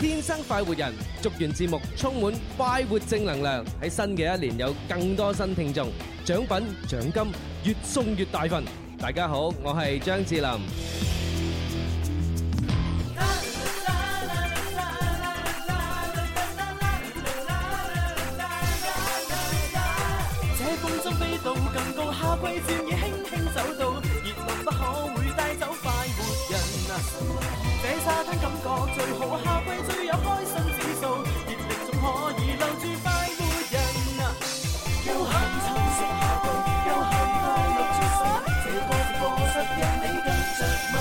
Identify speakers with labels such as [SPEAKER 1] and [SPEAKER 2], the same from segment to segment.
[SPEAKER 1] 天生快活人，祝願節目充滿快活正能量，喺新嘅一年有更多新聽眾，獎品獎金越送越大份。大家好，我係張智霖。
[SPEAKER 2] 這風箏飛到更高，夏季漸已輕輕走到，熱浪不可會帶走快活人啊！這沙灘感覺最好，夏季最有開心指數，熱力仲可以留住快活人啊！休閒沉食夏季，休閒快樂出手，這個直播室因你更着迷。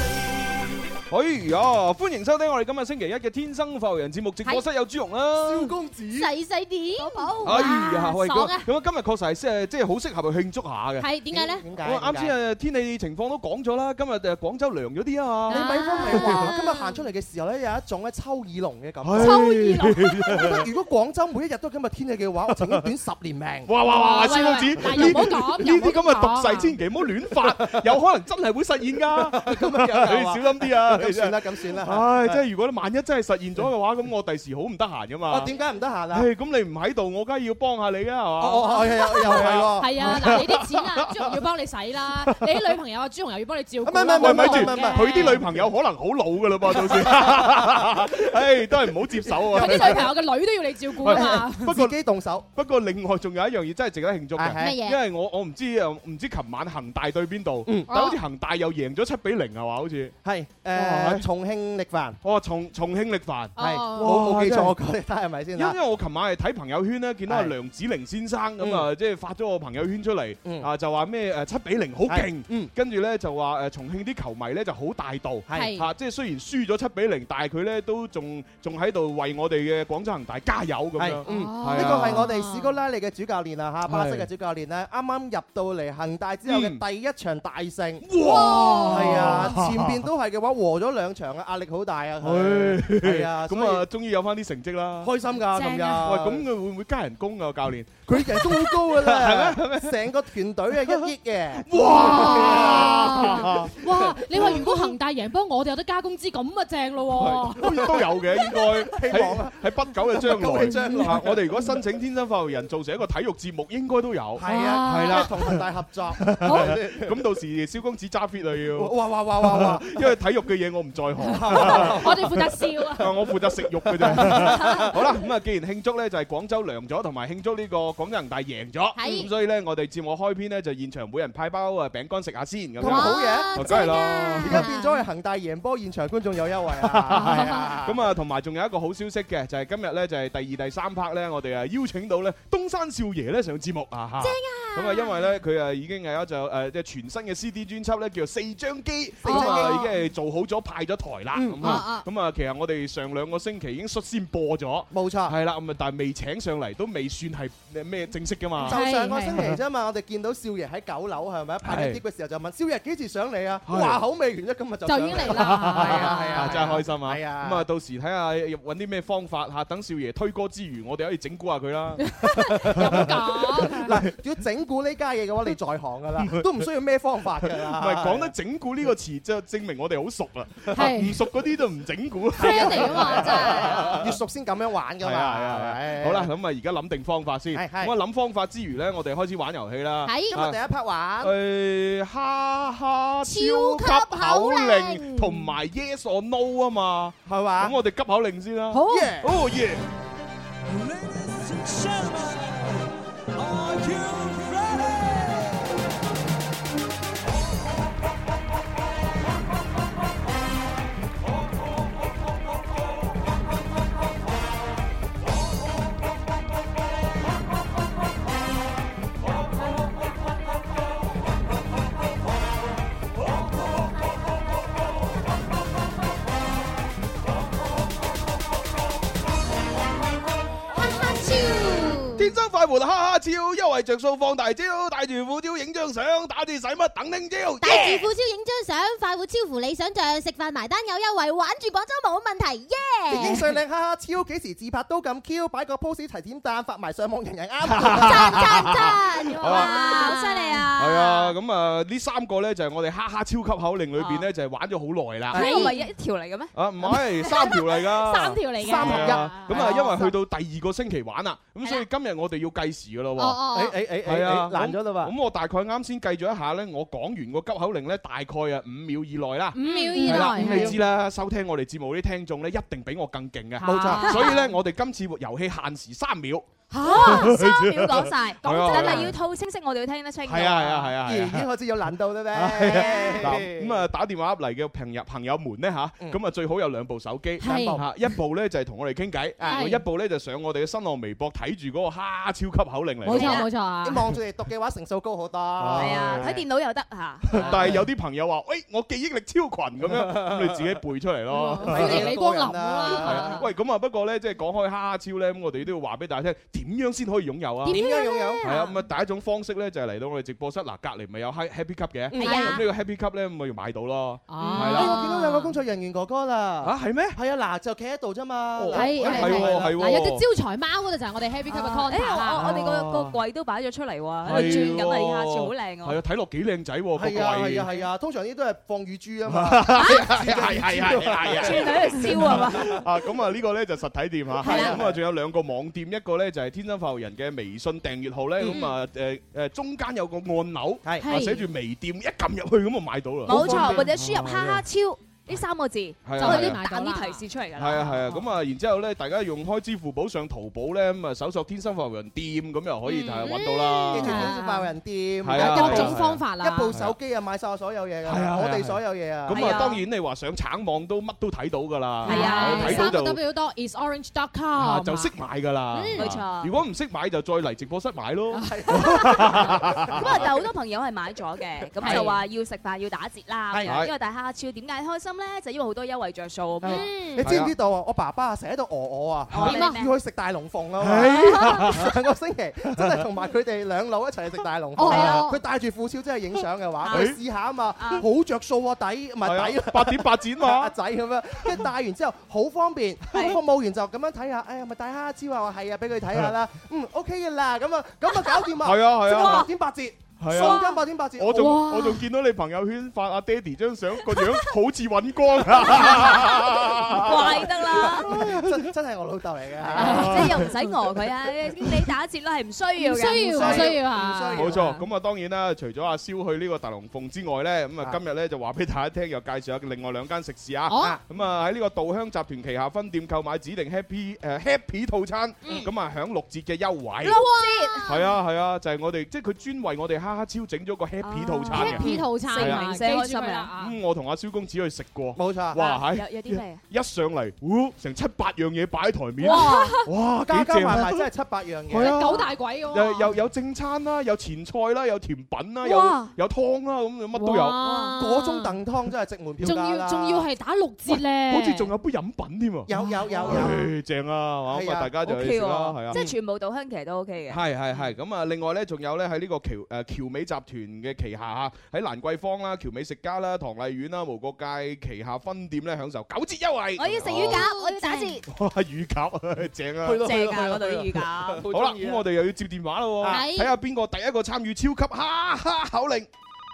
[SPEAKER 3] 哎呀，歡迎收聽我哋今日星期一嘅《天生浮人》節目，直播室有朱容啦，蕭公子
[SPEAKER 4] 細細啲，寶寶
[SPEAKER 3] 哎呀，喂，
[SPEAKER 4] 啊爽
[SPEAKER 3] 咁
[SPEAKER 4] 啊！
[SPEAKER 3] 咁啊，今日確實係即係即係好適合去慶祝下嘅。
[SPEAKER 4] 係點解咧？
[SPEAKER 5] 點解？
[SPEAKER 3] 我啱先誒天氣情況都講咗啦，今日誒廣州涼咗啲啊嘛。
[SPEAKER 4] 啊。
[SPEAKER 5] 你咪方咪話，今日行出嚟嘅時候咧，有一種咧秋意濃嘅感覺。
[SPEAKER 3] 秋
[SPEAKER 4] 意
[SPEAKER 3] 哎
[SPEAKER 5] 如果廣州每一日都咁嘅天氣嘅話，我曾經短10年命。
[SPEAKER 3] 哇哇哇！
[SPEAKER 4] 哇
[SPEAKER 3] 蕭公子，
[SPEAKER 4] 喂喂
[SPEAKER 3] 呢
[SPEAKER 4] 喂嗱又唔好
[SPEAKER 3] 啲
[SPEAKER 4] 講
[SPEAKER 3] 呢啲
[SPEAKER 4] 又唔
[SPEAKER 3] 咁
[SPEAKER 4] 好
[SPEAKER 3] 嘅
[SPEAKER 4] 講
[SPEAKER 3] 毒誓千祈唔好亂發，有可能真係會實現㗎。你
[SPEAKER 5] 咁樣又話，
[SPEAKER 3] 小心啲啊！
[SPEAKER 5] 咁算啦，咁算啦。
[SPEAKER 3] 唉，即係如果萬一真係實現咗嘅話，咁我第時好唔得閒㗎嘛。
[SPEAKER 5] 啊，點解唔得閒啊？
[SPEAKER 3] 唉，咁你唔喺度，我梗係要幫下你啊，係嘛？
[SPEAKER 5] 哦，哦，哦，又-又係喎。
[SPEAKER 4] 係啊，嗱，你啲錢啊，朱紅要幫你使啦，你啲女朋友啊，朱紅又要幫你照顧啦。
[SPEAKER 5] 唔係唔係
[SPEAKER 3] 喂，咪住，
[SPEAKER 5] 唔係唔係唔係
[SPEAKER 3] 佢啲女朋友可能好老噶啦噃，到時，唉，都係唔好接手啊
[SPEAKER 4] 佢！啲女朋友嘅女都要你照顧啊嘛。
[SPEAKER 3] 不過
[SPEAKER 5] 自己動 手。啊
[SPEAKER 3] 不過，另外仲有一樣嘢真係值得慶祝嘅，
[SPEAKER 5] 係，係。
[SPEAKER 4] 咩嘢？
[SPEAKER 3] 因為我我唔知啊，唔知琴晚恒大對邊度，
[SPEAKER 5] 嗯
[SPEAKER 3] 但好似恒大又贏咗七比零係嘛？好似，
[SPEAKER 5] 係，誒，
[SPEAKER 3] 哇，係。
[SPEAKER 5] 重慶力帆。
[SPEAKER 3] 哦，重重慶力帆。
[SPEAKER 4] 哦。
[SPEAKER 5] 係，我-
[SPEAKER 3] 哇，
[SPEAKER 5] 我記錯，
[SPEAKER 3] 真係。因
[SPEAKER 5] 我覺得係咪先啊？
[SPEAKER 3] 因為我琴晚係睇朋友圈咧，見到阿
[SPEAKER 5] 係
[SPEAKER 3] 梁子玲先生咁啊，即係發咗個朋友圈出嚟，
[SPEAKER 5] 嗯
[SPEAKER 3] 啊就話咩誒七比零好勁，
[SPEAKER 5] 嗯
[SPEAKER 3] 跟住咧就話誒重慶啲球迷咧就好大度。啊
[SPEAKER 5] 係。
[SPEAKER 4] 係。
[SPEAKER 3] 嚇，即係雖然輸咗七比零，但係佢咧都仲仲喺度為我哋嘅廣州恒大加油咁樣
[SPEAKER 5] 係。嗯
[SPEAKER 4] 哦
[SPEAKER 3] 係啊
[SPEAKER 5] 呢個係我哋史高拉利嘅主教練啊嚇，巴西
[SPEAKER 3] 係
[SPEAKER 5] 嘅主教練咧，啱啱入到嚟恒大之後
[SPEAKER 3] 嗯
[SPEAKER 5] 嘅第一場大勝，
[SPEAKER 3] Ờ.
[SPEAKER 4] 哇
[SPEAKER 5] 係啊，前邊都係嘅話和咗兩場啊，壓力好大啊，佢
[SPEAKER 3] 唉
[SPEAKER 5] 係啊，
[SPEAKER 3] 咁啊，終於有翻啲成績啦。
[SPEAKER 5] 所以開心㗎咁
[SPEAKER 4] 正啊
[SPEAKER 3] 喂，
[SPEAKER 5] 樣。
[SPEAKER 3] 咁佢會唔會加人工啊？教練？
[SPEAKER 5] 佢人工好高 㗎啦，成個團隊啊一億嘅，
[SPEAKER 4] 哇！哇！你話如果恒大贏波，我哋有得加工資，咁啊正咯
[SPEAKER 3] 都都有嘅，應該
[SPEAKER 5] 哦 希望
[SPEAKER 3] 喺
[SPEAKER 5] 啊
[SPEAKER 3] 喺不久嘅將
[SPEAKER 5] 不久嘅將
[SPEAKER 3] 來
[SPEAKER 5] 來
[SPEAKER 3] 嚇，我哋如果申請天生發育人做成一個體育節目，應該都有。
[SPEAKER 5] 係啊，
[SPEAKER 4] 哇
[SPEAKER 5] 係啦，同恒大合 作，
[SPEAKER 4] 喎。好，
[SPEAKER 3] 咁到時蕭公子揸 fit 啊要，
[SPEAKER 5] 哇哇哇哇哇！
[SPEAKER 3] 因為體育嘅嘢我唔在行。
[SPEAKER 4] 我哋負責笑啊。
[SPEAKER 3] 啊！我負責食肉嘅啫。好啦，咁啊，既然慶祝咧就係廣州涼咗，同埋慶祝呢個廣州人大贏咗，
[SPEAKER 4] 係
[SPEAKER 3] 咁所以咧我哋節目開篇咧就現場每人派包誒餅乾食下先咁
[SPEAKER 5] 哇
[SPEAKER 3] 樣。
[SPEAKER 4] 啊
[SPEAKER 5] 好嘢
[SPEAKER 3] 梗係啦
[SPEAKER 5] 而家變咗係恒大贏波，現場觀眾有優 惠啊，係啊，
[SPEAKER 3] 咁啊，同埋仲有一個好消息嘅，就係今日咧就係第二、第三 part 咧，我哋啊邀請到咧東山少爺咧上節目啊嚇。正啊！咁啊，因為咧佢啊已經有一隻誒即係全新嘅 CD 專輯咧，叫做《四張機》，
[SPEAKER 5] 四
[SPEAKER 3] 咁
[SPEAKER 5] 張
[SPEAKER 3] 啊已
[SPEAKER 4] 機
[SPEAKER 3] 經係做好咗派咗台啦。
[SPEAKER 5] 嗯
[SPEAKER 3] 咁啊
[SPEAKER 4] 啊啊
[SPEAKER 3] 咁啊，其實我哋上兩個星期已經率先播咗。
[SPEAKER 5] 冇錯。
[SPEAKER 3] 係啦，咁啊，但係未請上嚟，都未算係呃咩正式噶嘛。
[SPEAKER 5] 就上個星期啫嘛，我哋見到少爺喺九樓係咪派緊啲嘅時候就問少爺幾時上嚟啊？
[SPEAKER 3] 係
[SPEAKER 5] 話口未完啫，今日就
[SPEAKER 4] 就已經嚟啦。
[SPEAKER 5] 係啊係
[SPEAKER 3] 啊，真係開心啊！
[SPEAKER 5] 係啊
[SPEAKER 3] 咁啊，到時睇下揾啲咩方法嚇，等少爺推歌之餘，我哋可以整蠱下佢啦。
[SPEAKER 4] 又冇講。
[SPEAKER 5] 嗱，要整蠱呢家嘢嘅話，你在行噶啦，都唔需要咩方法噶
[SPEAKER 3] 唔
[SPEAKER 5] 啦。
[SPEAKER 3] 係講得整蠱呢個詞，就證明我哋好熟啦。
[SPEAKER 4] 係
[SPEAKER 3] 唔熟嗰啲就唔整蠱。
[SPEAKER 4] friend 嚟啊嘛，真係。
[SPEAKER 5] 越熟先咁樣玩噶
[SPEAKER 3] 係啊係
[SPEAKER 5] 嘛。
[SPEAKER 3] 啊係啊！好啦，，咁啊而家諗定方法先。
[SPEAKER 5] 係係
[SPEAKER 3] 咁啊諗方法之餘咧，我哋開始玩遊戲啦。啊
[SPEAKER 4] 係
[SPEAKER 5] 今日第一 part 玩
[SPEAKER 3] 誒哈哈超
[SPEAKER 4] 級
[SPEAKER 3] 級口
[SPEAKER 4] 口
[SPEAKER 3] 令
[SPEAKER 4] 令
[SPEAKER 3] 同埋 yes or no 啊嘛。
[SPEAKER 5] 係
[SPEAKER 3] 咁
[SPEAKER 5] 嘛？
[SPEAKER 3] 我哋急口令先啦。
[SPEAKER 4] 好。
[SPEAKER 5] Yeah，
[SPEAKER 3] 哦耶！
[SPEAKER 2] Ladies and gentlemen, are you ready?
[SPEAKER 4] 哈哈超。
[SPEAKER 3] 天生快活，哈哈超優惠着數放大招，帶住副招影張相，打字使乜等聽招。
[SPEAKER 6] 戴住副超影張相，快活超乎你想象，食飯埋單有優惠，玩住廣州冇問題，耶！
[SPEAKER 5] 影相靚哈哈超，幾時自拍都咁 Q，擺個 pose 齊點讚，發埋上網人人啱。
[SPEAKER 6] 讚讚讚，
[SPEAKER 4] Ờ.
[SPEAKER 3] 好
[SPEAKER 6] 哇，好犀利
[SPEAKER 7] à?
[SPEAKER 6] 啊！
[SPEAKER 3] 係啊，咁啊呢三個咧就係我哋哈哈超級口令裏邊咧就係玩咗好耐啦。
[SPEAKER 8] 呢個咪一條嚟嘅咩？
[SPEAKER 3] 啊，唔係三條嚟㗎。
[SPEAKER 4] 三條嚟嘅，
[SPEAKER 5] 三合
[SPEAKER 3] 係
[SPEAKER 5] 一
[SPEAKER 3] 啊咁啊，因為去到第二個星期玩啦，咁所以今日我哋要計時㗎咯喎。
[SPEAKER 4] 哦
[SPEAKER 7] Ờ,
[SPEAKER 4] 哦
[SPEAKER 5] 誒誒誒
[SPEAKER 3] 係啊
[SPEAKER 5] 誒，難咗啦
[SPEAKER 3] 咁我大概啱先計咗一下咧，我講完個急口令咧，大概啊五秒以內啦
[SPEAKER 4] 五。秒以
[SPEAKER 3] 係啦，
[SPEAKER 4] 內，
[SPEAKER 3] 咁你知啦，收聽我哋節目啲聽眾咧，一定比我更勁嘅。
[SPEAKER 5] 冇錯
[SPEAKER 3] 所以咧，我哋今次遊戲限時三秒。
[SPEAKER 8] 嚇，三秒講晒，
[SPEAKER 3] 係啊
[SPEAKER 8] 講真係要套清晰，我哋要聽得清。
[SPEAKER 3] 係啊係啊係
[SPEAKER 5] 喎，
[SPEAKER 3] 啊係
[SPEAKER 5] 已經
[SPEAKER 3] 啊。
[SPEAKER 5] 開始有難度啦
[SPEAKER 3] 嗱
[SPEAKER 5] 咩？
[SPEAKER 3] 咁啊，打電話入嚟嘅朋友朋友們咧嚇，咁啊最好有兩部手機，
[SPEAKER 4] 係
[SPEAKER 3] 嚇一部咧就係同我哋傾偈，啊
[SPEAKER 4] 係
[SPEAKER 3] 一部咧就上我哋嘅新浪微博睇住嗰個哈超級口令嚟。
[SPEAKER 4] 冇錯冇錯啊
[SPEAKER 5] 你！望住嚟讀嘅話，成數高好多。
[SPEAKER 8] 係啊，睇電腦又得嚇。
[SPEAKER 3] 但係有啲朋友話：，喂，我記憶力超群咁樣，咁你自己背出嚟 咯。
[SPEAKER 4] 歡迎李光臨
[SPEAKER 3] 係啊
[SPEAKER 4] 啦，
[SPEAKER 3] 喂，咁啊，不過咧，即係講開哈哈超咧，咁我哋都要話俾大家聽，點樣先可以擁有啊？
[SPEAKER 5] 點樣擁有？
[SPEAKER 3] 係啊，咁啊，第一種方式咧就係嚟到我哋直播室，嗱，隔離咪有 Hi- Happy Cup 嘅，咁
[SPEAKER 4] 係
[SPEAKER 3] 呢
[SPEAKER 4] 啊
[SPEAKER 3] 個 Happy Cup 咧，咪要買到咯。
[SPEAKER 4] 哦
[SPEAKER 3] 係啦
[SPEAKER 5] 哎我見到有個工作人員哥哥啦。
[SPEAKER 3] 啊，係咩？
[SPEAKER 5] 係啊，嗱就企喺度啫嘛。
[SPEAKER 3] 哦
[SPEAKER 5] 嗱
[SPEAKER 4] 係係
[SPEAKER 3] 係喎
[SPEAKER 4] 係
[SPEAKER 3] 係
[SPEAKER 4] 嗱，有
[SPEAKER 3] 喎。
[SPEAKER 4] 隻招財貓嗰度就係我哋 Happy Cup 嘅 contact
[SPEAKER 8] 啊誒
[SPEAKER 4] 啦
[SPEAKER 8] 我我哋個
[SPEAKER 3] Ờ.
[SPEAKER 8] 個櫃都擺咗出嚟喎，喺度轉緊啊！而家好
[SPEAKER 3] 係
[SPEAKER 8] 靚喎。
[SPEAKER 3] 啊，睇落幾靚仔喎，個
[SPEAKER 5] 係啊係啊
[SPEAKER 3] 櫃。
[SPEAKER 5] 係啊，通常呢啲都係放乳豬啊
[SPEAKER 3] 係係係係係
[SPEAKER 5] 嘛。
[SPEAKER 8] 轉喺度燒啊嘛，
[SPEAKER 3] 啊，咁啊呢個咧就實體店嚇，
[SPEAKER 5] 係啊
[SPEAKER 3] 咁啊仲有兩個網店，一個咧就係天生發育人嘅微信訂閱號咧，咁啊誒誒中間有個按鈕，
[SPEAKER 5] 係
[SPEAKER 3] 啊寫住微店，一撳入去咁啊買到啦。
[SPEAKER 8] 冇錯，或者輸入哈哈超呢三個字，就
[SPEAKER 3] 係啊
[SPEAKER 8] 係啲彈
[SPEAKER 4] à?
[SPEAKER 8] 啲提示出嚟㗎
[SPEAKER 3] 係啊
[SPEAKER 8] 啦。
[SPEAKER 3] 係啊，咁啊，然之後咧，大家用開支付寶上淘寶咧，咁啊搜索天生發人店，咁又可以就係揾到
[SPEAKER 5] 記住
[SPEAKER 3] 啦。
[SPEAKER 5] 天生爆人店，
[SPEAKER 3] 係啊
[SPEAKER 4] 各種方法啦，
[SPEAKER 5] 一部手機啊買晒我所有嘢㗎
[SPEAKER 3] 係啊
[SPEAKER 5] 啦，
[SPEAKER 3] 係啊
[SPEAKER 5] 我哋所有嘢啊。
[SPEAKER 3] 咁
[SPEAKER 8] 係
[SPEAKER 3] 啊，
[SPEAKER 8] 啊
[SPEAKER 3] 當然你話上橙網都乜都睇到㗎啦，
[SPEAKER 8] 係啊
[SPEAKER 3] 睇
[SPEAKER 4] 三
[SPEAKER 3] 到
[SPEAKER 4] 個
[SPEAKER 3] 就
[SPEAKER 4] W 多 isorange.com
[SPEAKER 3] 啊就識買㗎啦。啊
[SPEAKER 8] 冇錯
[SPEAKER 3] 如果唔識買就再嚟直播室買咯。
[SPEAKER 8] 咁啊，但好多朋友係買咗嘅，咁
[SPEAKER 4] 係
[SPEAKER 8] 就話要食飯要打折啦。咁
[SPEAKER 3] 係
[SPEAKER 8] 樣因為大哈哈超點解開心咧？就因為好多優惠着數。
[SPEAKER 5] 係嘛
[SPEAKER 4] 嗯
[SPEAKER 7] Ừ.
[SPEAKER 5] 你知唔知道啊？我爸爸啊成日喺度餓我啊，
[SPEAKER 8] 哦
[SPEAKER 5] 要
[SPEAKER 8] 你咩
[SPEAKER 5] 去食大龍鳳
[SPEAKER 3] 哎
[SPEAKER 5] 啊嘛！上個星期真係同埋佢哋兩老一齊去食大龍鳳啊
[SPEAKER 4] 哦！
[SPEAKER 5] 佢帶住副超真係影相嘅話，
[SPEAKER 8] 啊
[SPEAKER 5] 佢試下啊嘛，
[SPEAKER 8] 啊
[SPEAKER 5] 好着數啊抵，唔係
[SPEAKER 3] 係
[SPEAKER 5] 抵
[SPEAKER 3] 啊 八點八折
[SPEAKER 5] 阿
[SPEAKER 3] 嘛。
[SPEAKER 5] 仔咁樣，跟住戴完之後好方便，咁啊服務員就咁樣睇下，哎呀咪戴蝦超啊，我話係啊，俾佢睇下啦，嗯 OK 嘅啦，咁啊咁啊搞掂啊，
[SPEAKER 3] 係啊係
[SPEAKER 5] 即刻八
[SPEAKER 3] 啊
[SPEAKER 5] 點八折，
[SPEAKER 3] 係
[SPEAKER 5] 瞬
[SPEAKER 3] 啊。
[SPEAKER 5] 間八點八折，
[SPEAKER 3] 我仲
[SPEAKER 4] 哇
[SPEAKER 3] 我仲見到你朋友圈發阿爹哋張相，個樣好似尹光 啊！
[SPEAKER 8] 怪得啦，
[SPEAKER 5] 哎真真係我啊老豆嚟嘅，
[SPEAKER 8] 你又唔使餓佢啊！你打折啦，係唔需要
[SPEAKER 4] 唔
[SPEAKER 8] 嘅。
[SPEAKER 4] 需要唔需要啊
[SPEAKER 5] 唔需要
[SPEAKER 3] 冇錯，咁啊當然啦，除咗阿蕭去呢個大龍鳳之外呢，咁啊
[SPEAKER 5] 啊
[SPEAKER 3] 今日呢就話俾大家聽，又介紹下另外兩間食肆啊。
[SPEAKER 4] 哦
[SPEAKER 3] 咁啊喺呢個稻香集團旗下分店購買指定 Happy 誒 Happy 套餐，咁啊享六折嘅優惠。
[SPEAKER 8] 六折
[SPEAKER 3] 係啊係啊，就係我哋即係佢專為我哋哈哈超整咗個 Happy 套餐嘅。
[SPEAKER 4] ，Happy 套餐
[SPEAKER 8] 係
[SPEAKER 4] 啊，
[SPEAKER 8] 啊
[SPEAKER 4] 記住佢啦啊
[SPEAKER 3] 咁我同阿蕭公子去食過，
[SPEAKER 5] 冇錯，
[SPEAKER 3] 哇係
[SPEAKER 8] 有有啲咩？
[SPEAKER 3] 一上嚟，呼成七八樣嘢擺喺台面，
[SPEAKER 8] 哇！
[SPEAKER 3] 哇
[SPEAKER 5] 加
[SPEAKER 3] 幾
[SPEAKER 5] 加
[SPEAKER 3] 正
[SPEAKER 5] 埋
[SPEAKER 3] 啊！
[SPEAKER 5] 埋真係七八樣
[SPEAKER 3] 係
[SPEAKER 5] 嘢，
[SPEAKER 3] 啊
[SPEAKER 4] 九大鬼咁
[SPEAKER 3] 又
[SPEAKER 4] 喎，
[SPEAKER 3] 又有正餐啦，有前菜啦，有甜品啦，
[SPEAKER 8] 哇
[SPEAKER 3] 有有湯啦，咁乜都有。
[SPEAKER 4] 哇
[SPEAKER 5] 嗰種燉湯真係值門票
[SPEAKER 4] 仲
[SPEAKER 5] 價
[SPEAKER 4] 要
[SPEAKER 5] 啦，
[SPEAKER 4] 仲要係打六折咧，
[SPEAKER 3] 好似仲有杯飲品添啊！
[SPEAKER 5] 有有有有，
[SPEAKER 3] 唉正啊，係嘛咁
[SPEAKER 5] 係
[SPEAKER 3] 啊
[SPEAKER 5] 啊
[SPEAKER 3] 大家
[SPEAKER 8] O
[SPEAKER 3] 就
[SPEAKER 8] K
[SPEAKER 3] 去食啦，係
[SPEAKER 8] 喎，
[SPEAKER 3] 啊
[SPEAKER 8] 即。係全部稻香其實都 O K 嘅。
[SPEAKER 3] 係係係咁啊！另外咧，仲有咧喺呢個橋誒橋美集團嘅旗下啊喺蘭桂坊啦、橋美食家啦、唐麗苑啦、無國界旗下分店咧，享受九折優惠。
[SPEAKER 8] 我要食
[SPEAKER 3] Ờ.
[SPEAKER 8] 乳鴿，我要打折，
[SPEAKER 3] 哇！乳鴿正啊！
[SPEAKER 8] 正啊！嗰度啲 乳鴿。
[SPEAKER 3] 好啦，咁我哋又要接電話咯喎，
[SPEAKER 4] 係
[SPEAKER 3] 睇下邊個第一個參與超級哈哈口令。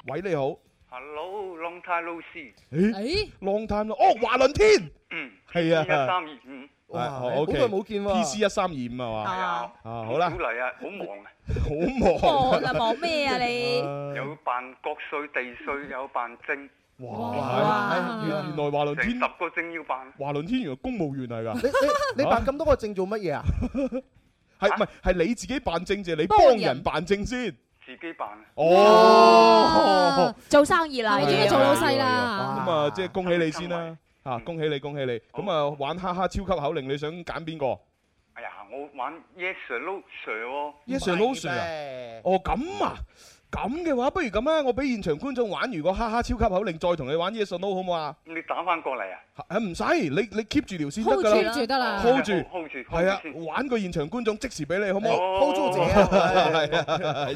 [SPEAKER 3] 喂，你好，
[SPEAKER 9] Hello，long time no see。
[SPEAKER 3] 誒
[SPEAKER 4] 誒
[SPEAKER 3] long time 咯，哦，華倫天
[SPEAKER 9] 嗯，
[SPEAKER 3] 係
[SPEAKER 9] 一三
[SPEAKER 3] 啊
[SPEAKER 9] 二五。哎
[SPEAKER 5] 哇
[SPEAKER 3] 哦
[SPEAKER 5] 好耐
[SPEAKER 3] OK
[SPEAKER 5] 冇見喎
[SPEAKER 3] ，PC 一三二五係嘛？
[SPEAKER 8] 啊，
[SPEAKER 3] 啊，好啦
[SPEAKER 9] 鼓，勵啊，好 忙啊，
[SPEAKER 3] 好忙
[SPEAKER 8] 忙。啊忙咩啊你？
[SPEAKER 3] 嗯
[SPEAKER 9] 有辦國稅、地稅，有辦證，
[SPEAKER 3] 哇！原原來華倫
[SPEAKER 9] 成
[SPEAKER 3] 天
[SPEAKER 9] 十個證要辦。
[SPEAKER 3] 華倫天原來公務 員嚟㗎，
[SPEAKER 5] 你你你辦咁多個證做乜嘢啊？
[SPEAKER 3] 係唔係係你自己辦證定係你幫人辦證先？
[SPEAKER 9] 自己辦啊，
[SPEAKER 3] 哦，
[SPEAKER 8] 做生意啦，
[SPEAKER 4] 係
[SPEAKER 8] 要
[SPEAKER 4] 應該做老細啦，
[SPEAKER 3] 咁啊，即係恭喜你先啦。嚇！
[SPEAKER 9] 嗯
[SPEAKER 3] 恭喜你，恭喜你！咁啊，玩哈哈超級口令，你想揀邊個
[SPEAKER 9] 哎呀，我玩 yes sir no sir 喎，
[SPEAKER 3] ？Yes or no sir 啊？
[SPEAKER 5] 啊？
[SPEAKER 3] 哦，咁啊，咁嘅話，不如咁啊，我俾現場觀眾玩，如果哈哈超級口令，再同你玩 Yes or No 好唔好啊？
[SPEAKER 9] 你打翻過嚟啊
[SPEAKER 3] 係唔使，你你 keep 住條線得
[SPEAKER 4] hold
[SPEAKER 3] 㗎啦。
[SPEAKER 4] 住得啦。
[SPEAKER 3] hold 住
[SPEAKER 9] 哎 hold 住，
[SPEAKER 3] 係啊
[SPEAKER 9] hold 住，
[SPEAKER 3] 玩個現場觀眾即時俾你好唔好？
[SPEAKER 9] 好
[SPEAKER 5] 煲租者啊，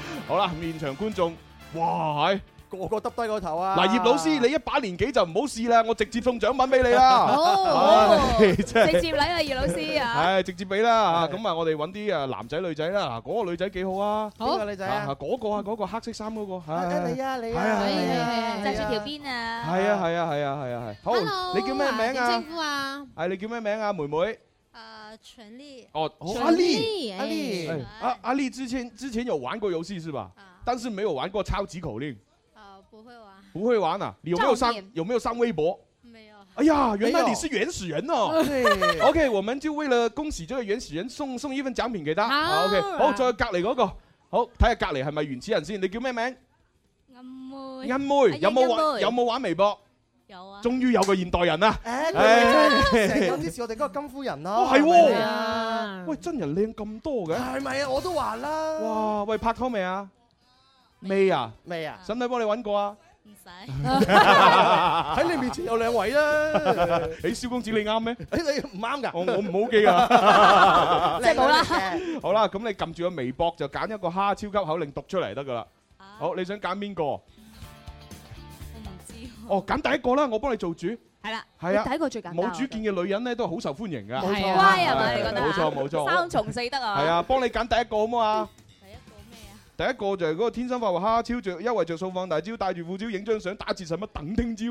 [SPEAKER 3] 好啦，現場觀眾，哇！係
[SPEAKER 5] 個個耷低個頭啊！
[SPEAKER 3] 嗱，葉老師，你一把年紀就唔好試啦，我直接送獎品俾你 啦。
[SPEAKER 4] 哦，
[SPEAKER 3] 唉真係
[SPEAKER 8] 直接禮啊，葉老師啊，
[SPEAKER 3] 唉，直接俾啦嚇，咁啊，我哋揾啲啊男仔女仔啦，嗱，嗰個女仔幾好啊，
[SPEAKER 5] 邊個
[SPEAKER 4] 好，
[SPEAKER 5] 女仔
[SPEAKER 3] 啊
[SPEAKER 5] 啊？
[SPEAKER 3] 嗰個啊，嗰個黑色衫嗰個，
[SPEAKER 5] 啊
[SPEAKER 3] 係
[SPEAKER 5] 你啊你啊
[SPEAKER 3] 係啊
[SPEAKER 5] 你啊，
[SPEAKER 4] 係啊係啊係啊
[SPEAKER 8] 紮住條邊啊，
[SPEAKER 3] 係啊係啊係啊係啊係，好，
[SPEAKER 6] Hello，
[SPEAKER 3] 你叫咩名
[SPEAKER 6] 啊？點稱
[SPEAKER 3] 啊？
[SPEAKER 6] 呼啊？
[SPEAKER 3] 係你叫咩名啊，妹妹？
[SPEAKER 6] 呃，全力。
[SPEAKER 3] 哦，阿麗，
[SPEAKER 5] 阿麗
[SPEAKER 3] 哎阿阿麗之前之前有玩過遊戲是吧？
[SPEAKER 6] 啊
[SPEAKER 3] 但是沒有玩過超級口令，
[SPEAKER 6] 啊，不会玩，
[SPEAKER 3] 不會玩啊？你有沒有
[SPEAKER 8] 照
[SPEAKER 3] 上
[SPEAKER 8] 片
[SPEAKER 3] 有沒有上微博？
[SPEAKER 6] 没有。
[SPEAKER 3] 哎呀，原来
[SPEAKER 5] 没有
[SPEAKER 3] 你是原始人哦。
[SPEAKER 5] 對
[SPEAKER 3] OK，我们就为了恭喜这个原始人送送一份奖品给他。
[SPEAKER 4] 好
[SPEAKER 3] OK，好，再隔篱嗰個，好睇下隔篱係咪原始人先。你叫咩名？
[SPEAKER 6] 暗妹
[SPEAKER 3] 欣妹
[SPEAKER 8] 哎
[SPEAKER 3] 有冇
[SPEAKER 8] 欣
[SPEAKER 3] 玩
[SPEAKER 8] 妹
[SPEAKER 3] 有冇玩微博？
[SPEAKER 6] 有啊，
[SPEAKER 3] 終於有個現代人啊啦！
[SPEAKER 5] 誒，
[SPEAKER 3] 唉
[SPEAKER 5] 佢成日咁支持我哋嗰個金夫人咯，
[SPEAKER 3] 哦係喎
[SPEAKER 5] 係啊，
[SPEAKER 3] 喂，真人靚咁多嘅，
[SPEAKER 5] 係咪啊？我都話啦，
[SPEAKER 3] 哇！喂，拍拖未啊？未啊？
[SPEAKER 5] 未啊？
[SPEAKER 3] 使唔使幫你揾過啊？
[SPEAKER 6] 唔 使。
[SPEAKER 5] 喺你面前有兩位啦，
[SPEAKER 3] 誒，蕭公子你啱 咩？
[SPEAKER 5] 誒你唔啱㗎，
[SPEAKER 3] 我我唔好記啊！
[SPEAKER 5] 即係冇啦，
[SPEAKER 3] 好啦，咁你撳住個微博就揀一個蝦超級口令讀出嚟得噶啦。
[SPEAKER 6] 啊
[SPEAKER 3] 好，你想揀邊個？
[SPEAKER 6] 我唔知喎。
[SPEAKER 3] 哦，揀第一個啦，我幫你做主。
[SPEAKER 8] 係啦，
[SPEAKER 3] 係啊
[SPEAKER 8] 你第一個最簡單，
[SPEAKER 3] 冇主見嘅女人咧都係好受歡迎噶。
[SPEAKER 5] 冇錯
[SPEAKER 4] 係
[SPEAKER 5] 啊
[SPEAKER 8] 乖啊嘛，
[SPEAKER 3] 係
[SPEAKER 8] 你覺得啊
[SPEAKER 3] 冇錯冇錯
[SPEAKER 8] 三從四德啊，
[SPEAKER 3] 係，啊，幫你揀第一個好唔好啊？
[SPEAKER 6] 第一個咩啊？
[SPEAKER 3] 第一個就係嗰個天生發福蝦超着優惠着數放大招，戴住副招影張相，打字使乜等聽朝？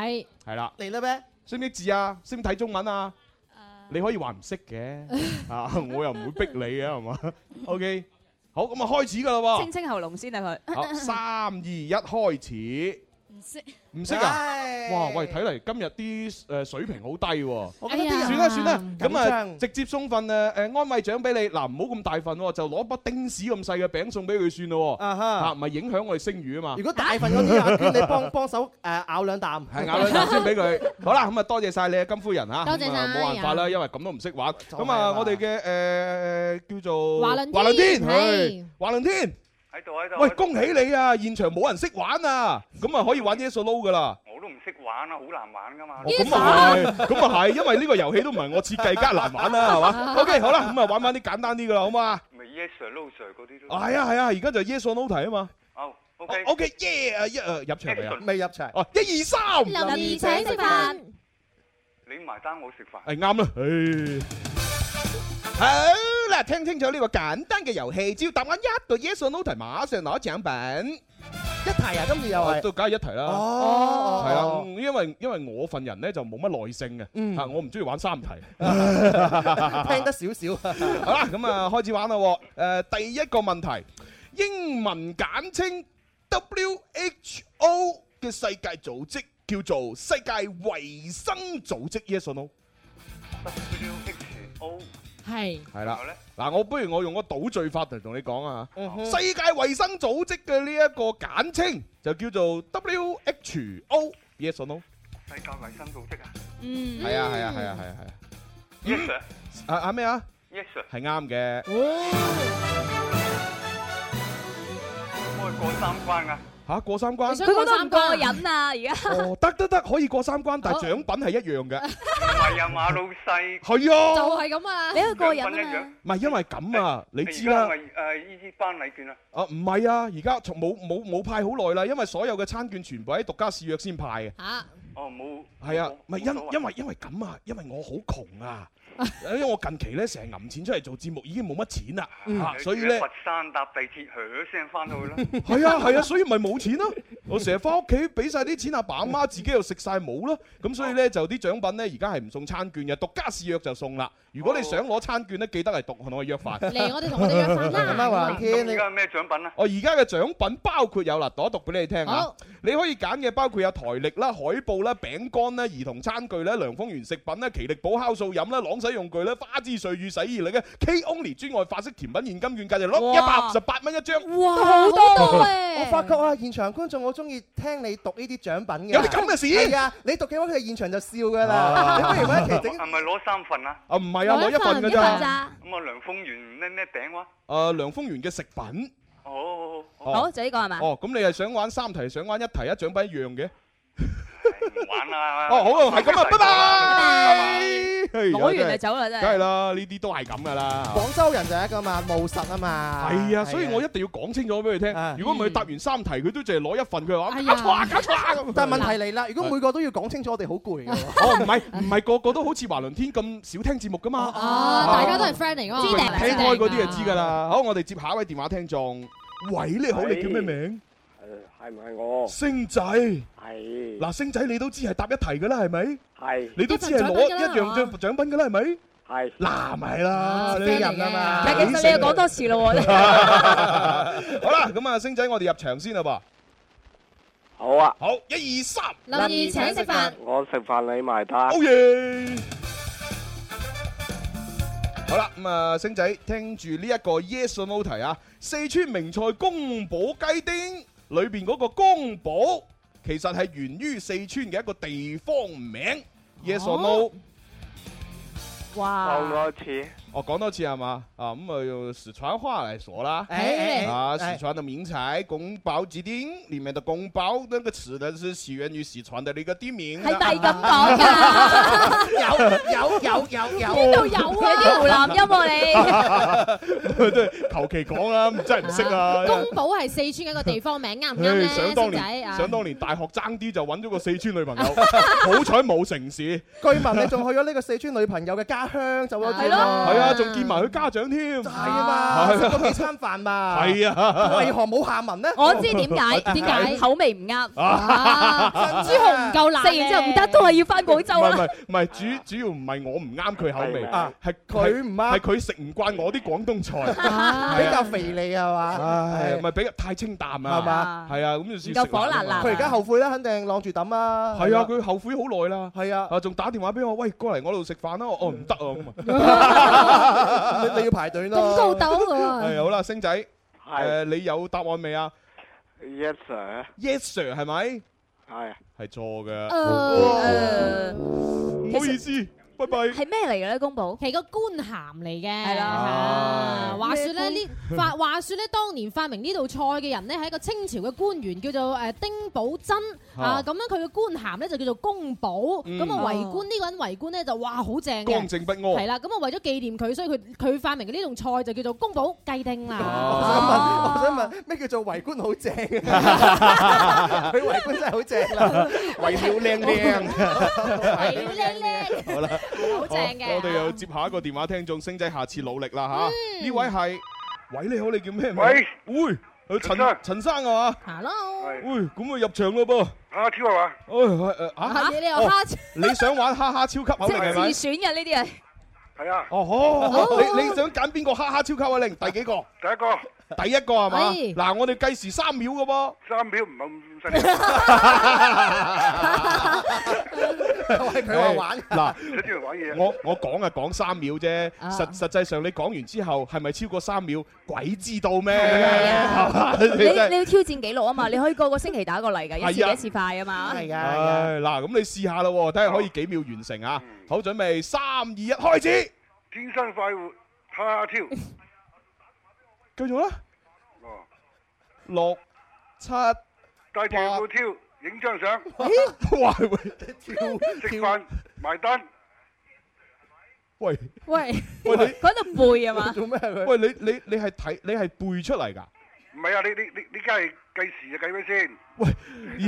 [SPEAKER 4] 係
[SPEAKER 3] 係啦，
[SPEAKER 5] 嚟啦咩？
[SPEAKER 3] 識唔識字啊？識唔識睇中文啊？
[SPEAKER 6] 啊
[SPEAKER 3] 你可以話唔識嘅，啊，我又唔會逼你嘅，係嘛？OK，好，咁啊開始㗎啦喎
[SPEAKER 8] 清，清喉嚨先啊佢。
[SPEAKER 3] 好，三二一開始，
[SPEAKER 6] 唔識。
[SPEAKER 3] 唔識啊？
[SPEAKER 5] 唉
[SPEAKER 3] 哇，喂，睇嚟今日啲誒水平好低喎。
[SPEAKER 5] 我覺得啲
[SPEAKER 4] 哎呀
[SPEAKER 5] 人
[SPEAKER 3] 算啦算啦，咁
[SPEAKER 5] 緊
[SPEAKER 3] 啊
[SPEAKER 5] 張
[SPEAKER 3] 直接送份誒誒安慰獎俾你，嗱唔好咁大份喎，就攞筆丁屎咁細嘅餅送俾佢算咯喎，
[SPEAKER 5] 啊
[SPEAKER 3] 啊
[SPEAKER 5] 哈，
[SPEAKER 3] 唔係影響我哋聲譽啊嘛
[SPEAKER 5] 如。果大份嗰啲阿娟， 你幫幫手誒咬兩啖，
[SPEAKER 3] 係咬兩啖先 俾佢。好啦，咁啊多謝晒你啊，金夫人啊，
[SPEAKER 4] 多謝晒
[SPEAKER 3] 咁啊冇辦法啦，因為咁都唔識玩。
[SPEAKER 5] 就係
[SPEAKER 3] 咁啊，
[SPEAKER 5] 啦
[SPEAKER 3] 我哋嘅誒叫做
[SPEAKER 4] 華倫天
[SPEAKER 3] 華倫天，
[SPEAKER 4] 係
[SPEAKER 3] 係華倫天，
[SPEAKER 9] 喺度喺度。
[SPEAKER 3] 喂，恭喜你啊！現場冇人識玩啊，咁啊可以玩 Yes or No 噶啦。
[SPEAKER 9] 我都唔識玩啊，好難玩噶嘛
[SPEAKER 3] 哦。咁啊係，咁啊係，因為呢個遊戲都唔係我設計，梗 係難玩啦，係嘛？OK，好啦，咁啊玩翻啲簡單啲噶啦，好嘛？
[SPEAKER 9] 咪 yes sir no sir 嗰啲都。
[SPEAKER 3] 係啊係啊，而家就 Yes or No 題啊嘛。哦
[SPEAKER 9] 好，OK。
[SPEAKER 3] OK，耶！一誒入場未啊？
[SPEAKER 9] Action，
[SPEAKER 5] 未入場。
[SPEAKER 3] 哦，一二三，
[SPEAKER 6] 林
[SPEAKER 5] 怡
[SPEAKER 6] 怡
[SPEAKER 5] 請
[SPEAKER 6] 請
[SPEAKER 5] 食
[SPEAKER 6] 食
[SPEAKER 5] 飯
[SPEAKER 6] 飯。
[SPEAKER 9] 你埋單，我食飯。
[SPEAKER 3] 係啱啦，唉。哎好啦，聽清楚呢個簡單嘅遊戲，只要答案一個 yes or no 題，馬上攞獎品。
[SPEAKER 5] 一題啊，今次又
[SPEAKER 6] 哦
[SPEAKER 5] 係。
[SPEAKER 3] 都梗係一題啦。
[SPEAKER 5] 哦，
[SPEAKER 3] 係啊，嗯因為因為我份人咧就冇乜耐性嘅，
[SPEAKER 5] 嗯
[SPEAKER 3] 啊，我唔中意玩三題。
[SPEAKER 5] 啊， 聽得少 少。
[SPEAKER 3] 好啦，咁啊開始玩啦喎。誒，第一個問題，英文簡稱 WHO 嘅世界組織叫做世界衞生組織，yes or no？
[SPEAKER 9] W H O，
[SPEAKER 4] 係
[SPEAKER 3] 係
[SPEAKER 9] 然
[SPEAKER 3] 啦
[SPEAKER 9] 後。咧
[SPEAKER 3] 嗱，我不如我用個倒敘法嚟同你講啊。
[SPEAKER 5] 嗯
[SPEAKER 3] 世界衞生組織嘅呢一個簡稱就叫做 WHO，yes or no？
[SPEAKER 9] 世界衞生組織啊。
[SPEAKER 4] 嗯
[SPEAKER 3] 係啊係啊係啊係啊係啊！
[SPEAKER 9] Yes sir。
[SPEAKER 3] 啊啊咩啊？
[SPEAKER 9] Yes sir，
[SPEAKER 3] 係啱嘅，
[SPEAKER 9] 我係過三關啊！
[SPEAKER 3] 嚇過三
[SPEAKER 4] 你
[SPEAKER 3] 關
[SPEAKER 4] 想
[SPEAKER 8] 佢覺
[SPEAKER 4] 講
[SPEAKER 8] 得唔
[SPEAKER 4] 三
[SPEAKER 8] 過
[SPEAKER 4] 個
[SPEAKER 8] 癮啊！而家
[SPEAKER 3] 哦，得得得，可以過三關，但
[SPEAKER 4] 好
[SPEAKER 3] 係獎品係一樣嘅，
[SPEAKER 9] 唔係啊，馬老細。
[SPEAKER 3] 係
[SPEAKER 4] 就
[SPEAKER 3] 啊，
[SPEAKER 4] 係咁啊
[SPEAKER 8] 你！一個過
[SPEAKER 9] 兩分一
[SPEAKER 8] 癮啊
[SPEAKER 9] 樣
[SPEAKER 8] 嘛，
[SPEAKER 3] 唔係因為 咁啊，你知
[SPEAKER 9] 而
[SPEAKER 3] 啦
[SPEAKER 9] 家，咪誒呢啲班禮券啊，
[SPEAKER 3] 啊唔係啊，而家從冇冇冇派好耐啦，因為所有嘅餐券全部喺獨家試約先派嘅，
[SPEAKER 4] 嚇，
[SPEAKER 9] 哦冇。
[SPEAKER 3] 係啊
[SPEAKER 9] 冇，
[SPEAKER 3] 唔係
[SPEAKER 9] 冇所
[SPEAKER 3] 因
[SPEAKER 9] 謂
[SPEAKER 3] 因為因為咁啊，因為我好窮啊，因為我近期咧成日揞錢出嚟做節目，已經冇乜錢啦，
[SPEAKER 9] Ừ,
[SPEAKER 3] 啊，所以
[SPEAKER 9] 你
[SPEAKER 3] 咧
[SPEAKER 9] 佛山搭地鐵，嘘聲翻到去啦。
[SPEAKER 3] 係 啊係啊，所以咪冇錢咯。我成日翻屋企俾晒啲錢阿爸阿媽，自己又食晒冇啦。咁所以呢，就啲獎品呢，而家係唔送餐券嘅，獨家試約就送啦。如果你想攞餐券呢，記得嚟讀我約飯。
[SPEAKER 4] 嚟我哋同我哋約飯啦。
[SPEAKER 5] 咁啊，黃天，
[SPEAKER 9] 咁
[SPEAKER 5] 你
[SPEAKER 9] 而家咩獎品啊？
[SPEAKER 3] 我而家嘅獎品包括有嗱，讀一讀俾你聽啊
[SPEAKER 4] 好。
[SPEAKER 3] 你可以揀嘅包括有台歷啦、海報啦、餅乾啦、兒童餐具啦、良豐源食品啦、奇力寶酵素飲啦、朗洗用具啦、花枝水乳洗衣力嘅 K Only 專外法式甜品現金券價值六一百
[SPEAKER 8] 哇
[SPEAKER 3] 五十八蚊一張。
[SPEAKER 8] 哇，好多
[SPEAKER 5] 我
[SPEAKER 8] 誒！
[SPEAKER 5] 發覺啊，現場觀眾好中意聽你讀呢啲獎品嘅。
[SPEAKER 3] 有啲咁嘅
[SPEAKER 5] 係
[SPEAKER 3] 事？
[SPEAKER 5] 啊，你讀嘅話，佢哋現場就笑㗎
[SPEAKER 3] 啊
[SPEAKER 5] 啦。你不如揾一期整
[SPEAKER 9] 係咪攞三份啊？
[SPEAKER 3] 啊，唔係啊，攞一份㗎
[SPEAKER 6] 一份
[SPEAKER 3] 咋。
[SPEAKER 6] 咋？
[SPEAKER 9] 咁啊，梁豐源咩咩餅哇？
[SPEAKER 3] 誒梁豐源嘅食品
[SPEAKER 9] 好好好好，
[SPEAKER 8] 好就呢個係嘛？
[SPEAKER 3] 哦，咁你係想玩三題，想玩一題一獎品一樣嘅？
[SPEAKER 9] 唔玩啦。
[SPEAKER 3] 哦，好啊，係咁啊，拜拜
[SPEAKER 9] 拜。
[SPEAKER 3] 哎呀
[SPEAKER 8] 攞完就
[SPEAKER 3] 真係
[SPEAKER 8] 走啦，
[SPEAKER 3] 梗
[SPEAKER 8] 真
[SPEAKER 3] 係
[SPEAKER 8] 係。
[SPEAKER 3] 啦，呢啲都係咁噶啦。
[SPEAKER 5] 廣州人就係一個嘛務實啊嘛。
[SPEAKER 3] 係啊，所以
[SPEAKER 5] 係
[SPEAKER 3] 我一定要講清楚俾佢
[SPEAKER 5] 啊
[SPEAKER 3] 聽。如果唔係佢答完三題，佢都淨係攞一份，佢話搞
[SPEAKER 4] 哎呀
[SPEAKER 3] 錯啊，搞錯啊咁。
[SPEAKER 5] 但係問題嚟啦，如果每個都要講清楚，我哋好攰 嘅喎。
[SPEAKER 3] 哦，唔係唔係個個都好似華倫天咁少聽節目噶
[SPEAKER 5] 哦
[SPEAKER 3] 嘛？
[SPEAKER 8] Ờ,
[SPEAKER 3] 哦
[SPEAKER 4] 啊，
[SPEAKER 7] Ờ.
[SPEAKER 4] 大家都係 friend 嚟噶嘛，
[SPEAKER 3] 聽
[SPEAKER 4] 知定
[SPEAKER 3] 開嗰啲就知㗎。啦。好，我哋接下一位電話聽眾。喂，你好，你叫咩名？
[SPEAKER 10] 系咪我？
[SPEAKER 3] 星仔，
[SPEAKER 10] 系
[SPEAKER 3] 嗱，星仔你都知係答一題㗎啦，係咪？
[SPEAKER 10] 系
[SPEAKER 3] 你都知係攞一樣獎獎品㗎啦，係咪？
[SPEAKER 10] 系
[SPEAKER 3] 嗱，咪啦，你
[SPEAKER 4] 人啊嘛
[SPEAKER 8] 唔
[SPEAKER 3] Ờ.
[SPEAKER 8] 係，其實你又講多次咯喎。
[SPEAKER 3] 好啦，咁啊，星仔，我哋入場先啦噃。
[SPEAKER 10] 好啊！
[SPEAKER 3] 好，一二三，
[SPEAKER 4] 林怡請食飯，
[SPEAKER 10] 我食饭你埋單。
[SPEAKER 9] 啊
[SPEAKER 3] 好嘢！好啦，咁啊，星仔，聽住呢一個 yes or no 題啊，四川名菜宫保雞丁裏边嗰個宫保，其實係源於四川嘅一個地方名。Yes or no？
[SPEAKER 4] 哦
[SPEAKER 8] 哇
[SPEAKER 9] 講！多一次，
[SPEAKER 3] 我哦講多次係嘛？啊，咁啊，用四川話嚟說啦。
[SPEAKER 5] 哎
[SPEAKER 3] 啊，四
[SPEAKER 5] 哎
[SPEAKER 3] 川的名菜宫保雞丁里面的宫保那個詞呢，是起源於四川的一個地名。啊
[SPEAKER 8] 係 咪咁講㗎？
[SPEAKER 5] 有有有有 有。
[SPEAKER 4] 邊度有
[SPEAKER 8] 有啲
[SPEAKER 4] 啊？
[SPEAKER 8] 湖南音喎
[SPEAKER 3] 都係求其講啦，真係唔識啊！
[SPEAKER 4] 宮保係四川嘅一個地方名，啱唔啱
[SPEAKER 3] 唉
[SPEAKER 4] 咧？
[SPEAKER 3] 想當
[SPEAKER 4] 星仔
[SPEAKER 3] 年，
[SPEAKER 4] 啊，
[SPEAKER 3] 想當年大學爭啲就揾咗個四川女朋友，好彩冇城市，
[SPEAKER 5] 據聞你仲去咗呢個四川女朋友嘅家鄉，就咗
[SPEAKER 4] 係
[SPEAKER 5] 見
[SPEAKER 4] 咯
[SPEAKER 5] 咯。
[SPEAKER 3] 係啊，仲見埋佢家長添，
[SPEAKER 5] 係啊嘛，食咗幾餐飯嘛。
[SPEAKER 3] 係啊，
[SPEAKER 5] 為何冇下文呢？
[SPEAKER 8] 你，我知點解？
[SPEAKER 4] 點解
[SPEAKER 8] 口味唔啱？
[SPEAKER 4] 啊
[SPEAKER 5] 真係
[SPEAKER 4] 朱紅唔夠辣嘅，
[SPEAKER 8] 食完之後唔得，都係要翻廣
[SPEAKER 3] 唔
[SPEAKER 8] 州
[SPEAKER 3] 係唔
[SPEAKER 8] 啦。
[SPEAKER 3] 係唔係，主主要唔係我唔啱佢口味
[SPEAKER 5] 啊，
[SPEAKER 3] 係
[SPEAKER 5] 佢唔
[SPEAKER 3] 係
[SPEAKER 5] 啱，
[SPEAKER 3] 佢食唔慣我啲廣東菜，
[SPEAKER 4] 啊
[SPEAKER 5] 比較肥膩係嘛？
[SPEAKER 3] 唉，
[SPEAKER 5] 係
[SPEAKER 3] 咪比較太清淡
[SPEAKER 5] 係嘛
[SPEAKER 3] 啊，
[SPEAKER 8] À.
[SPEAKER 3] 係啊，咁就先
[SPEAKER 8] 唔夠火辣辣
[SPEAKER 5] 佢而家後悔啦，肯定晾住抌啊。
[SPEAKER 3] 係啊，，佢後悔好耐啦。
[SPEAKER 5] 係啊，
[SPEAKER 3] 啊！仲打電話俾我，喂，過嚟我度食飯啦！我哦唔得啊咁啊，
[SPEAKER 5] 你你要排隊
[SPEAKER 4] 咁
[SPEAKER 5] 咯
[SPEAKER 4] 高。斗喎，
[SPEAKER 3] 係好啦，星仔，
[SPEAKER 10] 係
[SPEAKER 3] 誒你有答案未啊
[SPEAKER 10] yes sir，
[SPEAKER 3] ？Yes sir 係咪？
[SPEAKER 10] 係
[SPEAKER 3] 係錯嘅。
[SPEAKER 8] Ừ, 誒
[SPEAKER 3] 唔好意思，拜拜。
[SPEAKER 8] 係咩嚟嘅咧？公佈
[SPEAKER 4] 係個官餡嚟嘅，
[SPEAKER 8] 係啦
[SPEAKER 4] 啊話説咧
[SPEAKER 8] 咩
[SPEAKER 4] 呢 發話説咧，當年發明呢道菜嘅人呢，係一個清朝嘅官員，叫做誒丁寶桢啊，咁樣佢嘅官餡咧就叫做公寶，
[SPEAKER 3] 嗯
[SPEAKER 4] 咁啊為
[SPEAKER 8] 哦
[SPEAKER 4] 官呢個人為官咧就哇好正
[SPEAKER 3] 剛
[SPEAKER 4] 嘅。
[SPEAKER 3] 正不
[SPEAKER 4] 係
[SPEAKER 3] 阿。
[SPEAKER 4] 啦，咁啊為咗紀念佢，所以佢佢發明嘅呢種菜就叫做宮保雞 丁
[SPEAKER 5] 我
[SPEAKER 3] 哦
[SPEAKER 4] 啦。
[SPEAKER 5] 想問，我想問咩叫做圍觀好正？佢圍觀真係好正啦，
[SPEAKER 3] 為了靚靚，
[SPEAKER 4] 係靚靚，
[SPEAKER 3] 好啦，
[SPEAKER 4] 好正
[SPEAKER 8] à.
[SPEAKER 4] 嘅。嗯
[SPEAKER 3] 我哋又接下一個電話聽眾，星仔下次努力啦吓。呢位係，喂你好，你叫咩名？
[SPEAKER 9] 喂，
[SPEAKER 3] 喂，呃
[SPEAKER 9] 陳
[SPEAKER 3] 陳
[SPEAKER 9] 生
[SPEAKER 3] 陳生啊嘛。
[SPEAKER 4] Hello，
[SPEAKER 3] 喂，咁啊入場咯噃。
[SPEAKER 9] 啊跳下嘛，
[SPEAKER 3] 哎誒啊，
[SPEAKER 4] 啊你又
[SPEAKER 3] 哦
[SPEAKER 4] 蝦
[SPEAKER 3] 你想玩哈哈超級口
[SPEAKER 8] 即
[SPEAKER 3] 令
[SPEAKER 8] 係
[SPEAKER 3] 係
[SPEAKER 8] 自
[SPEAKER 3] 咪？
[SPEAKER 8] 選嘅呢啲係。
[SPEAKER 9] 係啊，
[SPEAKER 3] 哦，好好，好你你想揀邊個哈哈超級口令？第幾個？
[SPEAKER 9] 第一個
[SPEAKER 3] 第一個係嘛？
[SPEAKER 4] 哎
[SPEAKER 3] 嗱，我哋計時三秒嘅 噃。
[SPEAKER 9] 三秒唔係 咁犀
[SPEAKER 5] 就係佢話玩。
[SPEAKER 3] 嗱。
[SPEAKER 9] 利，你出嚟玩嘢。
[SPEAKER 3] 我我講啊講三秒啫，實實際上你講完之後係咪超過三秒？鬼知道咩？係嘛你
[SPEAKER 8] 你
[SPEAKER 3] 真係
[SPEAKER 8] 你要挑戰紀錄啊嘛！你可以個個星期打過嚟㗎，一次
[SPEAKER 3] 係啊
[SPEAKER 8] 幾次快啊嘛。
[SPEAKER 5] 係啊，係啊
[SPEAKER 3] 唉嗱，咁你試下啦喎，睇下可以幾秒完成啊！好，準備三二一，開始，
[SPEAKER 9] 天生快活，他跳，
[SPEAKER 3] 繼續啦，
[SPEAKER 9] 哦，
[SPEAKER 3] 六七，
[SPEAKER 9] 帶條褲跳，影張相，
[SPEAKER 3] 哇喂
[SPEAKER 9] 食飯埋單，
[SPEAKER 3] 喂
[SPEAKER 4] 喂，
[SPEAKER 3] 喂
[SPEAKER 8] 嗰度背 啊嘛，
[SPEAKER 5] 做咩佢
[SPEAKER 3] 你？喂你你你係睇你係背出嚟㗎？
[SPEAKER 9] 唔係啊，你你你你梗係計時啊，計咩先？
[SPEAKER 3] 喂，而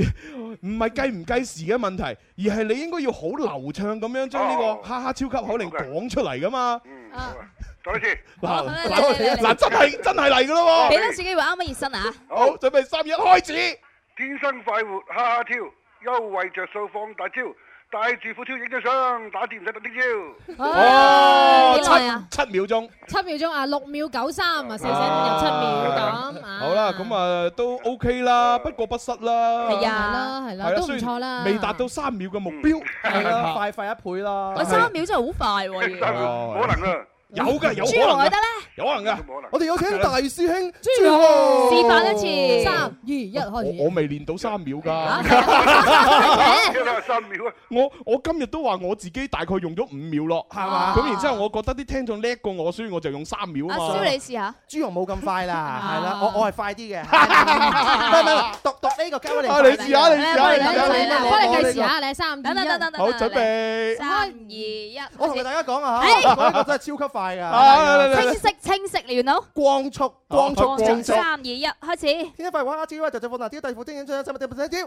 [SPEAKER 3] 唔係計唔計時嘅問題，而係你應該要好流暢咁樣將呢個
[SPEAKER 9] 哦
[SPEAKER 3] 哈哈超級口令講出嚟㗎嘛？
[SPEAKER 9] 嗯，好
[SPEAKER 4] 啊
[SPEAKER 9] 啊，再一次，
[SPEAKER 3] 嗱
[SPEAKER 8] 嚟
[SPEAKER 3] 嗱
[SPEAKER 8] 嚟嚟嚟
[SPEAKER 3] 嗱真係真係嚟㗎咯喎！
[SPEAKER 8] 俾多次機會啱啱熱身啊！
[SPEAKER 3] 好，準備三二一開始。
[SPEAKER 9] 天生快活，哈哈跳，優惠着數放大招，帶住褲跳影張相，打字唔使等聽朝。
[SPEAKER 3] 哦，
[SPEAKER 8] 幾耐啊
[SPEAKER 3] 七七秒鐘。
[SPEAKER 4] 七秒鐘啊，六秒九三啊，四捨五入七秒咁。啊
[SPEAKER 3] 好啦，咁，啊都 OK 啦，不過不失啦。
[SPEAKER 8] 係
[SPEAKER 4] 係
[SPEAKER 8] 啊
[SPEAKER 4] 啦係啦，
[SPEAKER 3] 係啊
[SPEAKER 4] 都唔
[SPEAKER 3] 雖然
[SPEAKER 4] 錯啦。
[SPEAKER 3] 未達到三秒嘅目標。
[SPEAKER 5] 係啊， 快快一倍啦。
[SPEAKER 8] 我三秒真係好快喎，要
[SPEAKER 9] 三秒冇可能啊！
[SPEAKER 3] 有嘅，有
[SPEAKER 8] 朱
[SPEAKER 3] 可
[SPEAKER 8] 紅
[SPEAKER 3] 能
[SPEAKER 8] 又
[SPEAKER 3] 㗎
[SPEAKER 8] 得。咧，
[SPEAKER 3] 有可能噶。
[SPEAKER 9] 冇可能。
[SPEAKER 5] 我哋有請大師兄
[SPEAKER 4] 朱
[SPEAKER 5] 朱
[SPEAKER 4] 浩
[SPEAKER 8] 示範一次
[SPEAKER 4] 三二一，開
[SPEAKER 3] 我
[SPEAKER 4] 始。
[SPEAKER 3] 我未練到三秒
[SPEAKER 4] 啊
[SPEAKER 3] 㗎，
[SPEAKER 9] 一兩三秒啊，
[SPEAKER 3] 我我今日都話我自己大概用咗五秒咯，係
[SPEAKER 5] À.
[SPEAKER 3] 嘛？咁然之後，我覺得啲聽眾叻過我，所以我就用三秒啊
[SPEAKER 8] 阿
[SPEAKER 3] 嘛。
[SPEAKER 8] 蕭你試下，
[SPEAKER 5] 朱紅冇咁快啦，
[SPEAKER 4] 啊
[SPEAKER 5] 係啦，我我係快啲嘅，唔係唔係唔係，讀讀呢個交俾你
[SPEAKER 3] 啊，
[SPEAKER 5] 快
[SPEAKER 3] 你
[SPEAKER 5] 啲。
[SPEAKER 3] 試下，你試下，
[SPEAKER 8] 嚟
[SPEAKER 3] 你
[SPEAKER 8] 嚟
[SPEAKER 3] 試下
[SPEAKER 8] 嚟
[SPEAKER 3] 你
[SPEAKER 8] 嚟
[SPEAKER 3] 試下。
[SPEAKER 8] 嚟
[SPEAKER 4] 幫你計時啊，你三等
[SPEAKER 8] 等
[SPEAKER 4] 等
[SPEAKER 8] 等
[SPEAKER 4] 等
[SPEAKER 8] 等
[SPEAKER 4] 等，
[SPEAKER 8] 等等，
[SPEAKER 3] 好，準備。
[SPEAKER 8] 三二一，
[SPEAKER 5] 我
[SPEAKER 8] 開
[SPEAKER 5] 同
[SPEAKER 8] 始
[SPEAKER 5] 大家講啊嚇，我呢個真係超級
[SPEAKER 3] 啊
[SPEAKER 5] 快
[SPEAKER 3] 嚟嚟
[SPEAKER 5] 㗎，
[SPEAKER 3] 嚟
[SPEAKER 8] 清晰清晰，you know，
[SPEAKER 5] 光速光速光速。
[SPEAKER 8] 三二一，開始，
[SPEAKER 5] 天一快玩阿招啊，就就放大招，第二副天影張，三日第五張招，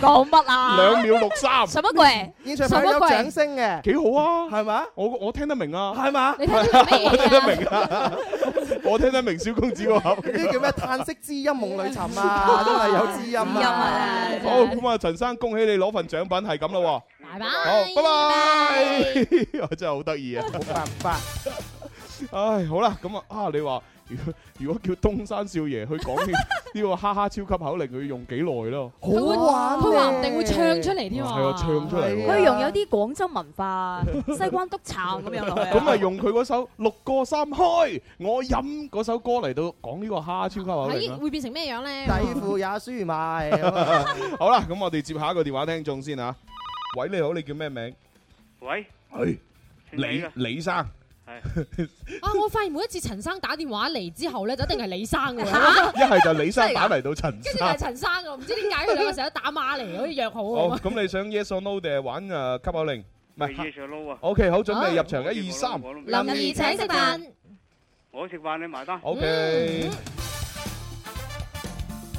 [SPEAKER 8] 講乜啊？
[SPEAKER 3] 兩秒六三，
[SPEAKER 8] 什麼鬼？
[SPEAKER 5] 現場朋友有掌聲嘅，
[SPEAKER 3] 幾好啊！
[SPEAKER 5] 係咪？
[SPEAKER 3] 我我聽得明啊，
[SPEAKER 5] 係嘛？
[SPEAKER 4] 你睇到咩
[SPEAKER 3] 我聽得
[SPEAKER 4] 嘢啊？
[SPEAKER 3] 明啊，我聽得明蕭公子個口。
[SPEAKER 5] 呢啲叫咩？嘆息知音夢裏尋 啊，真係有知音
[SPEAKER 8] 音
[SPEAKER 5] 啊！
[SPEAKER 8] 啊！
[SPEAKER 3] 好，咁啊，陳生恭喜你攞份獎品，係咁咯喎。
[SPEAKER 4] 拜拜。
[SPEAKER 3] 好，拜 拜。我真係好得意啊！
[SPEAKER 5] 冇辦法，
[SPEAKER 3] 唉，好啦，咁啊，啊，你話如果如果叫東山少爺去講呢呢個哈哈超級口令，佢要用幾耐咯？
[SPEAKER 5] 好
[SPEAKER 4] 佢會
[SPEAKER 5] 玩
[SPEAKER 4] 佢話唔
[SPEAKER 5] 呢
[SPEAKER 4] 定會唱出嚟添
[SPEAKER 3] 哇
[SPEAKER 4] 啊！
[SPEAKER 3] 係啊，唱出嚟
[SPEAKER 5] 係
[SPEAKER 3] 喎。
[SPEAKER 8] 佢用有啲廣州文 化，西關督撐咁樣落去啊。
[SPEAKER 3] 咁咪用佢嗰首《六個三開我飲》嗰首歌嚟到講呢個哈哈超級口令
[SPEAKER 4] 喺
[SPEAKER 3] 啦。
[SPEAKER 4] 會變成咩樣咧？
[SPEAKER 5] 底褲也 輸埋。
[SPEAKER 3] 啊好啦，咁我哋接下一個電話聽眾先嚇。喂，你好，你叫咩名？
[SPEAKER 10] 喂，
[SPEAKER 3] 係李李生。
[SPEAKER 4] 啊！我發現每一次陳生打電話嚟之後咧，就一定係李生嘅喎，
[SPEAKER 3] 一係就李生打嚟到陳
[SPEAKER 4] 跟住
[SPEAKER 3] 生
[SPEAKER 4] 就。係陳生嘅，唔知點解佢兩個成日都打馬嚟，好似約好
[SPEAKER 3] 好，
[SPEAKER 4] 咁啊！
[SPEAKER 3] 咁你想 yes or no 定係玩誒吸口令？唔
[SPEAKER 10] 咪
[SPEAKER 3] 係。
[SPEAKER 10] 嘢上撈啊！
[SPEAKER 3] OK，好，準備入場，一二三。
[SPEAKER 4] 林怡請食飯，
[SPEAKER 10] 我食飯你埋單。
[SPEAKER 3] OK。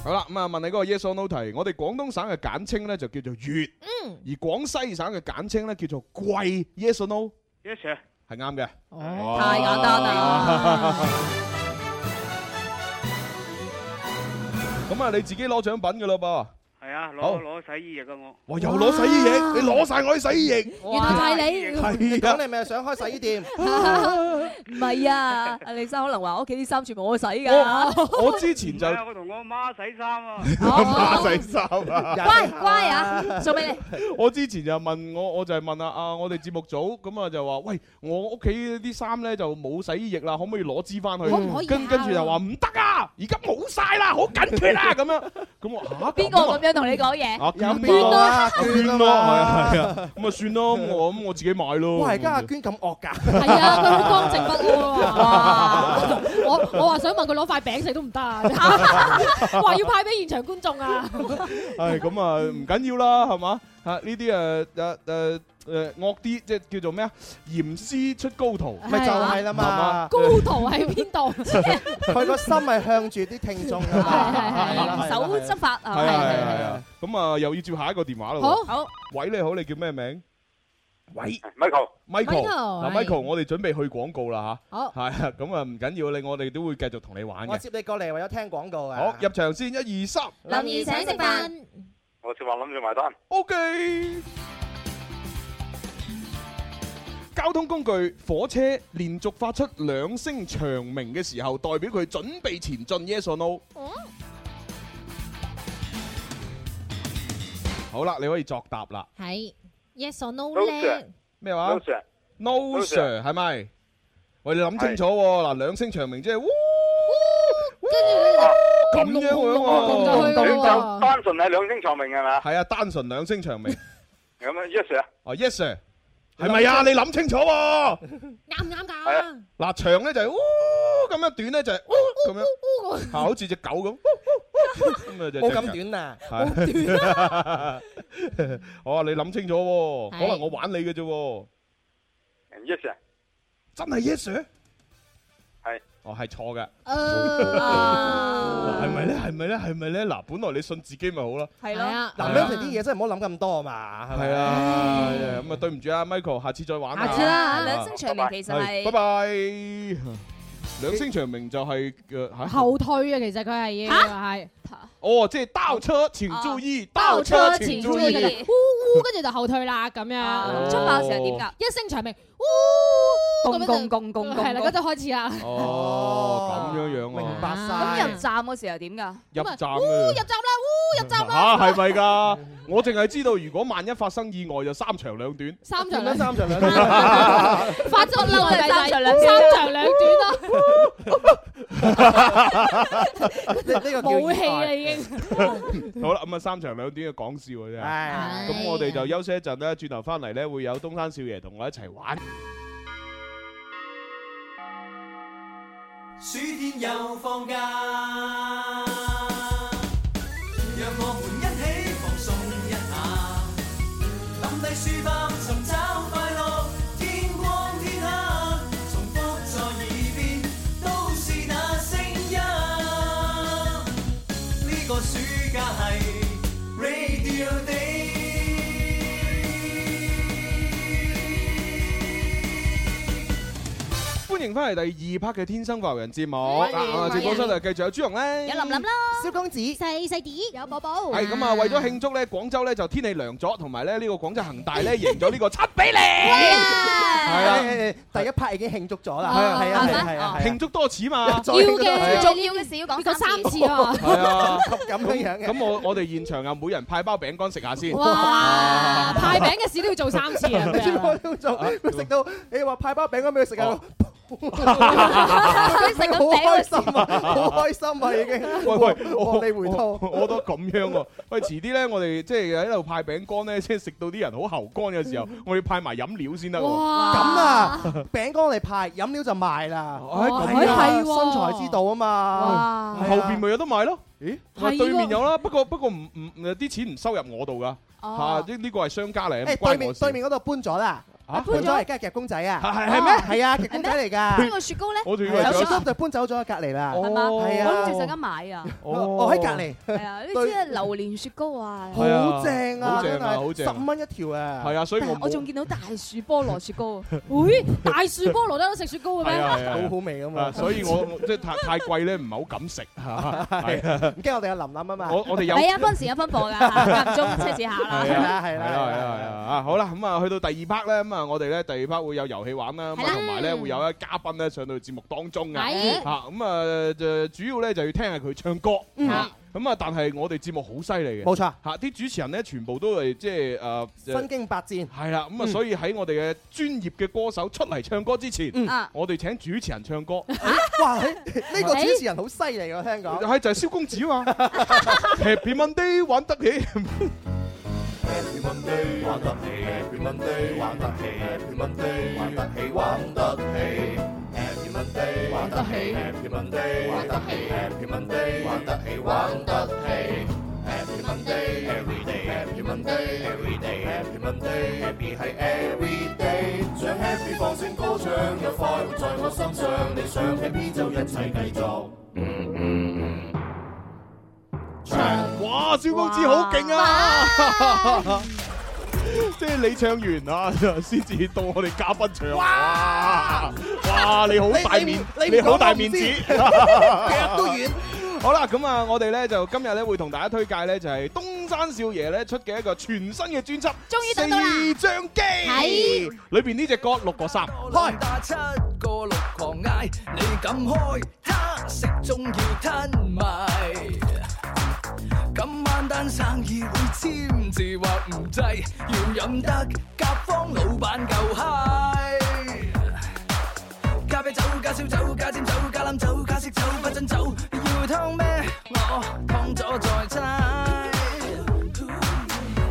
[SPEAKER 3] 好啦，咁啊問你嗰個 yes or no 題，我哋廣東省嘅簡稱咧就叫做粵，
[SPEAKER 4] 嗯，
[SPEAKER 3] 而廣西省嘅簡稱咧叫做貴。Yes or no
[SPEAKER 10] Yes sir，
[SPEAKER 3] 係啱嘅。
[SPEAKER 4] 哦，
[SPEAKER 8] 太簡單啦！
[SPEAKER 3] 咁啊你自己攞獎品噶咯噃。
[SPEAKER 10] 係啊，
[SPEAKER 3] 好
[SPEAKER 10] 攞攞洗衣液啊我。
[SPEAKER 3] 哇！又攞洗衣液，你攞晒我啲洗衣液。
[SPEAKER 4] 原來就係你。
[SPEAKER 3] 係
[SPEAKER 5] 咁
[SPEAKER 3] 啊，
[SPEAKER 5] 你咪想開洗衣 店？
[SPEAKER 8] 唔係啊，阿李生可能話我屋企啲衫全部我洗㗎。
[SPEAKER 3] 我我之前
[SPEAKER 10] 唔
[SPEAKER 3] 就
[SPEAKER 10] 係啊，我同我媽洗衫啊。
[SPEAKER 3] 孖洗衫啊。
[SPEAKER 8] 乖 乖啊，做俾你。
[SPEAKER 3] 我之前就問我，我就係問啊啊，我哋節目組咁啊就話，喂，我屋企啲衫咧就冇洗衣液啦，可唔可以攞支翻去？
[SPEAKER 4] 可唔可以啊
[SPEAKER 3] 跟跟住就話唔得啊，而家冇晒啦，好緊缺啦咁樣。咁我嚇
[SPEAKER 8] 邊個咁樣同你講嘢？
[SPEAKER 3] 啊？
[SPEAKER 5] 有
[SPEAKER 3] 捐
[SPEAKER 5] 邊個
[SPEAKER 3] 咯，
[SPEAKER 5] 啊？
[SPEAKER 3] 捐
[SPEAKER 5] 捐啊
[SPEAKER 3] 咯，係啊
[SPEAKER 5] 嘛！
[SPEAKER 3] 係啊，咁啊算咯，咁我咁我自己買咯。
[SPEAKER 5] 哇！而家阿娟咁惡㗎，
[SPEAKER 4] 係啊，佢好剛正不阿喎。我我話想問佢攞塊餅食都唔得啊，話要派俾現場觀眾啊。
[SPEAKER 3] 係咁啊，唔緊要啦，係嘛嚇呢啲誒誒誒誒惡啲，即係叫做咩啊？嚴師出高徒。
[SPEAKER 4] 啊
[SPEAKER 5] 咪就係啦
[SPEAKER 3] 啊
[SPEAKER 5] 嘛！
[SPEAKER 4] 高徒喺邊度？啊
[SPEAKER 5] 佢個心係向住啲聽眾㗎嘛，
[SPEAKER 4] 啊
[SPEAKER 5] 係啦
[SPEAKER 8] 嚴守執法
[SPEAKER 3] 係啊係
[SPEAKER 8] 啊！
[SPEAKER 3] 啊係啊，咁啊又要接下一個電話啦喎。
[SPEAKER 4] 好
[SPEAKER 8] 好，
[SPEAKER 3] 喂，你好，你叫咩名？喂
[SPEAKER 9] Michael，
[SPEAKER 3] ，Michael，
[SPEAKER 4] Michael，
[SPEAKER 3] 嗱
[SPEAKER 4] 係
[SPEAKER 3] ，Michael，我哋準備去廣告啦
[SPEAKER 4] 好，
[SPEAKER 3] 吓，係啊，咁啊唔緊要，你我哋都會繼續同你玩
[SPEAKER 5] 我
[SPEAKER 3] 嘅。
[SPEAKER 5] 接你過嚟為咗聽廣告啊！
[SPEAKER 3] 好，入場先，一二三
[SPEAKER 6] 林怡請食飯，
[SPEAKER 9] 我食飯諗住埋單。
[SPEAKER 3] ，OK。交通工具火車連續發出兩聲長鳴嘅時候，代表佢準備前進，yes or no？好啦，你可以作答啦。
[SPEAKER 4] 係 yes or no
[SPEAKER 9] 好
[SPEAKER 4] 咧？
[SPEAKER 3] 咩話？
[SPEAKER 9] sir，
[SPEAKER 3] No
[SPEAKER 9] No,
[SPEAKER 3] sir，
[SPEAKER 9] sir.
[SPEAKER 3] 係咪？喂，你諗清楚喎！嗱，兩聲長鳴即係，跟住咁樣
[SPEAKER 4] 哦咁
[SPEAKER 3] 樣
[SPEAKER 4] 就
[SPEAKER 3] 喎，
[SPEAKER 4] 去
[SPEAKER 9] 你
[SPEAKER 4] 咯
[SPEAKER 9] 就
[SPEAKER 4] 喎。
[SPEAKER 9] 單純係兩星藏明係嘛？
[SPEAKER 3] 係啊，單純兩聲長鳴。
[SPEAKER 9] 咁樣 Yes sir，
[SPEAKER 3] 哦，yes sir，係咪啊？你諗清楚喎！
[SPEAKER 4] 啱唔啱
[SPEAKER 9] 係啊
[SPEAKER 4] 㗎？
[SPEAKER 3] 嗱，長咧就係，咁樣短咧就係，咁樣，
[SPEAKER 4] 哦
[SPEAKER 3] 嚇好似只狗咁，咁啊就
[SPEAKER 5] 冇咁短啊！
[SPEAKER 3] 短。我話你諗清楚喎，可能我玩你嘅啫喎，
[SPEAKER 9] Yes sir，
[SPEAKER 3] 真係 yes sir？
[SPEAKER 9] 係。
[SPEAKER 3] 哦，係錯嘅，
[SPEAKER 7] Ờ.
[SPEAKER 4] Ờ.
[SPEAKER 8] 啊
[SPEAKER 3] 係咪咧？係咪咧？係咪咧？嗱，本來你信自己咪好啦。
[SPEAKER 8] 係
[SPEAKER 4] 係
[SPEAKER 8] 咯，
[SPEAKER 4] 啊，
[SPEAKER 5] 男人哋啲嘢真係唔好諗咁多嘛，係
[SPEAKER 3] 係
[SPEAKER 5] 咪？
[SPEAKER 3] 啊，咁啊對唔住啊，Michael，下次再玩
[SPEAKER 4] 下
[SPEAKER 3] 啊。
[SPEAKER 4] 次啦
[SPEAKER 8] 兩星長鳴其實
[SPEAKER 3] 係拜
[SPEAKER 8] 係
[SPEAKER 3] 拜。兩聲長鳴就係誒嚇，
[SPEAKER 4] 後退啊，其實佢係要係
[SPEAKER 3] 哦，即係倒車請注意，
[SPEAKER 4] 哦
[SPEAKER 3] 倒
[SPEAKER 8] 車
[SPEAKER 3] 車
[SPEAKER 8] 請
[SPEAKER 3] 請
[SPEAKER 8] 注
[SPEAKER 3] 注
[SPEAKER 8] 意
[SPEAKER 3] 意。
[SPEAKER 4] 烏烏，跟住就後退啦咁樣。
[SPEAKER 8] 出發嘅時候點㗎？
[SPEAKER 4] 一聲長鳴，烏咁樣就
[SPEAKER 8] 共共共共
[SPEAKER 4] 係啦，
[SPEAKER 8] 共
[SPEAKER 4] 咁就開 始啦。
[SPEAKER 3] 哦，咁樣樣喎。
[SPEAKER 5] 明白晒。
[SPEAKER 8] 咁入站嗰時候點㗎？
[SPEAKER 3] 入
[SPEAKER 4] 咁啊
[SPEAKER 3] 站
[SPEAKER 4] 呜
[SPEAKER 3] 嘅
[SPEAKER 4] 入站啦，呜入站啦，
[SPEAKER 3] 嚇係咪㗎？我淨係知道，如果萬一發生意外就三長兩 短。
[SPEAKER 4] 三
[SPEAKER 5] 點
[SPEAKER 4] 場
[SPEAKER 5] 樣
[SPEAKER 4] 兩
[SPEAKER 5] 三長兩短？
[SPEAKER 4] 發咗 嬲就係
[SPEAKER 8] 三場兩
[SPEAKER 4] 三場兩短啦，
[SPEAKER 5] 呢 呢個叫
[SPEAKER 4] 冇
[SPEAKER 5] 意
[SPEAKER 4] 氣啦
[SPEAKER 5] 外
[SPEAKER 4] 已經。
[SPEAKER 3] 好啦，咁啊三長兩短嘅講笑嘅啫。
[SPEAKER 5] 唉
[SPEAKER 3] 咁我哋就休息一陣啦，轉頭翻嚟咧會有東山少爺同我一齊玩。
[SPEAKER 2] 暑天又放假，讓我們一起放鬆一下，抌低書包尋找快樂，天光天黑，重複在耳邊都是那聲音。呢、個暑假係 Radio Day。
[SPEAKER 3] 歡迎翻嚟第二 part 嘅《天生快活人》節目。
[SPEAKER 6] 歡迎
[SPEAKER 3] 啊，直播室就繼續有朱容咧。
[SPEAKER 8] 有林林啦，
[SPEAKER 5] 蕭公子
[SPEAKER 6] 細細啲，有寶寶
[SPEAKER 3] 係咁啊！為咗慶祝咧，廣州咧就天氣涼咗，同埋咧呢個廣州恒大咧贏咗呢個七比零，係
[SPEAKER 5] 誒
[SPEAKER 3] 啦，
[SPEAKER 5] 誒誒第一 part 已經慶祝咗啦，
[SPEAKER 4] 係啊
[SPEAKER 5] 係啊
[SPEAKER 8] 係啊
[SPEAKER 5] 係啊
[SPEAKER 3] 慶
[SPEAKER 5] 係
[SPEAKER 3] 祝多次 嘛，
[SPEAKER 5] 再
[SPEAKER 4] 要嘅，
[SPEAKER 8] 重要嘅事要講
[SPEAKER 4] 講三次啊嘛。
[SPEAKER 3] 係啊。
[SPEAKER 5] 啊咁樣樣嘅。
[SPEAKER 3] 咁我我哋現場又每人派包餅乾食下先。
[SPEAKER 4] 哇！派餅嘅事都要做三次啊！
[SPEAKER 5] 你 知唔知我
[SPEAKER 4] 咁
[SPEAKER 5] 呢度做？佢食到你話派包餅乾俾佢食 啊！
[SPEAKER 8] 佢食
[SPEAKER 5] 好
[SPEAKER 8] 緊餅
[SPEAKER 5] 開
[SPEAKER 8] 嗰時
[SPEAKER 5] 心啊！好開心啊！已經
[SPEAKER 3] 喂喂，我
[SPEAKER 5] 獲利回
[SPEAKER 3] 我
[SPEAKER 5] 吐。
[SPEAKER 3] 我覺得咁樣喎。喂，遲啲咧，我哋即係喺度派餅乾咧，即係食到啲人好喉乾嘅時候，我哋派埋飲料先得
[SPEAKER 4] 樣
[SPEAKER 3] 喎。
[SPEAKER 4] 哇！
[SPEAKER 5] 咁啊，餅乾嚟派，飲料就賣啦。
[SPEAKER 3] 唉，咁
[SPEAKER 5] 係啊
[SPEAKER 4] 係喎
[SPEAKER 5] 身材之道啊嘛。
[SPEAKER 8] 哇！
[SPEAKER 5] 係啊
[SPEAKER 3] 後邊咪有得買咯？咦，
[SPEAKER 4] 係喎
[SPEAKER 3] 對面有啦，不過不過唔唔唔啲錢唔收入我度㗎。嚇，啊呢呢個係商家嚟，唔
[SPEAKER 5] 啊誒，對
[SPEAKER 3] 關我
[SPEAKER 5] 面
[SPEAKER 3] 事。啊
[SPEAKER 5] 對面嗰度搬咗啦，
[SPEAKER 3] 嚇
[SPEAKER 5] 搬咗嚟，梗係夾公仔啊。
[SPEAKER 3] 係係係咩？
[SPEAKER 5] 係啊，夾公仔嚟㗎。
[SPEAKER 8] 個雪糕咧，
[SPEAKER 3] 我仲以為
[SPEAKER 5] 有
[SPEAKER 3] 仲
[SPEAKER 5] 雪
[SPEAKER 3] 有哦
[SPEAKER 5] 糕就啊搬走咗喺隔離啦。
[SPEAKER 8] 係嘛？我
[SPEAKER 5] 係啊
[SPEAKER 8] 諗住陣間買啊，
[SPEAKER 5] 哦，喺隔離。
[SPEAKER 8] 係啊，呢啲係榴蓮雪糕啊。
[SPEAKER 3] 係啊
[SPEAKER 5] 好正啊！
[SPEAKER 3] 好正啊好正啊
[SPEAKER 5] 十五蚊一條啊！
[SPEAKER 3] 係啊，所以
[SPEAKER 8] 但
[SPEAKER 3] 我
[SPEAKER 8] 係我仲
[SPEAKER 3] 冇
[SPEAKER 8] 見到大樹菠蘿 雪糕啊，
[SPEAKER 4] 會大樹菠蘿都有得食雪糕嘅
[SPEAKER 3] 係
[SPEAKER 4] 咩？
[SPEAKER 3] 啊係
[SPEAKER 5] 好
[SPEAKER 3] 啊
[SPEAKER 5] 好味啊
[SPEAKER 3] 係啊，
[SPEAKER 5] 嘛！
[SPEAKER 3] 所以我我即係太太貴咧，唔係好敢 食嚇。係啊
[SPEAKER 5] 唔驚我哋有林林啊嘛。
[SPEAKER 3] 我我哋有
[SPEAKER 8] 係啊，分時有 分貨㗎，間唔中奢侈下
[SPEAKER 5] 啊係
[SPEAKER 8] 啦。
[SPEAKER 5] 啦係
[SPEAKER 3] 係
[SPEAKER 5] 啦
[SPEAKER 3] 啦係啦係啦啊！好啦，咁啊去到第二 part 咧，咁啊我哋咧第二 part 會有遊戲玩啦，咁
[SPEAKER 6] 係
[SPEAKER 3] 啊
[SPEAKER 6] 啦
[SPEAKER 3] 同埋咧會有一嘉賓咧上到節目當中啊，
[SPEAKER 6] 係
[SPEAKER 3] 嚇咁啊就主要咧就要聽下佢唱歌
[SPEAKER 5] 嗯
[SPEAKER 3] 嚇，咁啊但係我哋節目好犀利嘅
[SPEAKER 5] 冇錯，
[SPEAKER 3] 嚇，啲主持人咧全部都係即係呃誒
[SPEAKER 5] 身經百 戰。
[SPEAKER 3] 係啦，
[SPEAKER 5] 嗯
[SPEAKER 3] 咁啊所以喺我哋嘅專業嘅歌手出嚟唱歌之前，
[SPEAKER 5] 嗯
[SPEAKER 8] 啊，
[SPEAKER 3] 我哋請主持人唱歌，
[SPEAKER 5] 哇！呢呢個主持人好犀利喎，聽 講。
[SPEAKER 3] 係就係蕭公子 啊嘛，Happy Monday 玩得起，
[SPEAKER 11] Happy Monday 玩得起，Happy Monday 玩得起，Happy Monday 玩得起玩得起，Happy Monday 玩得起，Happy Monday 玩得起，Happy Monday 玩得起玩得起，Happy Monday every day，Happy Monday every day，Happy Monday happy 係 every day，想 happy 放聲歌唱，有快活在我心上，你想 happy 就一齊繼續。
[SPEAKER 3] 哇！蕭公子好勁啊！ 即係你唱完啊，先至到我哋嘉賓唱。哇！哇！你好大面，
[SPEAKER 5] 你你唔
[SPEAKER 3] 你好大
[SPEAKER 5] 你
[SPEAKER 3] 面
[SPEAKER 5] 唔
[SPEAKER 3] 子
[SPEAKER 5] 講我唔知。腳都 軟。
[SPEAKER 3] 好啦，咁啊，我哋咧就今日咧會同大家推介咧就係東山少爺咧出嘅一個全新嘅專輯，
[SPEAKER 6] 終於等到啦
[SPEAKER 3] 四張機
[SPEAKER 6] 係，
[SPEAKER 3] 裏邊呢只歌六個三。
[SPEAKER 2] 開打七個六狂嗌，你敢開他食中要吞埋。今晚單生意會簽字或唔制，要飲得甲方老闆夠嗨。加啤酒加燒酒加尖酒加冧酒加色酒不准酒，要湯咩？我湯咗再猜。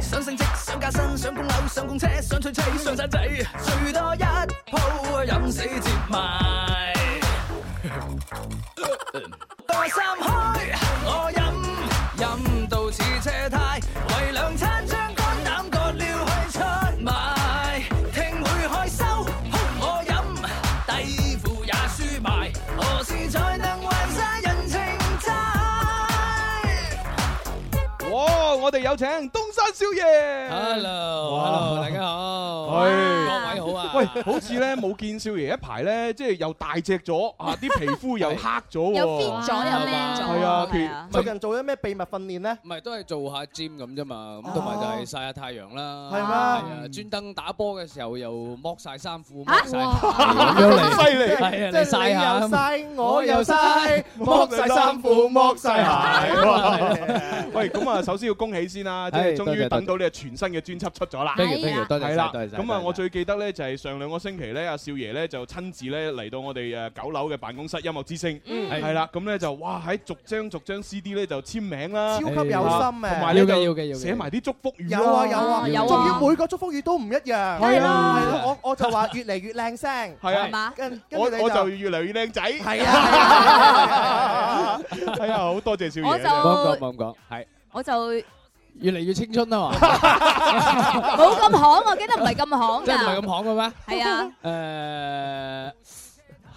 [SPEAKER 2] 想升職，想加薪，想供樓，想供車，想娶妻，想生仔，最多一鋪飲死接埋。多三開，我飲飲到似車胎，為兩餐將肝膽割了去出賣，聽會害羞，哭我飲，底褲也輸埋，何時才能還晒人情債？
[SPEAKER 3] 哇！我哋有請東山山少爺
[SPEAKER 12] Hello，
[SPEAKER 3] 哇
[SPEAKER 12] hello，大家好，
[SPEAKER 3] 係
[SPEAKER 12] 各位好啊，
[SPEAKER 3] 喂，好似咧冇見少爺一排咧，即係又大隻咗啊！啲皮膚又黑咗喎，
[SPEAKER 12] 又 fit 咗又靚咗
[SPEAKER 3] 係啊，
[SPEAKER 12] 係啊
[SPEAKER 3] 其
[SPEAKER 5] 最近做咗咩秘密訓練咧？
[SPEAKER 12] 唔係都係做下 gym 咁啫嘛，咁同埋就係曬下太陽啦，
[SPEAKER 5] 係咩
[SPEAKER 12] 啊，專登打波嘅時候又剝晒衫褲，剝晒
[SPEAKER 5] 犀利
[SPEAKER 12] 係啊，
[SPEAKER 5] 即係
[SPEAKER 12] 你曬下，
[SPEAKER 5] 你又曬我又曬剝晒衫褲剝晒鞋
[SPEAKER 3] 係喂，咁啊，首先要恭喜先啦，即係
[SPEAKER 12] 係
[SPEAKER 3] 終於
[SPEAKER 12] 多謝
[SPEAKER 3] 等到你嘅全新嘅專輯出咗啦。
[SPEAKER 12] Thank you，thank you，多謝晒
[SPEAKER 3] 係啦
[SPEAKER 12] 多謝晒
[SPEAKER 3] 咁啊，
[SPEAKER 12] 多謝
[SPEAKER 3] 我最記得咧就係上兩個星期咧，阿少爺咧就親自咧嚟到我哋誒九樓嘅辦公室音樂之星，
[SPEAKER 12] 嗯係
[SPEAKER 3] 係啦，咁咧就哇喺逐張逐張 CD 咧就簽名啦，
[SPEAKER 5] 超級有心啊
[SPEAKER 3] 同埋呢
[SPEAKER 12] 要嘅
[SPEAKER 3] 就
[SPEAKER 12] 要嘅要嘅
[SPEAKER 3] 寫埋啲祝福語啦
[SPEAKER 5] 有啊有啊，
[SPEAKER 3] 要嘅
[SPEAKER 5] 仲要每個祝福語都唔一樣。
[SPEAKER 3] 係啊
[SPEAKER 5] 係咯，我我就話越嚟越靚聲，
[SPEAKER 3] 係啊
[SPEAKER 5] 係嘛跟跟
[SPEAKER 3] 我
[SPEAKER 5] 住你
[SPEAKER 3] 我就越嚟越靚仔，係
[SPEAKER 5] 啊，
[SPEAKER 3] 係啊，好多謝少爺，
[SPEAKER 8] 我就
[SPEAKER 12] 冇咁講冇咁講，係
[SPEAKER 8] 我就
[SPEAKER 12] 越嚟越青春 啊嘛，
[SPEAKER 8] 冇咁行，我記得唔係咁行
[SPEAKER 12] 即係唔係
[SPEAKER 8] 㗎。
[SPEAKER 12] 咁行嘅咩？
[SPEAKER 8] 係
[SPEAKER 12] 誒，
[SPEAKER 8] 啊，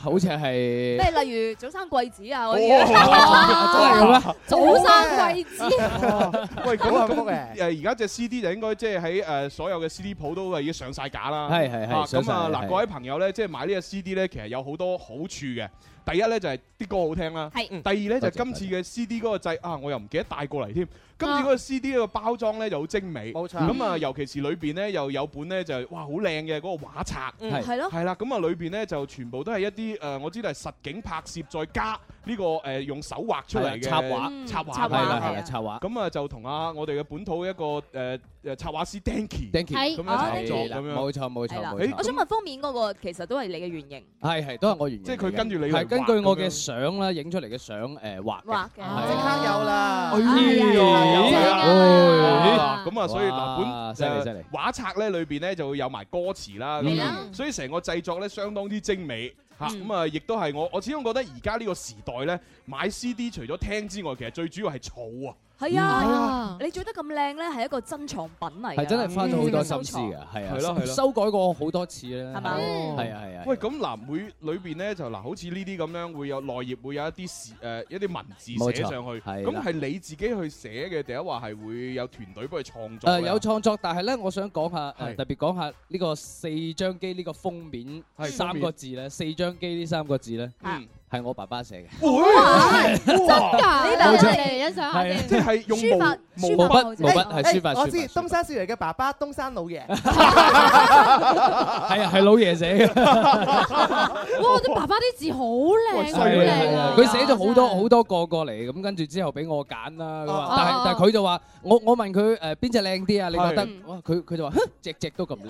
[SPEAKER 12] 好似係
[SPEAKER 8] 咩例如早生貴子啊嗰
[SPEAKER 12] 哇
[SPEAKER 8] 啲。
[SPEAKER 4] 真係嘅咩早生貴子
[SPEAKER 3] 喂，咁
[SPEAKER 5] 好幸福
[SPEAKER 3] 咁誒，
[SPEAKER 5] 嘅
[SPEAKER 3] 呃而家隻 CD 就應該即係喺誒所有嘅 CD 鋪都係已經上晒架啦。
[SPEAKER 12] 係係係
[SPEAKER 3] 啊
[SPEAKER 12] 上
[SPEAKER 3] 咁
[SPEAKER 12] 晒
[SPEAKER 3] 啊嗱，
[SPEAKER 12] 係
[SPEAKER 3] 各位朋友咧，即係買呢隻 CD 咧，其實有好多好處嘅。第一咧就係啲歌好聽啦，
[SPEAKER 8] 係
[SPEAKER 3] 第二咧就
[SPEAKER 12] 嗯多謝
[SPEAKER 3] 係今次嘅 CD 嗰個掣啊，我又唔記得帶過嚟添。今次嗰個 CD 個包裝咧就好精美，
[SPEAKER 5] 冇錯
[SPEAKER 3] 咁啊，尤其是裏邊咧又有本咧就係哇好靚嘅嗰個畫冊，
[SPEAKER 5] 嗯係係咯
[SPEAKER 3] 係啦。咁啊裏邊咧就全部都係一啲誒，我知道係實景拍攝再加呢個誒用手畫出嚟嘅
[SPEAKER 12] 係啊插畫
[SPEAKER 3] 嗯插畫
[SPEAKER 12] 插畫
[SPEAKER 3] 係啦
[SPEAKER 12] 係啊
[SPEAKER 3] 係啊
[SPEAKER 12] 插畫
[SPEAKER 3] 咁啊，就同啊我哋嘅本土一個誒誒插畫師 Danky
[SPEAKER 12] Danky
[SPEAKER 8] 係
[SPEAKER 3] 咁樣
[SPEAKER 7] Ờ,
[SPEAKER 8] 哦
[SPEAKER 3] 合作
[SPEAKER 12] Danky
[SPEAKER 3] 咁樣，
[SPEAKER 12] 啊冇錯冇錯
[SPEAKER 8] 係啦
[SPEAKER 12] 冇錯，
[SPEAKER 8] 我想問封面嗰個其實都係你嘅原型。
[SPEAKER 12] 係係都係我原
[SPEAKER 3] 即係佢跟住你嚟
[SPEAKER 12] 係根
[SPEAKER 3] 畫
[SPEAKER 12] 據我
[SPEAKER 3] 咁樣
[SPEAKER 12] 嘅相啦，影出嚟嘅相誒畫嘅。
[SPEAKER 8] 畫嘅
[SPEAKER 5] 即刻有啦。
[SPEAKER 3] 啊咁啊，所以嗱
[SPEAKER 12] 哇犀利
[SPEAKER 3] 本
[SPEAKER 12] 犀
[SPEAKER 3] 誒
[SPEAKER 12] 利嗯
[SPEAKER 3] 畫冊咧裏邊咧就會有埋歌詞啦，咁
[SPEAKER 12] 係
[SPEAKER 3] 啊
[SPEAKER 12] 啦
[SPEAKER 3] 所以成個製作咧相當之精美。嚇
[SPEAKER 12] 嗯
[SPEAKER 3] 咁啊，亦都係我我始終覺得而家呢個時代咧，買 CD 除咗聽之外，其實最主要係儲啊。
[SPEAKER 8] 係啊，你做得咁靚咧，係一個珍藏品嚟㗎。
[SPEAKER 12] 係真係花咗好多心思
[SPEAKER 8] 啊嗯
[SPEAKER 12] 嘅，係啊，
[SPEAKER 3] 係咯係咯
[SPEAKER 12] 修改過好多次咧，係
[SPEAKER 8] 嘛
[SPEAKER 3] 哦
[SPEAKER 12] 係啊係啊，
[SPEAKER 3] 喂，咁嗱，每裏邊咧就嗱，好似呢啲咁樣，會有內頁會有一啲時誒一啲文字
[SPEAKER 12] 冇
[SPEAKER 3] 寫
[SPEAKER 12] 錯
[SPEAKER 3] 上去，
[SPEAKER 12] 係
[SPEAKER 3] 咁
[SPEAKER 12] 啦
[SPEAKER 3] 係你自己去寫嘅，定係話係會有團隊幫佢創作嘅？
[SPEAKER 12] 誒呃有創作，但係咧，我想講下
[SPEAKER 3] 係
[SPEAKER 12] 誒，特別講下呢個四張機呢個封面
[SPEAKER 3] 係封
[SPEAKER 12] 三
[SPEAKER 3] 面
[SPEAKER 12] 個字咧，四張機呢三個字咧
[SPEAKER 3] 嗯，
[SPEAKER 12] 係我爸爸寫嘅。
[SPEAKER 4] 㗎
[SPEAKER 12] 冇錯
[SPEAKER 4] 嚟欣賞下
[SPEAKER 12] 係啊
[SPEAKER 4] 先。
[SPEAKER 3] 即係用
[SPEAKER 4] 書法
[SPEAKER 12] 毛
[SPEAKER 4] 書
[SPEAKER 12] 毛
[SPEAKER 4] 法
[SPEAKER 12] 筆
[SPEAKER 4] 好
[SPEAKER 12] 毛
[SPEAKER 4] 正
[SPEAKER 12] 筆係書法
[SPEAKER 5] 我
[SPEAKER 12] 書
[SPEAKER 5] 知東山少爺嘅爸爸東山老爺，
[SPEAKER 12] 係啊係老爺寫嘅，
[SPEAKER 4] 哇！啲爸爸啲字好靚，好
[SPEAKER 12] 係啊
[SPEAKER 4] 靚
[SPEAKER 12] 係
[SPEAKER 4] 啊
[SPEAKER 12] 啊！佢寫咗好多好多個過嚟，咁跟住之後俾我揀啦。咁
[SPEAKER 4] 哦
[SPEAKER 12] 啊但係
[SPEAKER 4] 哦
[SPEAKER 12] 但係佢就話我我問佢誒邊隻靚啲啊？你覺得
[SPEAKER 8] 係
[SPEAKER 12] 哇佢佢就話哼隻隻都咁 靚。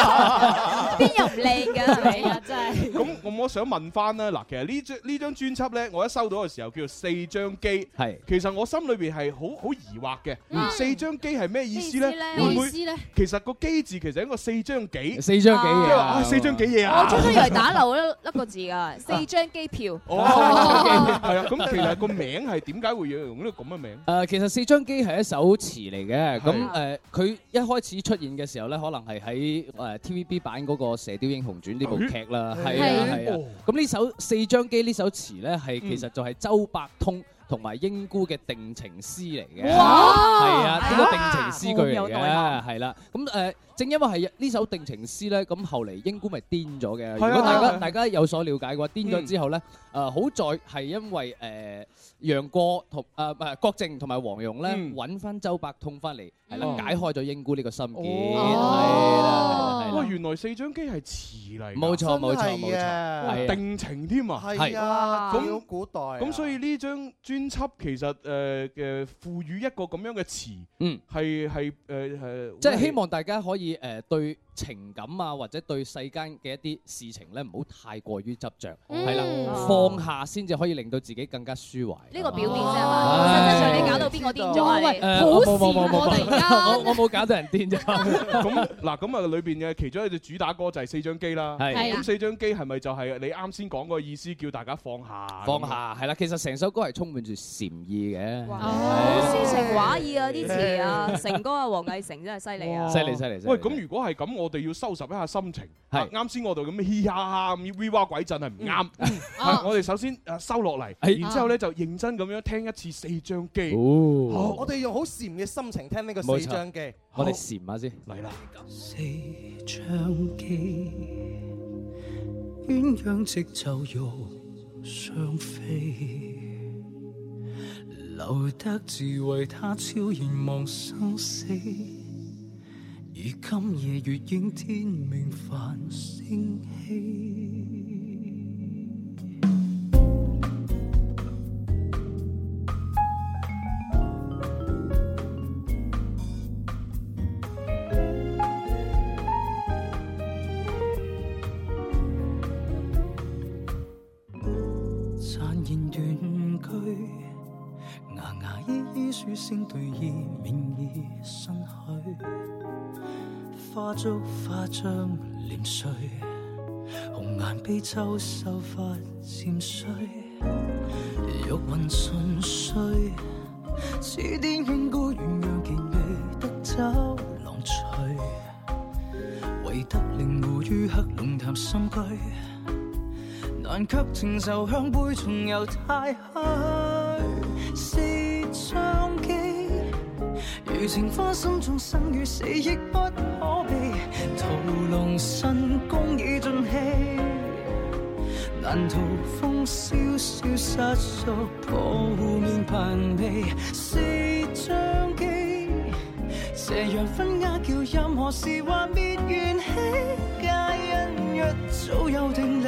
[SPEAKER 8] 邊又唔靚嘅係咪啊？真係。
[SPEAKER 3] 咁咁我想問翻啦，嗱，其實呢張呢張專輯咧，我一收到嘅時候叫做四張機，
[SPEAKER 12] 係
[SPEAKER 3] 其實我心裏邊係好好疑惑嘅，四張機係咩意思咧？
[SPEAKER 4] 咩
[SPEAKER 3] 會唔
[SPEAKER 4] 意
[SPEAKER 3] 會
[SPEAKER 4] 思咧？
[SPEAKER 3] 其實個機字其實係一個四張幾，
[SPEAKER 12] 四張幾
[SPEAKER 3] 即
[SPEAKER 12] 嘢
[SPEAKER 3] 係話
[SPEAKER 12] 啊
[SPEAKER 3] 啊四張幾嘢
[SPEAKER 8] 我
[SPEAKER 3] 啊？
[SPEAKER 8] 初初以為打漏一粒個字㗎，四張機票。
[SPEAKER 3] 哦，係啊，咁其實個名係點解會要用呢個咁嘅名？
[SPEAKER 12] 誒，其實四張機係一首詞嚟嘅，咁
[SPEAKER 3] 係
[SPEAKER 12] 誒，佢一開始出現嘅時候咧，可能係喺誒 TVB 版嗰個《射雕英雄傳》呢部劇啦，係啊
[SPEAKER 3] 係
[SPEAKER 12] 係啊
[SPEAKER 3] 哦。
[SPEAKER 12] 咁呢首四張機呢首詞咧，係
[SPEAKER 3] 嗯
[SPEAKER 12] 其實就係周伯通同埋英姑嘅定情詩嚟嘅，係
[SPEAKER 4] 哇
[SPEAKER 12] 啊，呢個定情詩句
[SPEAKER 8] 好
[SPEAKER 12] 嚟
[SPEAKER 8] 有內
[SPEAKER 12] 嘅，
[SPEAKER 8] 涵
[SPEAKER 12] 係啦。咁誒，正因為係呢首定情詩咧，咁後嚟英姑咪癲咗嘅。如
[SPEAKER 3] 係啊
[SPEAKER 12] 果大
[SPEAKER 3] 係啊係啊
[SPEAKER 12] 家大家有所了解嘅話，癲
[SPEAKER 3] 嗯
[SPEAKER 12] 咗之後咧，誒好在係因為誒。楊過同誒唔係郭靖同埋黃蓉咧
[SPEAKER 3] 嗯
[SPEAKER 12] 揾翻周伯通翻嚟，係啦
[SPEAKER 3] 嗯
[SPEAKER 12] 解開咗英姑呢個心結，係啦
[SPEAKER 4] 哦
[SPEAKER 12] 係
[SPEAKER 3] 哇，
[SPEAKER 12] 啦，
[SPEAKER 3] 原來四張機係詞嚟㗎，
[SPEAKER 12] 冇錯冇錯
[SPEAKER 5] 真
[SPEAKER 12] 冇
[SPEAKER 5] 係
[SPEAKER 12] 錯，
[SPEAKER 5] 啊
[SPEAKER 12] 係啊
[SPEAKER 3] 定情添啊！
[SPEAKER 5] 係啊，
[SPEAKER 8] 係
[SPEAKER 5] 咁古代啊，
[SPEAKER 3] 咁所以呢張專輯其實誒嘅賦予一個咁樣嘅詞，
[SPEAKER 12] 嗯，
[SPEAKER 3] 係係誒係，
[SPEAKER 12] 即係希望大家可以誒對情感啊或者對世間嘅一啲事情咧唔好太過於執着，
[SPEAKER 7] Ừ,
[SPEAKER 4] 嗯
[SPEAKER 12] 係啦，
[SPEAKER 7] Ờ.
[SPEAKER 12] 放下先至可以令到自己更加舒懷。
[SPEAKER 8] 呢個表面啫
[SPEAKER 12] 哦
[SPEAKER 8] 嘛，實際上你搞到邊個癲咗啊？
[SPEAKER 4] 喂
[SPEAKER 8] 你
[SPEAKER 12] 誒
[SPEAKER 4] 好
[SPEAKER 12] 我冇冇
[SPEAKER 4] 羨
[SPEAKER 12] 冇
[SPEAKER 4] 慕
[SPEAKER 12] 冇
[SPEAKER 4] 啊突然
[SPEAKER 12] 我
[SPEAKER 4] 間
[SPEAKER 12] 我冇搞到人癲啫，
[SPEAKER 3] 咁嗱，咁啊裏邊嘅其中一隻主打歌就係四張機啦。
[SPEAKER 12] 係
[SPEAKER 4] 係
[SPEAKER 3] 咁四張機係咪就係你啱先講嗰個意思，叫大家放下？
[SPEAKER 12] 放。下係啦，其實成首歌係充滿住禪意嘅，
[SPEAKER 8] 好 詩情畫意啊啲詞啊，成哥啊，黃毅成真係犀利啊！
[SPEAKER 12] 犀利犀利！犀利
[SPEAKER 3] 喂，咁如果係咁，我我哋要收拾一下心情。係啱先我哋咁樣嘻嘻哈哈咁 v 哇鬼震係唔啱。
[SPEAKER 12] 嗯
[SPEAKER 3] 啊我哋首先誒收落嚟，
[SPEAKER 5] 係
[SPEAKER 3] 然之後咧就認真咁樣聽一次四張機。
[SPEAKER 12] 哦
[SPEAKER 3] 好
[SPEAKER 5] 我哋用好禪嘅心情聽呢個
[SPEAKER 12] 冇
[SPEAKER 5] 四
[SPEAKER 12] 錯
[SPEAKER 5] 張機。
[SPEAKER 12] 我哋禪下先，
[SPEAKER 3] 嚟啦。
[SPEAKER 13] 唱記，鸳鸯即就欲雙飛，留得自為他悄然望生死。而今夜月影天明繁星稀。残言断句，牙牙依依書聲對意，明已身許。花烛花章念碎，紅顏悲秋秀髮漸衰。玉雲順碎，似電影孤遠讓健美得走浪隨，唯得令狐於黑龍潭深居。但卻情愁向杯重又太虛，四張機，如情花心中生與死亦不可避，屠龍神功已盡棄，難逃風蕭蕭失速破面貧味，四張機。這樣分家叫任何事幻滅緣起，皆因一早有定理。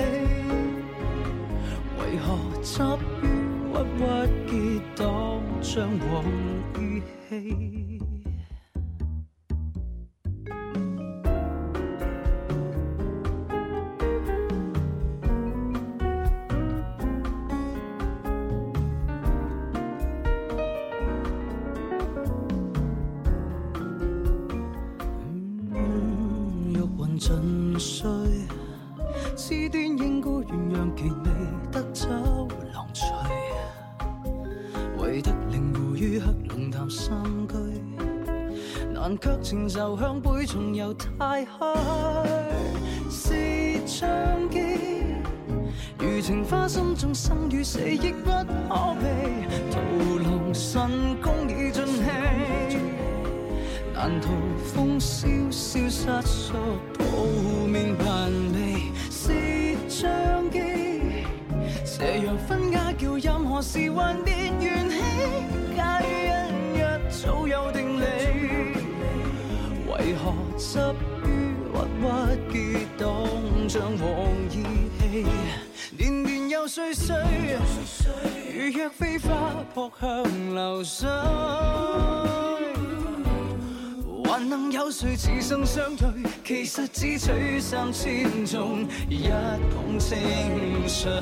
[SPEAKER 13] 為何執於鬱鬱結黨，將往於氣？欲雲盡碎，似端應孤遠讓其味得走浪隨。唯得令狐於黑龍潭心居，難卻情愁向杯重又太虛。是張機，如情花心中生與死亦不可避，屠龍神功已盡棄。難逃風蕭蕭瑟縮，抱面扮美是張機。這樣分家叫任何事幻變緣起，皆因一早有定理。為何執於鬱鬱結黨，像往意氣？年年又歲歲，如若飛花撲向流水。還能有誰此生相對？其實只取三千種，一捧清水。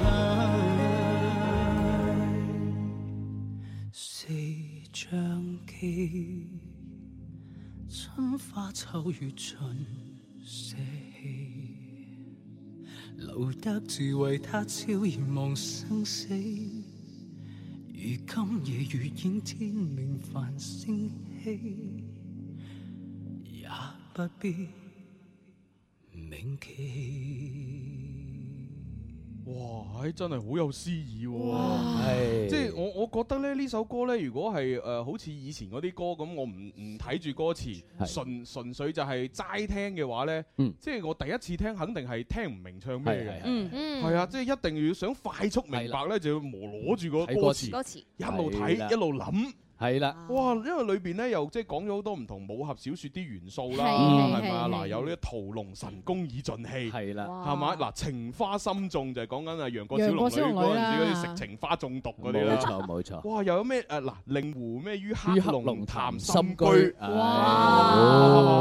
[SPEAKER 13] 四張機，春花秋月盡捨棄，留得自為他悄然望生死。而今夜月影天明繁星稀。也不必銘記。
[SPEAKER 3] 哇！唉真係好有詩意喎，
[SPEAKER 12] 係
[SPEAKER 3] 即係我我覺得咧呢首歌咧，如果係誒、呃好似以前嗰啲歌咁，我唔唔睇住歌詞，
[SPEAKER 12] 係
[SPEAKER 3] 純純粹就係齋聽嘅話咧，
[SPEAKER 12] 嗯
[SPEAKER 3] 即係我第一次聽肯定係聽唔明唱咩
[SPEAKER 12] 係係
[SPEAKER 3] 嘅，
[SPEAKER 12] 係
[SPEAKER 14] 嗯嗯
[SPEAKER 3] 係啊，即係一定要想快速明白咧，就要磨攞住個
[SPEAKER 12] 睇
[SPEAKER 3] 歌
[SPEAKER 12] 歌
[SPEAKER 3] 詞，
[SPEAKER 12] 詞歌詞
[SPEAKER 3] 一路
[SPEAKER 12] 係啦
[SPEAKER 3] 睇一路諗。
[SPEAKER 12] 係啦，
[SPEAKER 3] 哇！因為裏邊咧又即係講咗好多唔同武俠小説啲元素啦，
[SPEAKER 12] 係係
[SPEAKER 3] 係咪啊？
[SPEAKER 12] 係
[SPEAKER 3] 嗱，
[SPEAKER 12] 係
[SPEAKER 3] 有呢個屠龍神功已盡氣，
[SPEAKER 12] 係啦哇
[SPEAKER 3] 係嘛？嗱，情花心中就係講緊啊楊過小龍
[SPEAKER 12] 哦楊過小
[SPEAKER 3] 女
[SPEAKER 12] 龍
[SPEAKER 3] 嗰陣
[SPEAKER 12] 女啦
[SPEAKER 3] 時嗰啲食情花中毒嗰啲
[SPEAKER 12] 冇
[SPEAKER 3] 啦。
[SPEAKER 12] 錯冇錯。
[SPEAKER 3] 哇！又有咩誒嗱？令狐咩於
[SPEAKER 12] 於
[SPEAKER 3] 黑
[SPEAKER 12] 黑
[SPEAKER 3] 龍
[SPEAKER 12] 龍
[SPEAKER 3] 潭
[SPEAKER 12] 潭
[SPEAKER 3] 心
[SPEAKER 12] 深居
[SPEAKER 3] 居，
[SPEAKER 12] 唉
[SPEAKER 3] 哇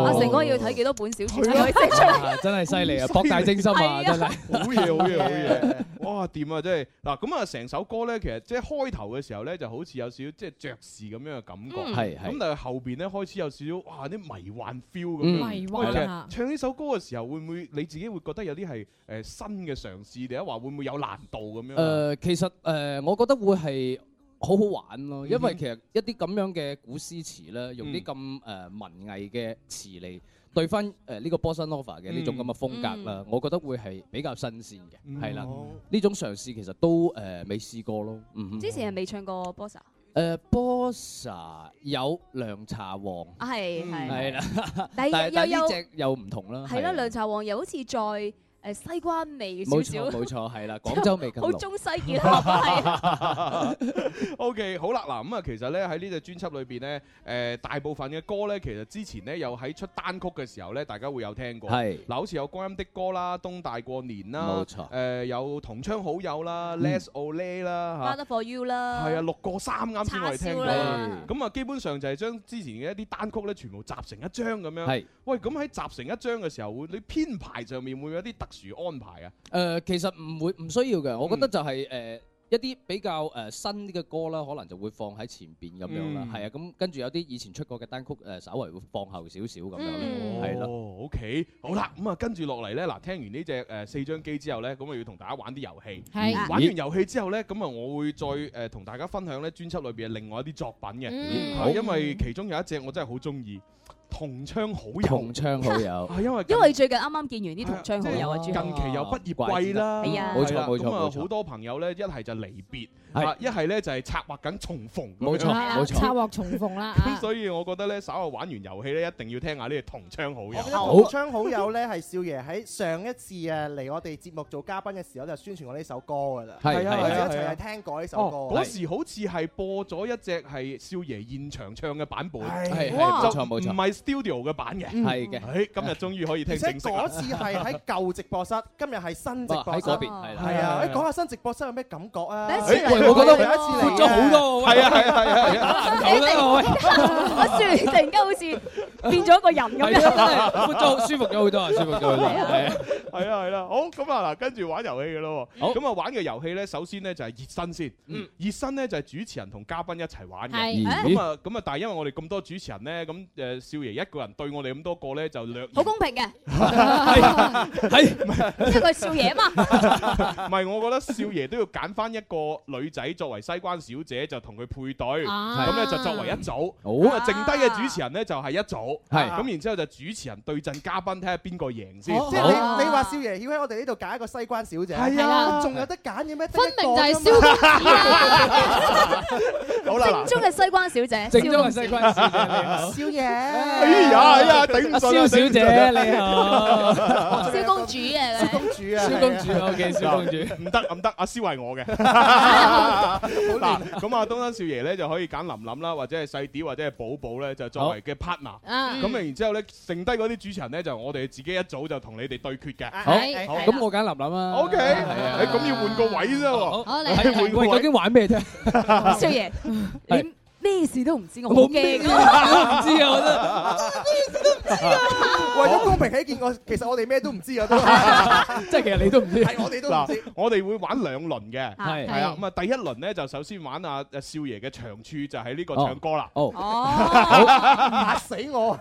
[SPEAKER 8] 阿成哥要睇幾多本小説
[SPEAKER 3] 係啊
[SPEAKER 8] 先可以寫出嚟？
[SPEAKER 12] 啊真係犀利啊，博大精深啊，真係。
[SPEAKER 3] 好嘢，好嘢，好 嘢！哇，掂啊，真係嗱，咁啊，成首歌咧，其實即係開頭嘅時候咧，就好似有少少即係爵士咁樣嘅感覺，
[SPEAKER 12] 嗯係係
[SPEAKER 3] 咁，但係後邊咧開始有少少哇啲迷幻 feel 咁
[SPEAKER 12] 嗯
[SPEAKER 3] 樣。
[SPEAKER 12] 迷幻
[SPEAKER 3] 喂
[SPEAKER 12] 啊
[SPEAKER 3] 其實唱呢首歌嘅時候，會唔會你自己會覺得有啲係誒新嘅嘗試，定係話會唔會有難度咁樣
[SPEAKER 12] 誒、
[SPEAKER 3] 啊？
[SPEAKER 12] 其實誒、我覺得會係好好玩咯，因
[SPEAKER 3] 嗯
[SPEAKER 12] 為
[SPEAKER 3] 哼
[SPEAKER 12] 其實一啲咁樣嘅古詩詞咧，用啲咁誒文藝嘅詞嚟對翻誒呢個 bossa nova 嘅呢種咁嘅風格啦
[SPEAKER 14] 嗯，
[SPEAKER 12] 我覺得會係比較新鮮
[SPEAKER 3] 嗯
[SPEAKER 12] 嘅，係啦
[SPEAKER 14] 哦，
[SPEAKER 12] 呢種嘗試其實都誒未試過咯，嗯哼
[SPEAKER 8] 之前係未唱過 bossa，
[SPEAKER 12] 誒 bossa 有涼茶王，
[SPEAKER 8] 啊係係
[SPEAKER 12] 係啦，
[SPEAKER 8] 但
[SPEAKER 12] 但
[SPEAKER 8] 係
[SPEAKER 12] 係
[SPEAKER 8] 又
[SPEAKER 12] 但係
[SPEAKER 8] 又
[SPEAKER 12] 呢只又唔同啦，
[SPEAKER 8] 係啦，涼茶王又好似再誒西瓜味少
[SPEAKER 12] 冇
[SPEAKER 8] 少，
[SPEAKER 12] 錯冇錯，係啦，廣州味咁
[SPEAKER 8] 好
[SPEAKER 12] 濃。
[SPEAKER 8] 中西 結合係啊。
[SPEAKER 3] O K，好啦，嗱咁啊，其實咧喺呢隻專輯裏邊咧，誒、大部分嘅歌咧，其實之前咧有喺出單曲嘅時候咧，大家會有聽過。
[SPEAKER 12] 係
[SPEAKER 3] 嗱，好似有《光陰的歌》啦，《東大過年》啦，
[SPEAKER 12] 冇錯
[SPEAKER 3] 誒、有《同窗好友》啦，
[SPEAKER 12] 嗯
[SPEAKER 3] Let's All Lay》啦，
[SPEAKER 8] Father for you 啦，
[SPEAKER 3] 係啊，六個三啱先我哋聽過
[SPEAKER 8] 叉燒啦，
[SPEAKER 3] 咁啊基本上就係將之前嘅一啲單曲咧，全部集成一張咁樣。
[SPEAKER 12] 係
[SPEAKER 3] 喂，咁喺集成一張嘅時候，會你編排上面會唔會有啲特殊安排啊？
[SPEAKER 12] 誒、其實唔會唔需要嘅，我覺得就係、誒、一啲比較誒、新啲嘅歌啦，可能就會放喺前邊咁樣啦
[SPEAKER 3] 嗯，
[SPEAKER 12] 係啊、咁跟住有啲以前出過嘅單曲誒、稍為會放後少少咁樣
[SPEAKER 3] 嗯
[SPEAKER 12] 咯，係啦、
[SPEAKER 3] 哦，OK，好啦，咁啊跟住落嚟咧，嗱，聽完呢隻誒四張機之後咧，咁啊要同大家玩啲遊戲。
[SPEAKER 12] 係
[SPEAKER 8] 啊
[SPEAKER 3] 玩完遊戲之後咧，咁啊我會再誒同大家分享咧專輯裏邊嘅另外一啲作品嘅，
[SPEAKER 12] 嗯
[SPEAKER 3] 係因為其中有一隻我真係好中意《同窗好友》。
[SPEAKER 12] 同窗好友
[SPEAKER 3] 係因為
[SPEAKER 8] 因為最近啱啱見完啲同窗
[SPEAKER 3] 即
[SPEAKER 8] 好
[SPEAKER 3] 係
[SPEAKER 8] 友啊，朱紅
[SPEAKER 3] 近期又畢
[SPEAKER 12] 哦
[SPEAKER 3] 業季啦，
[SPEAKER 8] 係啊
[SPEAKER 12] 冇錯
[SPEAKER 3] 係啦
[SPEAKER 12] 冇錯
[SPEAKER 3] 咁啊
[SPEAKER 12] 冇錯
[SPEAKER 3] 好多朋友咧，一係就離別，
[SPEAKER 12] 哎係
[SPEAKER 3] 啊一係咧就係策劃緊重逢，
[SPEAKER 12] 冇錯
[SPEAKER 4] 係啊
[SPEAKER 12] 冇
[SPEAKER 4] 策劃重逢啦
[SPEAKER 3] 咁
[SPEAKER 4] 啊！
[SPEAKER 3] 所以我覺得咧，稍後玩完遊戲咧，一定要聽下呢個同窗好友。
[SPEAKER 5] 同窗好友咧係少爺喺上一次啊嚟我哋節目做嘉賓嘅時候就宣傳過呢首歌㗎啦，
[SPEAKER 3] 係
[SPEAKER 5] 我
[SPEAKER 3] 係
[SPEAKER 5] 哋
[SPEAKER 3] 啊
[SPEAKER 5] 一
[SPEAKER 3] 係啊
[SPEAKER 5] 齊係聽過呢首歌
[SPEAKER 3] 哦，
[SPEAKER 5] 啊。
[SPEAKER 3] 嗰時好似係播咗一隻係少爺現場唱嘅版本，
[SPEAKER 5] 係
[SPEAKER 3] 係
[SPEAKER 5] 哇
[SPEAKER 3] 就
[SPEAKER 12] 冇錯冇錯
[SPEAKER 3] 唔係 studio 嘅版嘅，
[SPEAKER 12] 嗯係嘅
[SPEAKER 3] 唉今日終於可以
[SPEAKER 5] 而
[SPEAKER 3] 聽
[SPEAKER 5] 且
[SPEAKER 3] 正式啦
[SPEAKER 5] 嗰次係喺舊直播室，今日係新直播室。
[SPEAKER 3] 哇喺嗰邊係啦
[SPEAKER 5] 係啊！
[SPEAKER 3] 係啊
[SPEAKER 5] 你講下新直播室有咩感覺啊？
[SPEAKER 12] 第一次嚟喂我覺得
[SPEAKER 5] 第一次嚟
[SPEAKER 12] 闊咗好多 喎
[SPEAKER 3] 係啊係啊係啊係啊！
[SPEAKER 12] 好啦，喂，
[SPEAKER 8] 我笑你突然間好似變咗一個人咁
[SPEAKER 12] 係啊真係
[SPEAKER 8] 樣。
[SPEAKER 12] 闊咗好舒服咗好多啊，舒服咗好多，係啊。
[SPEAKER 3] 係啊係啦，好咁啊嗱，跟住玩遊戲嘅咯喎。
[SPEAKER 12] 好嗯
[SPEAKER 3] 咁啊玩嘅遊戲咧，首先咧就係熱身先。熱身咧就係主持人同嘉賓一齊玩嘅。
[SPEAKER 12] 係
[SPEAKER 3] 咁啊咁啊，但係因為我哋咁多主持人咧，咁誒少爺一個人對我哋咁多個咧，就略
[SPEAKER 8] 好公平嘅，
[SPEAKER 3] 係
[SPEAKER 8] 因為佢係少爺啊嘛，
[SPEAKER 3] 唔係，我覺得少爺都要揀翻一個女仔作為西關小姐，就同佢配對，
[SPEAKER 14] 啊
[SPEAKER 3] 咁咧就作為一組。
[SPEAKER 12] 好
[SPEAKER 3] 咁啊，剩低嘅主持人咧就係一組。
[SPEAKER 12] 係
[SPEAKER 3] 咁，然之後就主持人對陣嘉賓，睇下邊個贏先。
[SPEAKER 5] 即係你你話少爺要喺我哋呢度揀一個西關小姐，
[SPEAKER 3] 係啊
[SPEAKER 5] 仲有得揀嘅咩？
[SPEAKER 4] 分明就係
[SPEAKER 5] 得一個
[SPEAKER 4] 蕭
[SPEAKER 5] 㗎嘛
[SPEAKER 4] 公子啦，
[SPEAKER 3] 好啦嗱
[SPEAKER 8] 正宗嘅西關小姐，
[SPEAKER 12] 正宗嘅西關小姐你好
[SPEAKER 5] 少爺，
[SPEAKER 3] 哎呀哎呀，頂唔順啊
[SPEAKER 12] 蕭小姐你好
[SPEAKER 8] 蕭公主 啊，
[SPEAKER 5] 蕭公主啊，
[SPEAKER 12] 蕭公主啊，OK，蕭公
[SPEAKER 3] 唔
[SPEAKER 12] 主。
[SPEAKER 3] 得唔得，阿蕭係我嘅。嗱，咁啊，東山少爺咧就可以揀林林啦，或者係細啲，或者係寶寶咧，就作為嘅 partner。
[SPEAKER 12] 嗯
[SPEAKER 3] 咁啊，然之後咧，剩低嗰啲主持人咧，就我哋自己一組就同你哋對決嘅。
[SPEAKER 12] 好，咁我揀林林啊。
[SPEAKER 3] O K，
[SPEAKER 12] 係啊
[SPEAKER 3] 誒咁要換個位啫喎。
[SPEAKER 12] 好
[SPEAKER 8] 嚟
[SPEAKER 12] 係
[SPEAKER 8] 換個
[SPEAKER 12] 喂，
[SPEAKER 8] 位
[SPEAKER 12] 究竟玩咩啫？
[SPEAKER 8] 少爺，你咩事都唔知，我好
[SPEAKER 12] 冇咩
[SPEAKER 8] 驚
[SPEAKER 12] 事我唔
[SPEAKER 8] 啊！
[SPEAKER 12] 知啊，我真係。
[SPEAKER 5] 為咗公平起見，我其實我哋咩都唔知 啊，都
[SPEAKER 12] 即係其實你都唔知，
[SPEAKER 5] 係我哋都唔知。
[SPEAKER 3] 我哋會玩兩輪嘅，
[SPEAKER 5] 係
[SPEAKER 3] 係啊，咁啊第一輪咧就首先玩阿阿少爺嘅長處就係呢個唱歌啦。
[SPEAKER 12] 哦，
[SPEAKER 5] 嚇死我！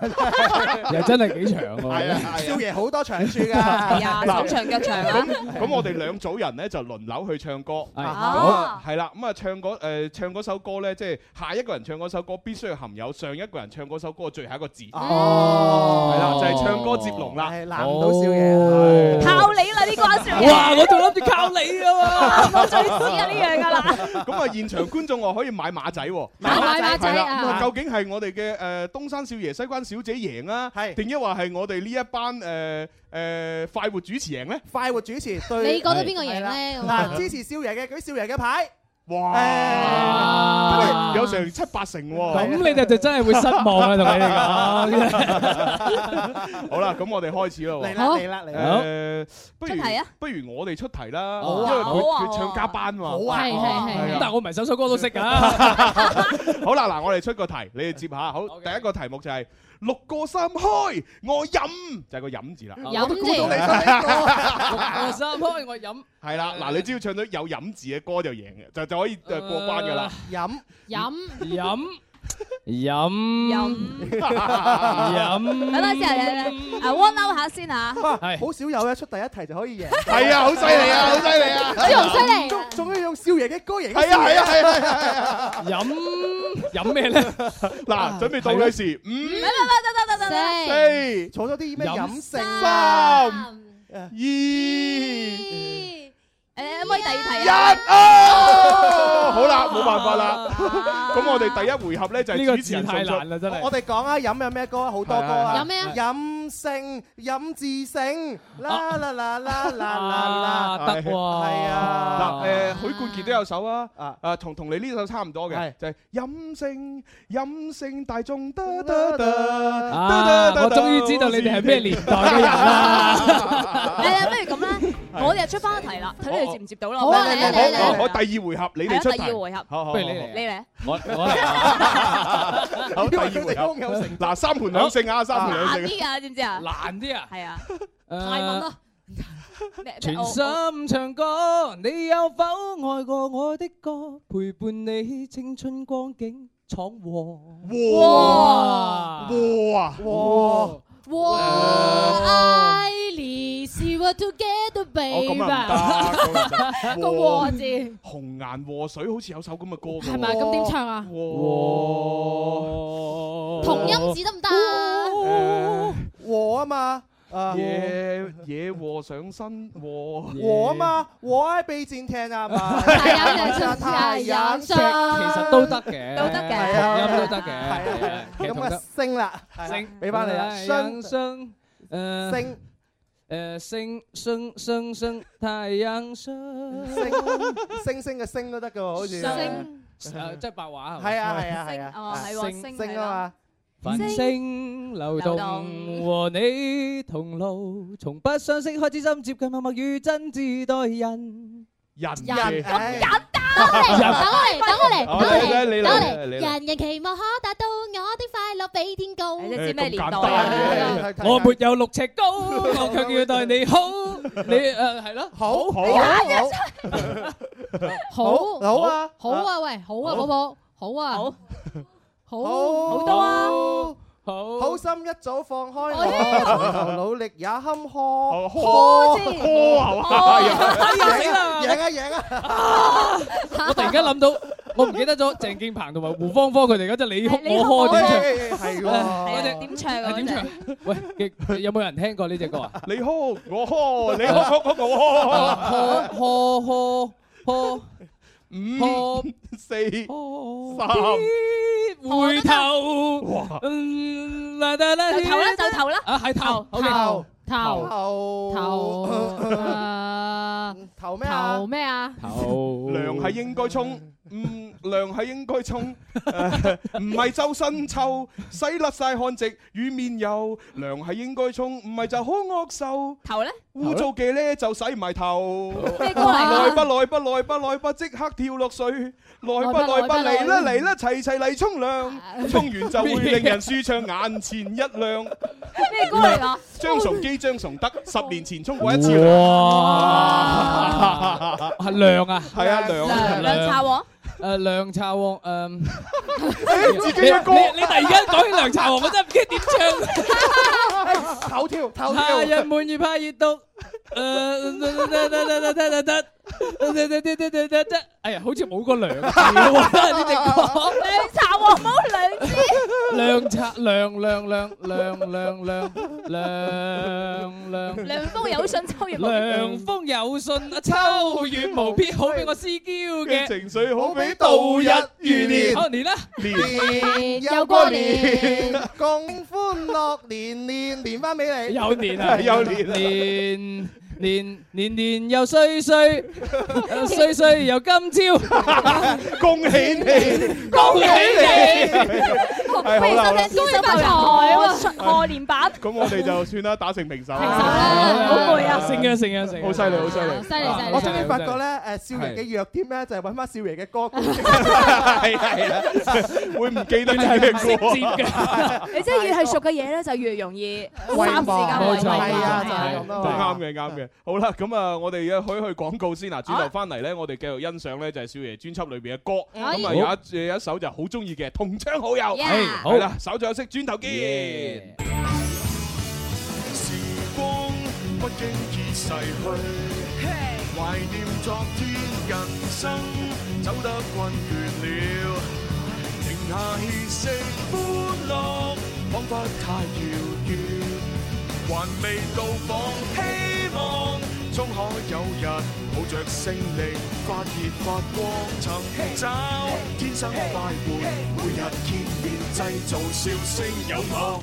[SPEAKER 12] 又真係幾長喎。
[SPEAKER 3] 係啊，係啊
[SPEAKER 5] 少爺好多長處㗎，
[SPEAKER 8] 係啊，手長腳長啊！
[SPEAKER 3] 咁我哋兩組人咧就輪流去唱歌，咁
[SPEAKER 8] 哦
[SPEAKER 3] 啊係啦，咁啊唱嗰誒唱嗰首歌咧，即係下一個人唱嗰首歌必須要含有上一個人唱嗰首歌嘅最後一個字，
[SPEAKER 5] 啊
[SPEAKER 12] 哦
[SPEAKER 3] 係啦，就係唱歌接龍啦，係
[SPEAKER 5] 難
[SPEAKER 3] 唔到少
[SPEAKER 12] 爺
[SPEAKER 8] 靠你啦呢個少爺，
[SPEAKER 12] 哇！我仲諗住靠你啊嘛，
[SPEAKER 8] 我最知啊呢樣㗎啦，
[SPEAKER 3] 咁啊，現場觀眾話可以買馬仔喎，
[SPEAKER 8] 買馬仔
[SPEAKER 3] 係啦
[SPEAKER 8] 啊
[SPEAKER 3] 咁啊，究竟係我哋嘅誒東山少爺、西關小姐贏啊，定抑或係我哋呢一班誒誒快活主持贏咧？
[SPEAKER 5] 快活主持對，
[SPEAKER 4] 你覺得邊個贏
[SPEAKER 5] 係啦
[SPEAKER 4] 咧咁啊
[SPEAKER 5] 嗱，支持少爺嘅舉少爺嘅牌，
[SPEAKER 3] 哇！啊有成七八成
[SPEAKER 12] 咁
[SPEAKER 3] 喎。
[SPEAKER 12] 你哋就真係會失望啊！同你哋講，
[SPEAKER 3] 好啦，咁我哋開始啦喎。
[SPEAKER 5] 嚟啦好嚟啦嚟
[SPEAKER 3] Ờ, 誒，
[SPEAKER 12] 啦
[SPEAKER 3] 不如
[SPEAKER 8] 出題啊
[SPEAKER 3] 不如我哋出題啦，
[SPEAKER 12] 好啊
[SPEAKER 3] 因為佢
[SPEAKER 8] 好啊
[SPEAKER 3] 佢唱加班嘛。
[SPEAKER 12] 好啊係係係
[SPEAKER 3] 係啊
[SPEAKER 12] 咁但係我唔係首首歌都識㗎。
[SPEAKER 3] 好啦，嗱，我哋出個題，你哋接下。好，第一個題目就係六個三開，我飲就係個飲字啦。
[SPEAKER 12] 飲
[SPEAKER 5] 我都估
[SPEAKER 12] 字
[SPEAKER 5] 到你想 呢個
[SPEAKER 12] 我三開我飲
[SPEAKER 3] 係啦，嗱，你只要唱到有飲字嘅歌就贏嘅，就就可以誒過關㗎啦。
[SPEAKER 5] 飲
[SPEAKER 4] 飲
[SPEAKER 12] 飲飲 飲，
[SPEAKER 8] 等等先，嚟嚟啊 À, one out 下先嚇，
[SPEAKER 5] 哇，好少有嘅出第一題就可以贏，
[SPEAKER 3] 係啊，好犀利啊，好犀利啊！
[SPEAKER 4] 朱紅犀利
[SPEAKER 5] 仲仲要用少爺嘅歌贏，
[SPEAKER 3] 係啊，係啊，係啊，係啊！
[SPEAKER 12] 飲飲咩咧？
[SPEAKER 3] 嗱，準備倒計時，五、
[SPEAKER 8] 得得得得得
[SPEAKER 4] 四
[SPEAKER 5] 坐咗啲咩飲食
[SPEAKER 3] 三
[SPEAKER 5] 二
[SPEAKER 3] 一，
[SPEAKER 8] 诶，可以第二題啊？
[SPEAKER 3] 哦，好啦，冇辦法啦。咁我哋第一回合咧就
[SPEAKER 12] 呢個
[SPEAKER 3] 係主持人
[SPEAKER 12] 字太
[SPEAKER 3] 送出
[SPEAKER 12] 難啦真係
[SPEAKER 5] 我哋講啊，飲有咩歌啊？好多歌啊！
[SPEAKER 12] 係係係飲咩啊
[SPEAKER 5] 飲性、飲自性，啦啦啦啦啦啦啦！
[SPEAKER 12] 得喎，係
[SPEAKER 5] à,
[SPEAKER 3] 嗱，誒許冠傑都有首啊，啊同同你呢首差唔多嘅，就係飲勝飲勝大眾得得得
[SPEAKER 12] 啊，我終於知道你 哋係咩年代嘅人啦。
[SPEAKER 8] 誒，不如咁啦，我哋就出翻一題啦，睇你哋接唔接到啦。
[SPEAKER 3] 好
[SPEAKER 8] 啊，
[SPEAKER 3] 啊，
[SPEAKER 8] 嚟啊嚟啊
[SPEAKER 3] 好
[SPEAKER 8] 嚟
[SPEAKER 3] 好
[SPEAKER 8] 啊！
[SPEAKER 3] 第二回合你哋出題，
[SPEAKER 8] 第二回合，
[SPEAKER 3] 好好，
[SPEAKER 8] 你嚟啊。
[SPEAKER 12] 我我
[SPEAKER 3] 好第二回 合，嗱三盤兩勝啊，三盤兩
[SPEAKER 8] 難
[SPEAKER 3] 勝。
[SPEAKER 8] 啲啊，知唔知啊？
[SPEAKER 12] 難啲啊，
[SPEAKER 8] 係啊，
[SPEAKER 12] 泰
[SPEAKER 8] 文咯。
[SPEAKER 12] 全心唱歌，你有否愛過我的歌？陪伴你青春光景闖禍。
[SPEAKER 4] 哇
[SPEAKER 3] 哇
[SPEAKER 12] 哇！
[SPEAKER 4] 哇！Ily see what together
[SPEAKER 3] 哦，
[SPEAKER 4] baby，
[SPEAKER 3] 咁啊唔得咁啊 唔得，
[SPEAKER 4] 個和字
[SPEAKER 3] 紅顏禍水好似有首咁嘅歌㗎喎，
[SPEAKER 4] 係咪？咁點唱啊？
[SPEAKER 3] 哇
[SPEAKER 4] 同音字得唔得啊？
[SPEAKER 5] 和啊嘛，啊
[SPEAKER 3] 野野禍上身禍
[SPEAKER 5] 和啊嘛，和喺備戰廳啊嘛，
[SPEAKER 4] 太陽上升
[SPEAKER 5] 太陽
[SPEAKER 12] 其
[SPEAKER 5] 上
[SPEAKER 12] 實 都得嘅，
[SPEAKER 5] 都得嘅
[SPEAKER 12] 係啊同音都得嘅，其實
[SPEAKER 5] 咁
[SPEAKER 12] 同得
[SPEAKER 5] 啊升啦，
[SPEAKER 12] 升
[SPEAKER 5] 俾翻你啦，
[SPEAKER 12] 太
[SPEAKER 5] 升
[SPEAKER 12] 陽升
[SPEAKER 5] 升
[SPEAKER 12] 誒誒升升升升太陽升
[SPEAKER 5] 升星星嘅星都得㗎喎，好似
[SPEAKER 12] 升誒即係白
[SPEAKER 13] Ờ,
[SPEAKER 12] 話係嘛
[SPEAKER 5] 係啊係啊係啊，
[SPEAKER 8] 哦係喎升
[SPEAKER 5] 升啊嘛。
[SPEAKER 12] 繁星流動，和你同路，從不相識開始心接近，默默與真摯待人。
[SPEAKER 3] 人
[SPEAKER 6] 人
[SPEAKER 12] 嘅
[SPEAKER 3] dạ,
[SPEAKER 6] 咁
[SPEAKER 5] 哎
[SPEAKER 12] 人
[SPEAKER 6] 人等我嚟，等我嚟，等我嚟，等
[SPEAKER 12] 好
[SPEAKER 6] 我嚟，
[SPEAKER 12] 你嚟
[SPEAKER 6] 等我
[SPEAKER 12] 你嚟
[SPEAKER 6] 嚟。
[SPEAKER 12] 你嚟
[SPEAKER 6] 人人期望可達到我的快樂比天高。你
[SPEAKER 8] 知咩年代
[SPEAKER 5] Ờ,
[SPEAKER 12] 啊我沒有六尺高，我卻要對你好。你誒係咯，
[SPEAKER 5] 好好
[SPEAKER 4] 好
[SPEAKER 5] 好啊
[SPEAKER 4] 好啊，喂，好啊，寶寶，好啊，好，好，
[SPEAKER 5] 好
[SPEAKER 4] 多啊，
[SPEAKER 12] 好
[SPEAKER 5] 好心一早放開
[SPEAKER 4] 哎
[SPEAKER 5] 我，從頭努力也坎坷，
[SPEAKER 3] 呵
[SPEAKER 5] 呵
[SPEAKER 3] 呵
[SPEAKER 5] 呵
[SPEAKER 12] 哎呀死啦
[SPEAKER 5] 贏啊贏啊！
[SPEAKER 12] 我突然間諗到，我唔記得咗鄭敬鵬同埋胡芳芳佢哋嗰隻你哭
[SPEAKER 8] 你哭
[SPEAKER 12] 我
[SPEAKER 8] 我
[SPEAKER 12] 呵點唱
[SPEAKER 5] 哎係喎
[SPEAKER 12] 哎嗰隻
[SPEAKER 8] 點唱啊？
[SPEAKER 12] 點唱？喂，有冇人聽過呢只歌啊？
[SPEAKER 3] 你哭我哭，你哭哭哭我
[SPEAKER 12] 哭呵呵呵
[SPEAKER 13] 哦
[SPEAKER 3] 五四
[SPEAKER 12] 三，回頭，哇！嗯，啦啦啦，
[SPEAKER 8] 就投啦，就投啦。
[SPEAKER 13] À,
[SPEAKER 12] 啊，係頭，好嘅
[SPEAKER 4] 頭
[SPEAKER 12] 頭
[SPEAKER 5] 頭
[SPEAKER 4] 頭啊，
[SPEAKER 5] 頭
[SPEAKER 4] 咩啊？頭咩啊？
[SPEAKER 12] 頭，
[SPEAKER 3] 涼係應該沖，嗯，涼係應該沖，誒唔係周身臭，洗甩晒汗直與面油，涼係應該沖，唔係就好惡受。
[SPEAKER 8] 頭咧，
[SPEAKER 3] 污糟嘅咧就洗埋頭，
[SPEAKER 8] 咩歌嚟㗎
[SPEAKER 3] 耐不耐不耐不耐不即刻跳落水，耐不耐不嚟啦嚟啦齊齊嚟沖涼，沖完就會令人舒暢，眼前一亮。
[SPEAKER 8] 咩歌嚟㗎？
[SPEAKER 3] 張崇基、張崇德十年前沖過一次
[SPEAKER 8] Ờ,
[SPEAKER 12] 哇
[SPEAKER 3] 涼，
[SPEAKER 12] 係涼
[SPEAKER 13] à?
[SPEAKER 12] 啊，
[SPEAKER 3] 係啊涼
[SPEAKER 8] 涼涼茶王。
[SPEAKER 13] Ờ,
[SPEAKER 12] 誒涼茶王誒，
[SPEAKER 3] 自己嘅歌
[SPEAKER 12] 你你你突然間講起涼茶王，我真係唔知點
[SPEAKER 5] 頭跳頭
[SPEAKER 12] 唱。
[SPEAKER 5] 跳，
[SPEAKER 12] 怕人滿如怕熱毒，
[SPEAKER 13] Ờ,
[SPEAKER 12] 誒得得得得得得得得得得得得得得得，哎呀，好似冇個涼字喎，呢隻歌。
[SPEAKER 8] 涼茶王冇涼字。
[SPEAKER 12] 涼茶涼涼涼涼涼涼涼涼。
[SPEAKER 8] 涼風有信，秋月無
[SPEAKER 12] 涼風有信啊，秋月無邊，好俾我思嬌嘅
[SPEAKER 3] 嘅情緒好比度日如年。
[SPEAKER 12] 好年啦，
[SPEAKER 5] 年又過年，共歡樂年年連翻俾
[SPEAKER 13] Dạ,
[SPEAKER 5] 你。
[SPEAKER 12] 有年啊，
[SPEAKER 3] 有年啊
[SPEAKER 12] 年年年年又歲歲，呃歲歲又今朝，
[SPEAKER 3] 恭喜你，
[SPEAKER 12] 恭喜你！
[SPEAKER 8] 歡迎收聽《天生快活人》賀年版。
[SPEAKER 3] 咁我哋就算啦，打成平手。平
[SPEAKER 8] 好攰啊！
[SPEAKER 12] 成啊成啊成啊！
[SPEAKER 3] 好犀利，好犀利，
[SPEAKER 4] 犀利犀利
[SPEAKER 5] 我終於發覺咧，誒少爺嘅弱點咧就係揾翻少爺嘅歌。
[SPEAKER 3] 係係啊，會唔記得係咩歌？
[SPEAKER 8] 你即係越係熟嘅嘢咧，就越容易
[SPEAKER 5] 遺
[SPEAKER 8] 三時間
[SPEAKER 5] 忘
[SPEAKER 8] 遺
[SPEAKER 5] 係
[SPEAKER 8] 忘。
[SPEAKER 5] 啊就係咁
[SPEAKER 3] 都
[SPEAKER 5] 咯
[SPEAKER 3] 啱嘅，啱嘅。好啦，咁啊，我哋嘅去一去廣告先嗱，轉頭翻嚟咧，我哋繼續欣賞咧就係少爺專輯裏邊嘅歌，
[SPEAKER 4] 哎
[SPEAKER 3] 咁啊有一有一首就好中意嘅《同窗好友》，
[SPEAKER 8] Dạ.
[SPEAKER 12] Yeah
[SPEAKER 3] 係啦，稍作休息，轉頭見。
[SPEAKER 11] 時光不經已逝去，懷念昨天，人生走得困倦了，停下歇息，歡樂
[SPEAKER 14] 彷彿太遙遠，還未到訪希望，終可有日抱着勝利發熱發光，尋找天生快活，每日見面製造笑聲有我。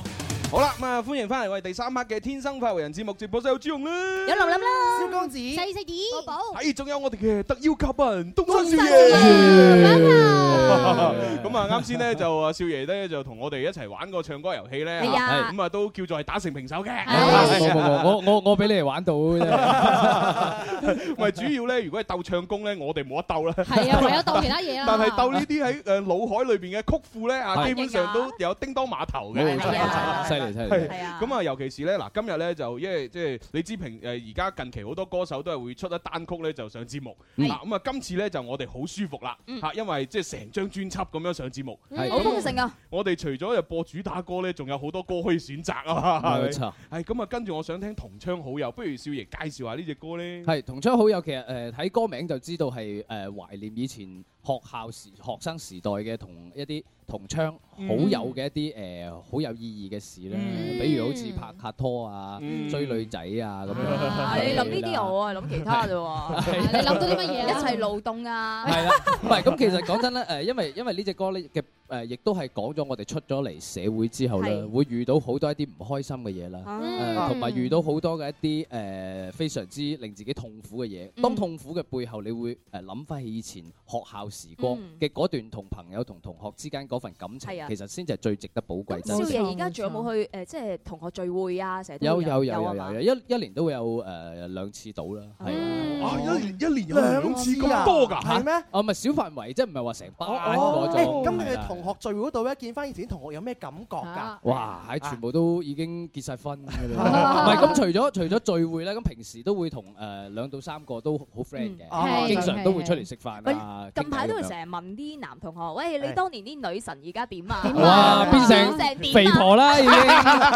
[SPEAKER 3] 好啦，咁啊，歡迎翻嚟我哋第三 part 嘅《天生快活人》節目直播室有朱容啦，
[SPEAKER 8] 有林林啦，
[SPEAKER 5] 蕭公子，
[SPEAKER 6] 細細啲，寶寶，
[SPEAKER 3] 係，仲有我哋嘅特邀嘉賓東山少
[SPEAKER 6] Ờ,
[SPEAKER 3] 爺。咁啊，啱先咧就啊少爺咧就同我哋一齊玩個唱歌遊戲咧，
[SPEAKER 12] 係啊
[SPEAKER 3] 咁啊都叫做係打成平手嘅。
[SPEAKER 13] Ờ.
[SPEAKER 12] 冇冇冇，我我我俾你哋玩到啫。
[SPEAKER 3] 唔係主要咧，如果係鬥唱功咧，我哋冇得 鬥啦。
[SPEAKER 4] 係啊唯有鬥其他嘢啦
[SPEAKER 3] 但係鬥呢啲喺誒腦海裏邊嘅曲庫咧啊，
[SPEAKER 12] 係
[SPEAKER 3] 基本上都有叮當碼頭嘅。
[SPEAKER 12] 冇錯
[SPEAKER 8] Dạ.
[SPEAKER 12] 係啊犀利犀利
[SPEAKER 3] 係
[SPEAKER 12] 係
[SPEAKER 3] 咁啊，尤其是咧嗱，今日咧就因為即係你知平呃誒而家近期好多歌手都係會出一單曲咧就上節目。
[SPEAKER 12] 嗯
[SPEAKER 8] 係
[SPEAKER 3] 嗱咁啊，今次咧就我哋好舒服啦
[SPEAKER 8] 嗯
[SPEAKER 3] 嚇，因為即係成張專輯咁樣上節目。
[SPEAKER 8] 嗯好豐盛啊！
[SPEAKER 3] 我哋除咗就播主打歌咧，仲有好多歌可以選擇啊！
[SPEAKER 12] 冇 錯
[SPEAKER 3] 係咁啊，跟住我想聽同窗好友，不如少爺介紹下呢只歌咧。
[SPEAKER 12] 係同窗好友，其實誒睇歌名就知道係誒懷念以前學校時學生時代嘅同一啲同窗好友嘅一啲誒好有意義嘅事咧，比如好似拍下拖啊、
[SPEAKER 3] 嗯
[SPEAKER 12] 追女仔啊咁
[SPEAKER 4] Ờ.
[SPEAKER 12] 樣。
[SPEAKER 8] 你諗呢啲我啊諗其他啫喎，
[SPEAKER 12] 係
[SPEAKER 8] 諗到啲乜
[SPEAKER 4] Dạ.
[SPEAKER 8] 嘢？一齊勞動啊！
[SPEAKER 12] 係啦，唔係咁其實講真咧，誒因為因為呢只歌咧嘅誒，亦都係講咗我哋出咗嚟社會之後咧，
[SPEAKER 8] 係
[SPEAKER 12] 會遇到好多一啲唔開心嘅嘢啦，
[SPEAKER 8] 嗯
[SPEAKER 12] 誒同埋遇到好多嘅一啲誒非常之令自己痛苦嘅嘢。當痛苦嘅背後，你會誒諗翻起以前學校時光
[SPEAKER 8] 嗯
[SPEAKER 12] 嘅嗰段同朋友同同學之間嗰份感情
[SPEAKER 8] 係啊，
[SPEAKER 12] 其實先至係最值得寶貴珍
[SPEAKER 8] 少
[SPEAKER 12] 惜。
[SPEAKER 8] 爺而家仲有冇去誒，即係同學聚會啊？成日都
[SPEAKER 12] 有
[SPEAKER 8] 會
[SPEAKER 12] 有有
[SPEAKER 8] 啊
[SPEAKER 12] 有
[SPEAKER 8] 嘛
[SPEAKER 12] 有，一一年都會有誒兩次到啦，係
[SPEAKER 6] Ờ.
[SPEAKER 12] 啊，
[SPEAKER 3] 一年一年
[SPEAKER 5] 有兩次咁多㗎係咩？
[SPEAKER 12] 啊，唔係小範圍，即係唔係話成班
[SPEAKER 5] 哦
[SPEAKER 12] 嗰種。
[SPEAKER 5] 咁你哋
[SPEAKER 12] 係
[SPEAKER 5] 同學聚會嗰度咧，見翻以前啲同學有咩感覺㗎
[SPEAKER 12] 啊？ 哇，係全部都已經結晒婚㗎啦。唔係咁，除咗除咗聚會咧，咁平時都會同誒兩到三個都好 friend
[SPEAKER 8] 嗯係
[SPEAKER 12] 嘅，經常都會出嚟食飯啊。
[SPEAKER 8] 近排都會
[SPEAKER 12] 傾偈咁樣
[SPEAKER 8] 成日問啲男同學，喂，你
[SPEAKER 12] 係
[SPEAKER 8] 當年啲女神而家點啊？
[SPEAKER 12] 哇，變成肥婆啦，已 經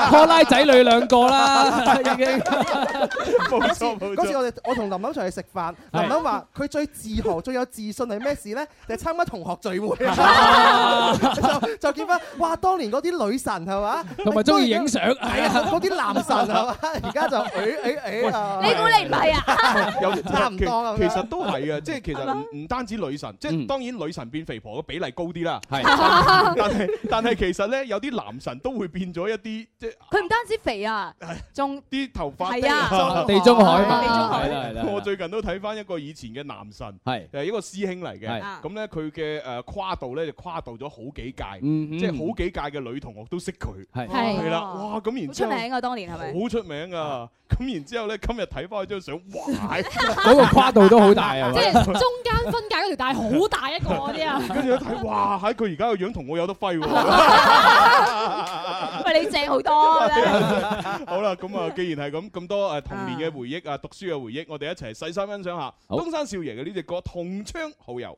[SPEAKER 12] 拖拉仔女兩個啦，已經。
[SPEAKER 3] 冇
[SPEAKER 5] 嗰次嗰次我哋我同林林一齊去食飯，林林話佢最自豪、最有自信係咩事咧？就係參加同學聚會， 就就見翻哇！當年嗰啲女神係嘛，
[SPEAKER 12] 同埋中意影相
[SPEAKER 5] 係啊， 嗰啲男神係 嘛，而家就誒誒誒啊！
[SPEAKER 8] 你估你唔係啊？
[SPEAKER 3] 有
[SPEAKER 5] 差唔多啊
[SPEAKER 3] 其其實都係啊，即係其實唔唔單止女神，即係當然女神變肥婆嘅比例高啲啦。
[SPEAKER 12] 嗯係
[SPEAKER 3] 但係但係其實咧，有啲男神都會變咗一啲即係
[SPEAKER 8] 佢唔單止肥啊，仲
[SPEAKER 3] 啲頭髮
[SPEAKER 8] 係 啊
[SPEAKER 12] 地中海嘛
[SPEAKER 8] 地中海
[SPEAKER 12] 係啦係啦係啦
[SPEAKER 3] 我最近都睇翻一個以前嘅男神，
[SPEAKER 12] 係
[SPEAKER 3] 誒一個師兄嚟嘅。
[SPEAKER 12] 係
[SPEAKER 3] 咁咧佢嘅誒跨度咧就跨度咗好幾
[SPEAKER 12] 嗯
[SPEAKER 3] 屆，
[SPEAKER 12] 哼
[SPEAKER 3] 即係好幾屆嘅女同學都識佢。
[SPEAKER 12] 係
[SPEAKER 3] 係啦，哇！咁然
[SPEAKER 8] 哦好
[SPEAKER 3] 之
[SPEAKER 8] 出
[SPEAKER 3] 後
[SPEAKER 8] 名啊！當年係咪？
[SPEAKER 3] 好出名啊！咁然之後咧，今日睇翻張相，哇！
[SPEAKER 12] 嗯嗰個跨度都好大 啊！
[SPEAKER 4] 即係中間分界嗰條帶好大一個嗰啲啊！
[SPEAKER 3] 跟住一睇，哇！喺佢而家個樣同我有得揮喎。
[SPEAKER 8] 喂，你正好多啦！
[SPEAKER 3] 好啦，咁啊，既然係咁，咁多誒童年嘅回憶啊，讀書嘅回憶，我哋一齊細心欣賞下東山少爺嘅呢隻歌《同窗好友》。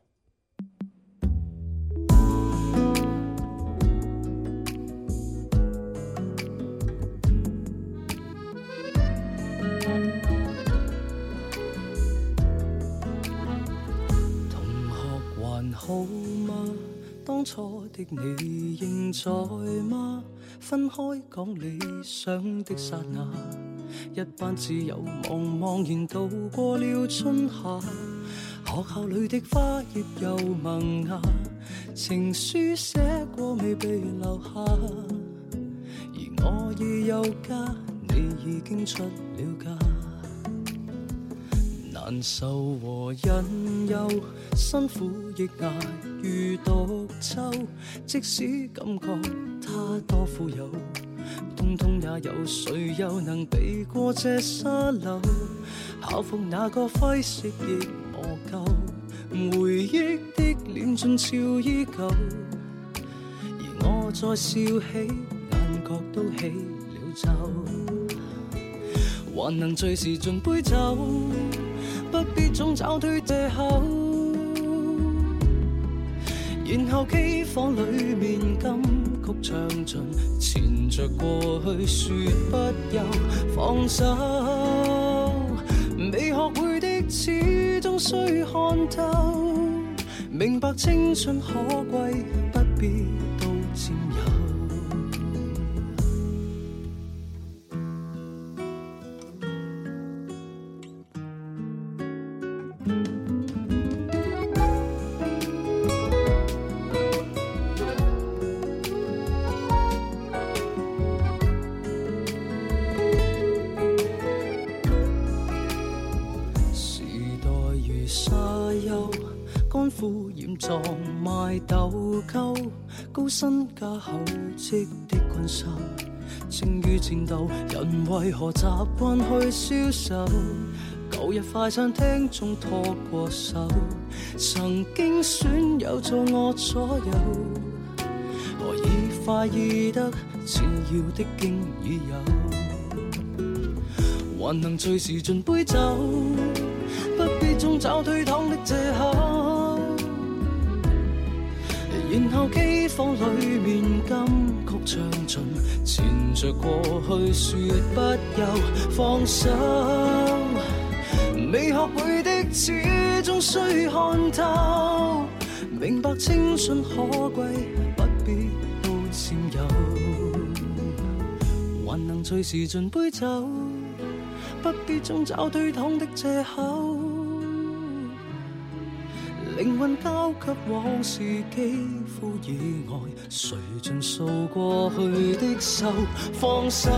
[SPEAKER 13] 還好嗎？當初的你仍在嗎？分開講理想的剎那，一班摯友茫茫然度過了春夏。學校裏的花葉又萌芽，情書寫過未被留下，而我已有家，你已經出了嫁。難受和隱憂，辛苦亦捱如獨舟。即使感覺他多富有，通通也有，誰又能避過這沙漏？校服那個輝色亦磨舊，回憶的臉盡照依舊。而我再笑起，眼角都起了皺，還能隨時盡杯酒。不必總找堆藉口。然後機房裏面金曲唱盡，纏着過去説不休，放手。未學會的始終需看透，明白青春可貴，不必都佔有。如沙丘，乾枯染撞賣豆蔻，高身價厚積的困獸，正於戰鬥，人為何習慣去消瘦？舊日快餐廳中拖過手，曾經損友做我左右。何以快意得前要的經已有，還能隨時盡杯酒，不必中找推搪的藉口。然後機房裏面金曲唱盡，纏着過去説不休，放手。未學會的始終需看透，明白青春可貴，不必都佔有。還能隨時盡杯酒，不必總找對躺的藉口。靈魂交給往事肌膚以外，誰盡數過去的手，放手。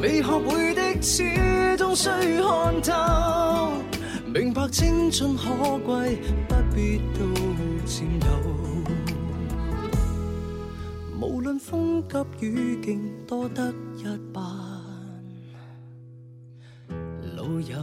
[SPEAKER 13] 未學會的始終需看透，明白青春可貴，不必都佔有。無論風急雨勁，多得一班老友。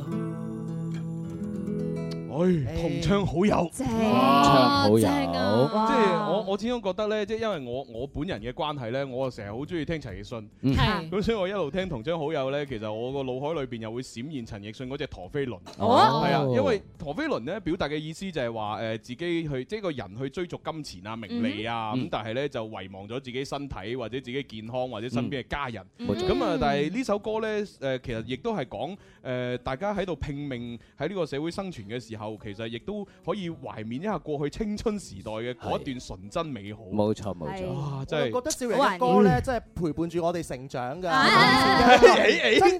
[SPEAKER 3] 唉，哎同窗好友，
[SPEAKER 8] 正
[SPEAKER 12] 好友正啊哇
[SPEAKER 3] 即係我我始終覺得咧，即係因為我我本人嘅關係咧，我成日好中意聽陳奕迅，
[SPEAKER 12] 嗯
[SPEAKER 4] 係
[SPEAKER 3] 咁所以我一路聽同窗好友咧，其實我個腦海裏邊又會閃現陳奕迅嗰隻陀飛輪，
[SPEAKER 4] 哦
[SPEAKER 3] 係啊，因為陀飛輪咧表達嘅意思就係話誒自己去即係個人去追逐金錢啊、名利啊，
[SPEAKER 12] 嗯
[SPEAKER 3] 咁但係咧就遺忘咗自己身體或者自己健康或者身邊嘅家人，
[SPEAKER 12] 嗯冇錯
[SPEAKER 3] 咁啊，但係呢首歌咧誒其實亦都係講。誒、大家喺度拼命喺呢個社會生存嘅時候，其實亦都可以懷緬一下過去青春時代嘅嗰一段純真美好。
[SPEAKER 12] 冇錯冇
[SPEAKER 5] 係
[SPEAKER 12] 錯，
[SPEAKER 3] 哇！
[SPEAKER 5] 我
[SPEAKER 3] 真
[SPEAKER 5] 覺
[SPEAKER 3] 係
[SPEAKER 5] 得少爺嘅歌咧，真係陪伴住我哋成長㗎。
[SPEAKER 3] 哎哎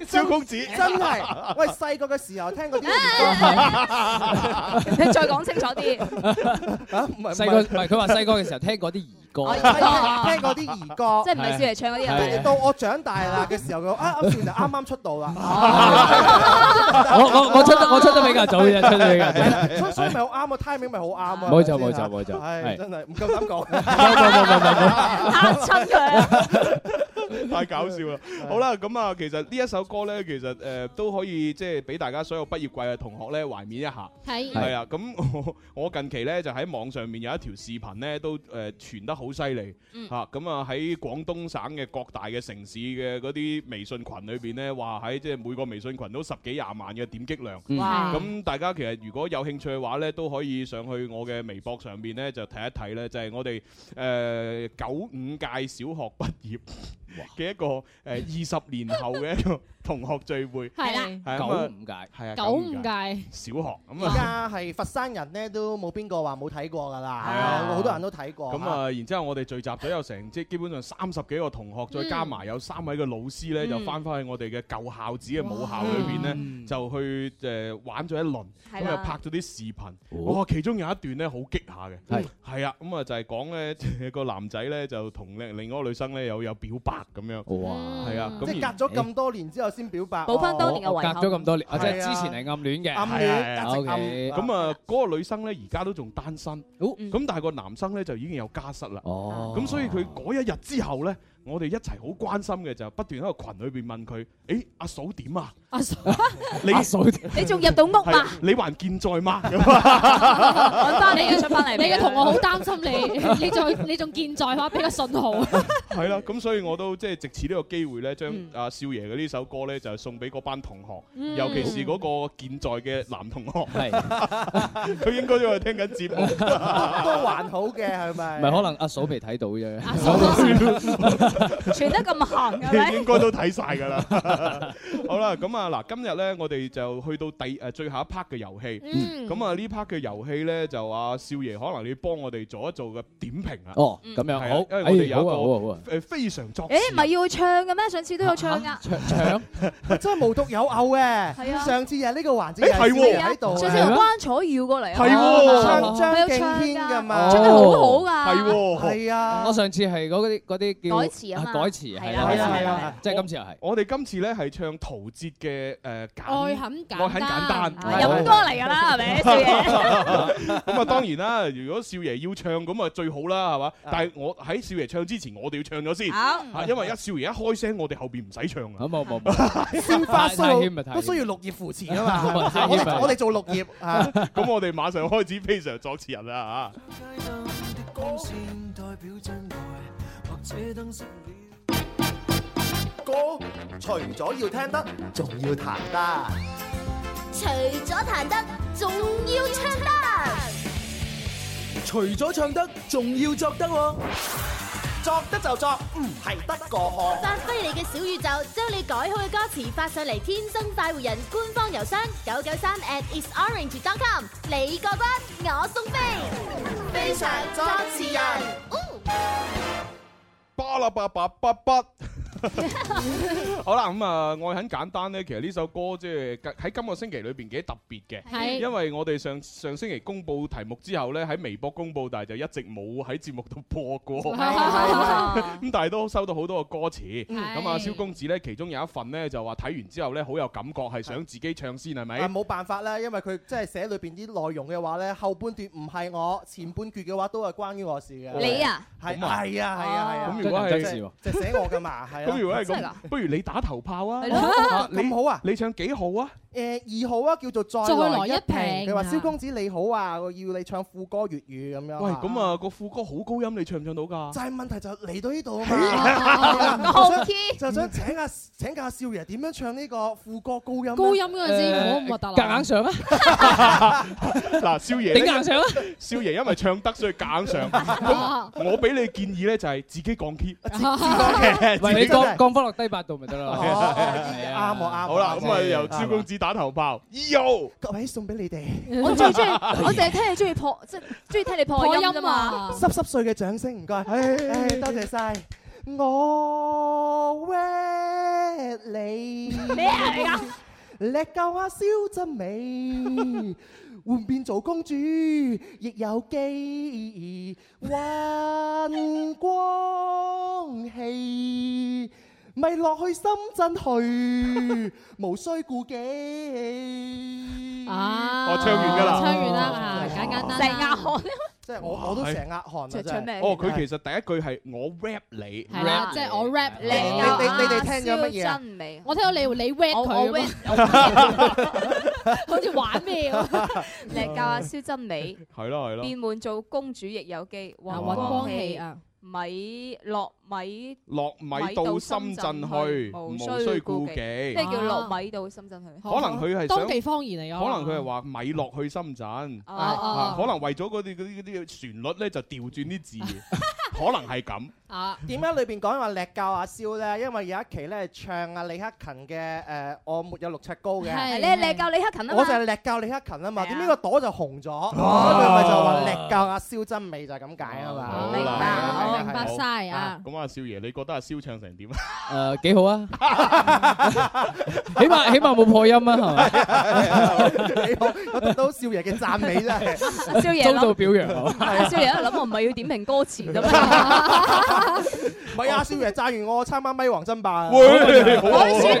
[SPEAKER 5] 真
[SPEAKER 3] 蕭公子
[SPEAKER 5] 真係，喂細個嘅時候聽 嗰啲，
[SPEAKER 8] 你 再講清楚啲。
[SPEAKER 12] 細個唔係佢話細個嘅時候聽嗰啲兒歌，
[SPEAKER 5] 係聽嗰啲兒 歌，
[SPEAKER 8] 即係唔係少爺唱嗰啲啊
[SPEAKER 5] 跟住到我長大啦嘅時候，佢話啊，阿少爺就啱啱出 道啦。
[SPEAKER 12] 我我我出得我出得比較早嘅，出得比較
[SPEAKER 5] 所以所以
[SPEAKER 12] 早。
[SPEAKER 5] 咪好啱啊，timing 咪好啱啊！
[SPEAKER 12] 冇錯
[SPEAKER 5] 係咪先
[SPEAKER 12] 冇錯冇錯
[SPEAKER 5] 唉
[SPEAKER 12] 係
[SPEAKER 5] 真係唔夠膽 講，
[SPEAKER 8] 嚇親佢。
[SPEAKER 3] 太搞笑啦！好啦，咁啊，其實呢一首歌咧，其實誒、呃都可以即係俾大家所有畢業季嘅同學咧懷緬一下。
[SPEAKER 4] 係
[SPEAKER 3] 係啊，咁 我我近期咧就喺網上面有一條視頻咧都誒、呃傳得好犀利
[SPEAKER 4] 嗯
[SPEAKER 3] 嚇，咁啊喺廣東省嘅各大嘅城市嘅嗰啲微信群裏邊咧，話喺即係每個微信群都十幾廿萬嘅點擊量。
[SPEAKER 12] 嗯
[SPEAKER 8] 啊
[SPEAKER 12] 哇
[SPEAKER 3] 咁大家其實如果有興趣嘅話咧，都可以上去我嘅微博上邊咧就睇一睇咧，就係我哋誒九五屆小學畢業嘅一個誒二十年後嘅一個同學聚會。
[SPEAKER 4] 係啦
[SPEAKER 3] 係咁啊
[SPEAKER 12] 九五屆
[SPEAKER 3] 係啊，
[SPEAKER 4] 九五屆
[SPEAKER 3] 小學咁
[SPEAKER 5] 而
[SPEAKER 3] 啊。
[SPEAKER 5] 家係佛山人咧都冇邊個話冇睇過㗎啦，
[SPEAKER 3] 啊
[SPEAKER 5] 好多人都睇過。
[SPEAKER 3] 咁啊，然之後我哋聚集咗有成即係基本上三十幾個同學，再加埋有三位嘅老師咧，
[SPEAKER 5] 嗯
[SPEAKER 3] 就翻返去我哋嘅舊校址嘅母校裏邊咧，就去誒玩咗一輪，
[SPEAKER 5] 係
[SPEAKER 3] 咁
[SPEAKER 5] 啦
[SPEAKER 3] 又拍咗啲視頻。哇！其中有一段咧好激下嘅，
[SPEAKER 12] 係
[SPEAKER 3] 係啊，咁啊就係講咧即 係個男仔咧就同另另外一個女生咧有有表白咁樣。
[SPEAKER 12] 哇！
[SPEAKER 8] 嗯
[SPEAKER 3] 係啊，咁
[SPEAKER 5] 即係
[SPEAKER 3] 然
[SPEAKER 5] 隔咗咁多年之後先表白，
[SPEAKER 12] 我隔咗咁多年，啊即係
[SPEAKER 5] 係啊
[SPEAKER 12] 之前係暗戀嘅，
[SPEAKER 5] 暗戀
[SPEAKER 12] 係啊
[SPEAKER 5] 一直暗
[SPEAKER 12] OK
[SPEAKER 3] 咁啊，嗰個女生咧而家都仲單身，咁但係個男生咧就已經有家室啦。
[SPEAKER 13] 哦
[SPEAKER 3] 咁所以佢嗰一日之後咧，我哋一齊好關心嘅就不斷喺個群裏邊問佢：，誒阿嫂點啊？
[SPEAKER 4] 阿嫂，
[SPEAKER 3] 你
[SPEAKER 12] 阿嫂點
[SPEAKER 8] 你仲入到屋嘛
[SPEAKER 3] 係？啊你還健在啊嗎？
[SPEAKER 8] 揾翻你嘅出翻嚟
[SPEAKER 4] 你
[SPEAKER 8] 未，
[SPEAKER 4] 嘅同學好擔心你，你仲你仲健在嘅話，俾個信號。
[SPEAKER 3] 係啦，咁所以我都即係藉此呢個機會咧，將阿少爺嘅呢首歌咧就送俾嗰班同學，
[SPEAKER 4] 嗯
[SPEAKER 3] 尤其是嗰個健在嘅男同學，
[SPEAKER 12] 係
[SPEAKER 3] 佢應該都係聽緊節目。
[SPEAKER 5] 都還好嘅係
[SPEAKER 12] 唔
[SPEAKER 5] 咪？
[SPEAKER 12] 係可能阿嫂未睇到啫，
[SPEAKER 8] 傳得咁行 係咪？
[SPEAKER 3] 應該都睇晒㗎啦。 好啦，咁啊嗱，今日咧我哋就去到第呃誒最後一 part 嘅遊戲。
[SPEAKER 12] 嗯
[SPEAKER 3] 咁啊呢 part 嘅遊戲咧就阿少爺可能你幫我哋做一做嘅點評啊。
[SPEAKER 12] 哦咁樣
[SPEAKER 3] 係啊
[SPEAKER 12] 好
[SPEAKER 3] 因為我哋
[SPEAKER 12] 哎好啊
[SPEAKER 3] 有
[SPEAKER 12] 好啊好啊
[SPEAKER 3] 一個誒非常作。
[SPEAKER 8] 誒，唔係要唱嘅咩？上次都有唱噶。
[SPEAKER 5] 真係無獨有偶
[SPEAKER 8] 係
[SPEAKER 5] 嘅
[SPEAKER 8] 啊，
[SPEAKER 5] 上次又係呢個環節
[SPEAKER 3] 誒係喎
[SPEAKER 5] 又係喺度，
[SPEAKER 8] 上次由關楚耀過嚟啊。
[SPEAKER 5] 係喎
[SPEAKER 8] 係
[SPEAKER 5] 張張
[SPEAKER 8] 佢有
[SPEAKER 5] 敬
[SPEAKER 8] 唱
[SPEAKER 5] 軒㗎
[SPEAKER 8] 㗎
[SPEAKER 5] 嘛
[SPEAKER 8] 唱得好好㗎。
[SPEAKER 3] 係喎，
[SPEAKER 5] 係啊，
[SPEAKER 12] 我上次係嗰啲嗰啲叫
[SPEAKER 8] 改詞
[SPEAKER 6] 詞啊嘛，
[SPEAKER 12] 改詞
[SPEAKER 6] 係
[SPEAKER 12] 係
[SPEAKER 6] 啦，
[SPEAKER 12] 啦，
[SPEAKER 6] 係
[SPEAKER 12] 係
[SPEAKER 6] 啦係
[SPEAKER 12] 啦
[SPEAKER 6] 啦，
[SPEAKER 12] 即係今次又係。
[SPEAKER 3] 我哋今次咧係唱陶喆嘅誒簡
[SPEAKER 4] 愛很簡單
[SPEAKER 3] 愛很簡單，
[SPEAKER 4] 啊飲歌嚟㗎啦係咪少爺
[SPEAKER 3] 咁啊當然啦，如果少爺要唱咁啊最好啦，係嘛？但係我喺少爺唱之前，我哋要唱咗先，
[SPEAKER 5] 好
[SPEAKER 3] 啊因為一少爺一開聲，我哋後邊唔使唱啊。
[SPEAKER 12] 冇冇
[SPEAKER 5] 鮮花需
[SPEAKER 3] 太
[SPEAKER 5] 要
[SPEAKER 3] 謙啊太謙，
[SPEAKER 5] 都需要綠葉扶持啊嘛
[SPEAKER 3] 太
[SPEAKER 5] 我
[SPEAKER 3] 謙啊
[SPEAKER 5] 哋我哋做綠葉啊。
[SPEAKER 3] 咁我哋馬上開始非常作詞人啦啊嚇。
[SPEAKER 13] 光線代表真愛，或者燈飾了。
[SPEAKER 11] 歌除咗要聽得，仲要彈得。
[SPEAKER 6] 除咗彈得，仲要唱得，
[SPEAKER 15] 除咗唱得，仲要作得喎。
[SPEAKER 11] 作得就作，唔係得過河。
[SPEAKER 6] 發揮你嘅小宇宙，將你改好嘅歌詞發上嚟，天生快活人官方郵箱九九三 at isorange.com，你過關，我送飛，非常作詞人。
[SPEAKER 3] 巴啦巴巴巴巴。好啦，咁啊，愛很簡單咧。其實呢首歌即係喺今個星期裏邊幾特別嘅，
[SPEAKER 11] 係
[SPEAKER 3] 因為我哋上上星期公佈題目之後咧，喺微博公佈，但係就一直冇喺節目度播過。
[SPEAKER 11] 係係係
[SPEAKER 3] 咁但係都收到好多個歌詞。
[SPEAKER 5] 嗯
[SPEAKER 3] 咁啊，蕭公子咧，其中有一份咧就話睇完之後咧好有感覺，係想自己唱先係咪
[SPEAKER 5] 啊？冇辦法啦，因為佢即係寫裏邊啲內容嘅話咧，後半段唔係我，前半段嘅話都係關於我事嘅。
[SPEAKER 8] 你啊
[SPEAKER 5] 係
[SPEAKER 3] 咁啊
[SPEAKER 5] 係啊係啊係啊！
[SPEAKER 3] 咁如果係
[SPEAKER 5] 即係即係寫我㗎嘛，係啊。
[SPEAKER 3] 咁如果係咁，不如你打頭炮啊！
[SPEAKER 5] 係咯
[SPEAKER 3] 啊你
[SPEAKER 5] 咁好啊！
[SPEAKER 3] 你唱幾好啊？
[SPEAKER 5] 誒二號啊，叫做再
[SPEAKER 4] 再
[SPEAKER 5] 來
[SPEAKER 4] 來一
[SPEAKER 5] 一
[SPEAKER 4] 瓶
[SPEAKER 5] 瓶。佢話
[SPEAKER 4] 啊
[SPEAKER 5] 蕭公子你好啊，我要你唱副歌粵語咁樣。
[SPEAKER 3] 喂，咁啊個副歌好高音，你唱唔唱到㗎？
[SPEAKER 5] 就係問題就嚟到呢度啊
[SPEAKER 8] 哦
[SPEAKER 3] 啊
[SPEAKER 5] 嘛，
[SPEAKER 3] 高
[SPEAKER 5] 就想
[SPEAKER 3] key
[SPEAKER 5] 就想請阿請教阿少爺點樣唱呢個副歌高音呢
[SPEAKER 4] 高音嗰陣時唔好咁核突啦夾硬上
[SPEAKER 12] 啊！
[SPEAKER 3] 嗱，少爺
[SPEAKER 12] 頂硬上啊！
[SPEAKER 3] 少爺因為唱得所以夾硬 上。咁我俾你建議咧，就係自己降 key。
[SPEAKER 12] 唔係 你
[SPEAKER 3] 自己
[SPEAKER 12] 降降翻落低八度咪得啦。
[SPEAKER 5] 啱啊啱啊。
[SPEAKER 3] 好啦，咁啊由蕭公子打頭炮。Yo，
[SPEAKER 5] 各位送俾你哋，
[SPEAKER 8] 我最中意，我淨係聽你中意破，即係中意聽你破音啊啫嘛。
[SPEAKER 5] 濕濕碎嘅掌聲，唔該，唉多謝晒。我 w 你
[SPEAKER 11] 咩嚟㗎？
[SPEAKER 5] 叻夠阿蕭真美，換變做公主亦有機，雲光氣。咪落去深圳去，無需顧忌。
[SPEAKER 4] 啊
[SPEAKER 3] 我唱完㗎啦
[SPEAKER 4] 唱完啦，啊簡簡單單，
[SPEAKER 8] 成額汗
[SPEAKER 5] 即係我我都成日汗啊！真係
[SPEAKER 3] 哦，佢其實第一句係我 rap 你
[SPEAKER 4] 係啦，即係我 rap 你，
[SPEAKER 3] 你
[SPEAKER 8] 啊
[SPEAKER 3] 你你
[SPEAKER 8] 哋聽咗乜嘢啊真
[SPEAKER 4] 嘢？我聽到你你 rap 佢咁好似玩 咩咁。
[SPEAKER 8] 嚟教阿啊蕭真美，
[SPEAKER 3] 係咯係咯。
[SPEAKER 8] 變換做公主亦有機，
[SPEAKER 3] 啊
[SPEAKER 8] 雲
[SPEAKER 3] 雲
[SPEAKER 8] 光
[SPEAKER 3] 光
[SPEAKER 8] 氣
[SPEAKER 3] 氣
[SPEAKER 8] 啊，米落米
[SPEAKER 3] 落米到深圳去，
[SPEAKER 8] 無
[SPEAKER 3] 無
[SPEAKER 8] 需
[SPEAKER 3] 需
[SPEAKER 8] 顧
[SPEAKER 3] 顧
[SPEAKER 8] 忌，
[SPEAKER 3] 忌。
[SPEAKER 8] 咩叫落米到深圳去？
[SPEAKER 3] 可能佢係想
[SPEAKER 4] 當地方言嚟㗎
[SPEAKER 3] 可能佢係話米落去深圳，
[SPEAKER 8] 哦
[SPEAKER 3] 啊可能為咗嗰啲嗰啲嗰啲旋律咧就調轉 啲字，可能係咁。
[SPEAKER 4] 啊！
[SPEAKER 5] 點解裏邊講話力教阿蕭咧？因為有一期咧唱阿李克勤嘅誒《我沒有六尺高》嘅，
[SPEAKER 8] 係你係力教李克勤啊嘛
[SPEAKER 5] 我就係力教李克勤啊嘛。點知個朵就紅咗，咁
[SPEAKER 3] 啊
[SPEAKER 5] 佢咪就話力教阿蕭真美就係咁解啊嘛。
[SPEAKER 3] 好啦
[SPEAKER 4] 哦明白明白晒啊！
[SPEAKER 3] 咁啊，少爺，你覺得阿蕭唱成 點啊？
[SPEAKER 12] 誒幾好啊！起碼起碼冇破音啊，係咪？
[SPEAKER 5] 你好，我得到少爺嘅讚美真係。
[SPEAKER 8] 少爺諗
[SPEAKER 12] 遭到表揚啊。
[SPEAKER 8] 阿蕭爺諗我唔係要點評歌 詞㗎嘛，
[SPEAKER 5] 唔係啊，少爺讚完我參加咪王爭霸啊，
[SPEAKER 3] 喂 好啊
[SPEAKER 8] 海選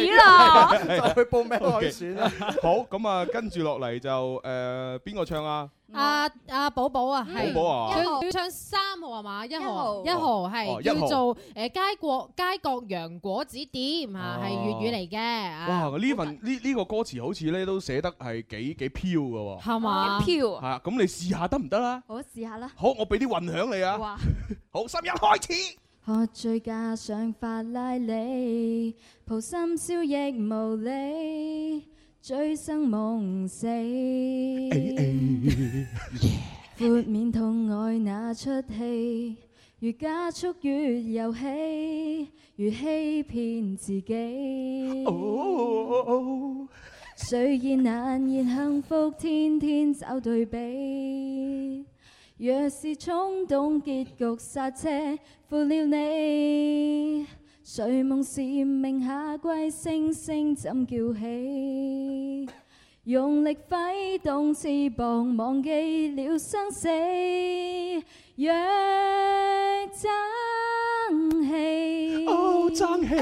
[SPEAKER 8] 始啦，
[SPEAKER 5] 就去報咩海選啦。
[SPEAKER 3] 好，咁啊，跟住落嚟就誒邊個唱啊？
[SPEAKER 4] 阿阿寶寶啊，係
[SPEAKER 3] 寶寶啊
[SPEAKER 4] 佢
[SPEAKER 3] 一號
[SPEAKER 4] 佢唱三號係嘛？一號
[SPEAKER 3] 號
[SPEAKER 4] 一號
[SPEAKER 3] 哦
[SPEAKER 4] 係
[SPEAKER 3] 一號
[SPEAKER 4] 叫做誒街國街角洋果子店啊，係粵語嚟嘅啊，
[SPEAKER 3] 哇！呢份呢呢個歌詞好似咧都寫得係幾幾飄嘅喎。
[SPEAKER 4] 係嘛？
[SPEAKER 8] 飄
[SPEAKER 3] 係啊，咁你試下得唔得啦？
[SPEAKER 8] 好試下啦。
[SPEAKER 3] 好，我俾啲混響你啊！
[SPEAKER 8] 哇！
[SPEAKER 3] 好，十一開始。
[SPEAKER 7] 喝醉加上法拉利，抱深宵亦無理，醉生夢死。闊面痛愛那出戲，越加速越遊戲，越欺騙自己。雖然難言幸福，天天找對比。若是衝動，結局剎車負了你。睡夢是明夏季星星怎叫起？用力揮動翅膀，忘記了生死。若爭氣。爭氣，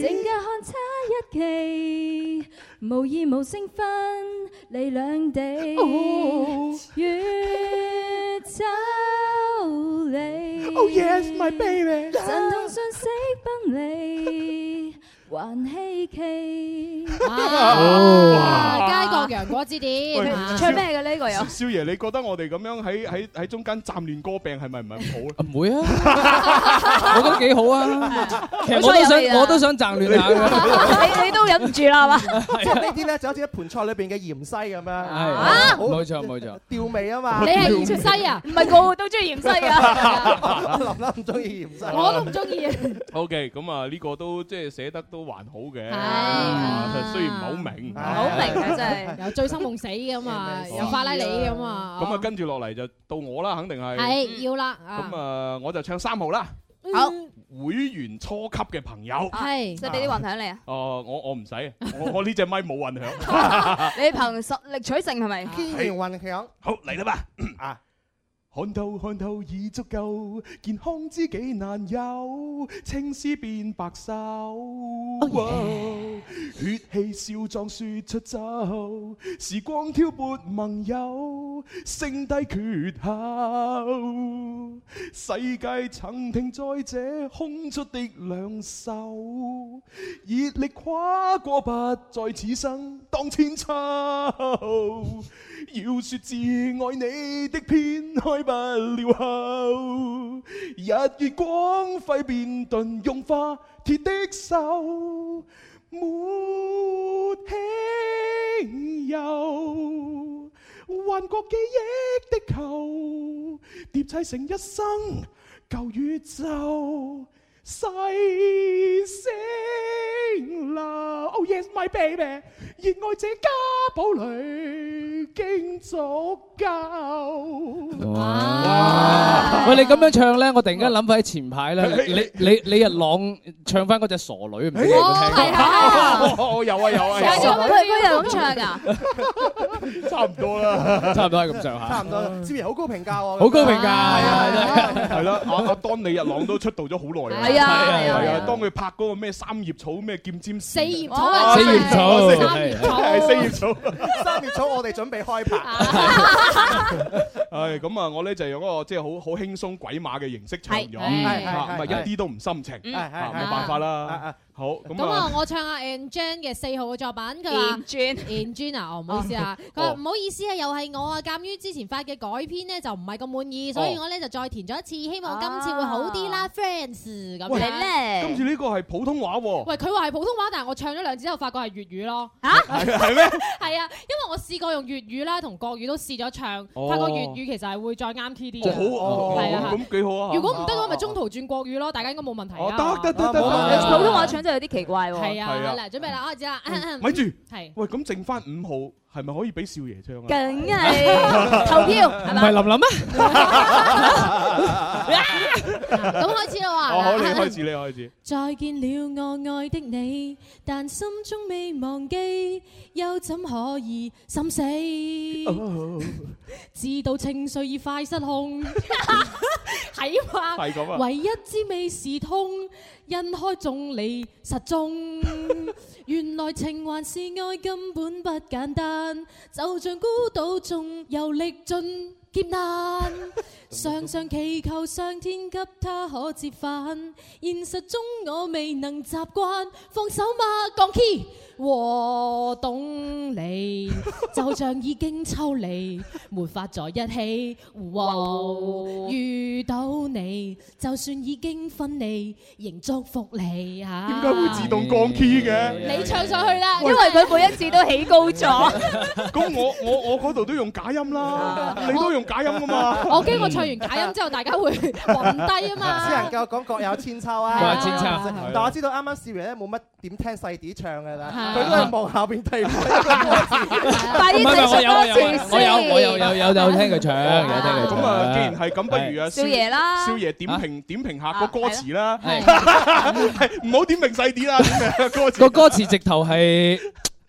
[SPEAKER 7] 正價看差一期，無意無聲分你兩地，越走你。
[SPEAKER 5] Oh yes, my baby.
[SPEAKER 8] Ờ.
[SPEAKER 7] 神童信息崩離，還稀奇。
[SPEAKER 4] 街角洋果之
[SPEAKER 3] 喂
[SPEAKER 4] 點啊，
[SPEAKER 3] 唱
[SPEAKER 8] 咩嘅呢個有？
[SPEAKER 3] 少爺，你覺得我哋咁樣喺喺喺中間站亂歌病係咪唔係唔 好
[SPEAKER 12] 咧？唔會啊，我覺得幾好啊。其實我都
[SPEAKER 8] 好彩有你
[SPEAKER 12] 想我都想賺亂
[SPEAKER 8] 啊
[SPEAKER 12] 下 嘅。
[SPEAKER 8] 你你都忍唔住啦，係嘛？
[SPEAKER 5] 即係呢啲咧就好似一盤菜裏邊嘅芫茜咁樣，
[SPEAKER 12] 係冇錯冇錯。
[SPEAKER 5] 調味啊嘛。
[SPEAKER 4] 你係芫茜啊？
[SPEAKER 8] 唔係個個都中意芫茜㗎。
[SPEAKER 5] 林林唔中意芫茜，
[SPEAKER 4] 我都唔中意。
[SPEAKER 3] O K，咁啊呢個都即係寫得都還好嘅，
[SPEAKER 4] 啊
[SPEAKER 3] 雖然唔係好明，
[SPEAKER 4] 好明啊，真係又醉生夢死 咁啊，又法拉利咁啊，
[SPEAKER 3] 咁啊，跟住落嚟就到我啦，肯定係。
[SPEAKER 4] 係要啦啊
[SPEAKER 3] 咁，啊，我就唱三號啦。
[SPEAKER 4] 好
[SPEAKER 3] 會員初級嘅朋友。
[SPEAKER 8] À,
[SPEAKER 4] 係，
[SPEAKER 8] 使俾啲雲響你啊！
[SPEAKER 3] 哦，我我唔使，我我呢隻咪冇混響。
[SPEAKER 8] 你憑實力取勝係咪？
[SPEAKER 5] 天然混響。
[SPEAKER 3] 好嚟啦吧。
[SPEAKER 5] 啊！
[SPEAKER 14] 看透看透已足夠，健康知己難有，青絲變白首。血氣少壯説出走，時光挑撥盟友，剩低缺口。世界曾停在這空出的兩手，熱力跨過不在此生當千秋。要說至愛你的偏開不了口，日月光輝變鈍融化鐵的手，沒輕柔，幻覺記憶的球，疊砌成一生舊宇宙。細聲啦，Oh yes my baby，熱愛這家堡裏經足夠。
[SPEAKER 8] À.
[SPEAKER 13] À.
[SPEAKER 12] 喂，你咁樣唱咧，我突然間諗翻起前排咧，
[SPEAKER 3] 你
[SPEAKER 12] 你你你日朗唱翻嗰只傻女，唔知你有冇聽過？
[SPEAKER 3] 哦，有啊有啊，
[SPEAKER 8] 佢
[SPEAKER 3] 有啊
[SPEAKER 8] 佢又咁唱㗎。
[SPEAKER 3] 差唔多啦，
[SPEAKER 12] 差唔多係咁上下。
[SPEAKER 5] 差唔多，趙爺好高評價喎，
[SPEAKER 12] 哦好高評價，係啊，真係
[SPEAKER 3] 係啦，阿阿當李日朗都出道咗好耐啦，
[SPEAKER 5] 係啊
[SPEAKER 3] 係
[SPEAKER 5] 係啊
[SPEAKER 3] 係
[SPEAKER 5] 係
[SPEAKER 3] 啊
[SPEAKER 5] 啊，
[SPEAKER 3] 當佢拍嗰個咩三葉草咩劍尖
[SPEAKER 4] 四葉草
[SPEAKER 3] 啊
[SPEAKER 4] 啊，
[SPEAKER 3] 四葉草
[SPEAKER 4] 真係三葉草，
[SPEAKER 3] 係四葉草。
[SPEAKER 12] 啊
[SPEAKER 5] 三葉草我哋準備開拍，
[SPEAKER 3] 係咁啊！我咧就用一個即係好好輕鬆鬼馬嘅形式唱咗，
[SPEAKER 5] 係嗯係係
[SPEAKER 3] 啊咁啊
[SPEAKER 5] 係
[SPEAKER 3] 一啲都唔深情，
[SPEAKER 5] 嗯
[SPEAKER 3] 啊
[SPEAKER 5] 係係
[SPEAKER 3] 冇辦法啦。好咁
[SPEAKER 4] 咁啊
[SPEAKER 3] 啊，，
[SPEAKER 4] 我唱阿 An Jan 嘅四號嘅作品，佢話
[SPEAKER 8] An Jan，An
[SPEAKER 4] Jan 啊，哦唔好意思啊，佢
[SPEAKER 3] 哦
[SPEAKER 4] 話唔好意思啊，又係我啊，鑑於之前發嘅改編呢，就唔係咁滿意，所以
[SPEAKER 3] 哦
[SPEAKER 4] 我咧就再填咗一次，希望今次會好啲啦，Friends 咁樣
[SPEAKER 3] 今次呢個係普通話喎，
[SPEAKER 4] 喂，佢話係普通話，但係我唱咗兩次之後，發覺係粵語咯。嚇，
[SPEAKER 3] 係係咩？
[SPEAKER 4] 係啊，因為我試過用粵語啦，同國語都試咗唱，
[SPEAKER 3] 哦
[SPEAKER 4] 發覺粵語其實係會再啱 key
[SPEAKER 3] 哦
[SPEAKER 4] 啲嘅。
[SPEAKER 3] 好
[SPEAKER 4] 係啊
[SPEAKER 3] 哦，咁幾好啊！
[SPEAKER 4] 如果唔得嘅話，咪中途轉國語咯，大家應該冇問題
[SPEAKER 3] 哦
[SPEAKER 4] 啊。
[SPEAKER 3] 得得得得
[SPEAKER 8] 冇
[SPEAKER 3] 得
[SPEAKER 8] 啊
[SPEAKER 3] 得，
[SPEAKER 8] 普通話唱真係有啲奇怪喎。
[SPEAKER 4] 係
[SPEAKER 3] 係啊
[SPEAKER 4] 啊，嗱，準備啦，開始啦。
[SPEAKER 3] 咪住，
[SPEAKER 4] 係
[SPEAKER 3] 喂，咁剩翻五號係咪可以俾少爺唱啊？
[SPEAKER 8] 梗係投票係
[SPEAKER 12] 唔係
[SPEAKER 8] 嘛？
[SPEAKER 12] 林林咩？
[SPEAKER 4] 咁開始啦
[SPEAKER 3] 哦，好，你
[SPEAKER 4] 喎。
[SPEAKER 3] 開始，你開始。
[SPEAKER 16] 再見了我愛的你，但心中未忘記，又怎可以心死？知道情緒已快失控，係嘛？
[SPEAKER 4] 係咁啊
[SPEAKER 16] 唯一滋味是痛，因開中你失蹤。原來情還是愛根本不簡單，就像孤島中遊歷盡劫難。常常祈求上天給他可折返，現實中我未能習慣，放手嗎？降 key 和懂你，就像已經抽離，沒法在一起。哇遇到你，就算已經分離，仍祝福你嚇。
[SPEAKER 3] 點解會自動降 key 嘅？
[SPEAKER 16] 你唱上去啦，
[SPEAKER 8] 因為佢每一次都起高咗。
[SPEAKER 3] 咁我我我嗰度都用假音啦，你都用假音噶嘛？
[SPEAKER 4] 我驚我唱完假音之後，大家會暈低啊 嘛。
[SPEAKER 5] 只能夠講各有千秋啊，
[SPEAKER 12] 各有千秋係
[SPEAKER 5] 但我知道啱啱少爺咧冇乜點聽細啲唱㗎啦，
[SPEAKER 12] 係
[SPEAKER 5] 佢都係望下邊睇。快
[SPEAKER 12] 唔係唔係，我有我有我有我
[SPEAKER 8] 哎
[SPEAKER 12] 有有有有聽佢唱，有聽佢唱。
[SPEAKER 3] 咁啊，既然係咁，不如啊，
[SPEAKER 8] 少爺啦
[SPEAKER 3] 少爺點
[SPEAKER 4] 啊
[SPEAKER 3] 評點評下個歌詞啦，
[SPEAKER 12] 係
[SPEAKER 3] 係 唔好點評細啲 啦，點評下歌詞
[SPEAKER 12] 個歌詞直頭係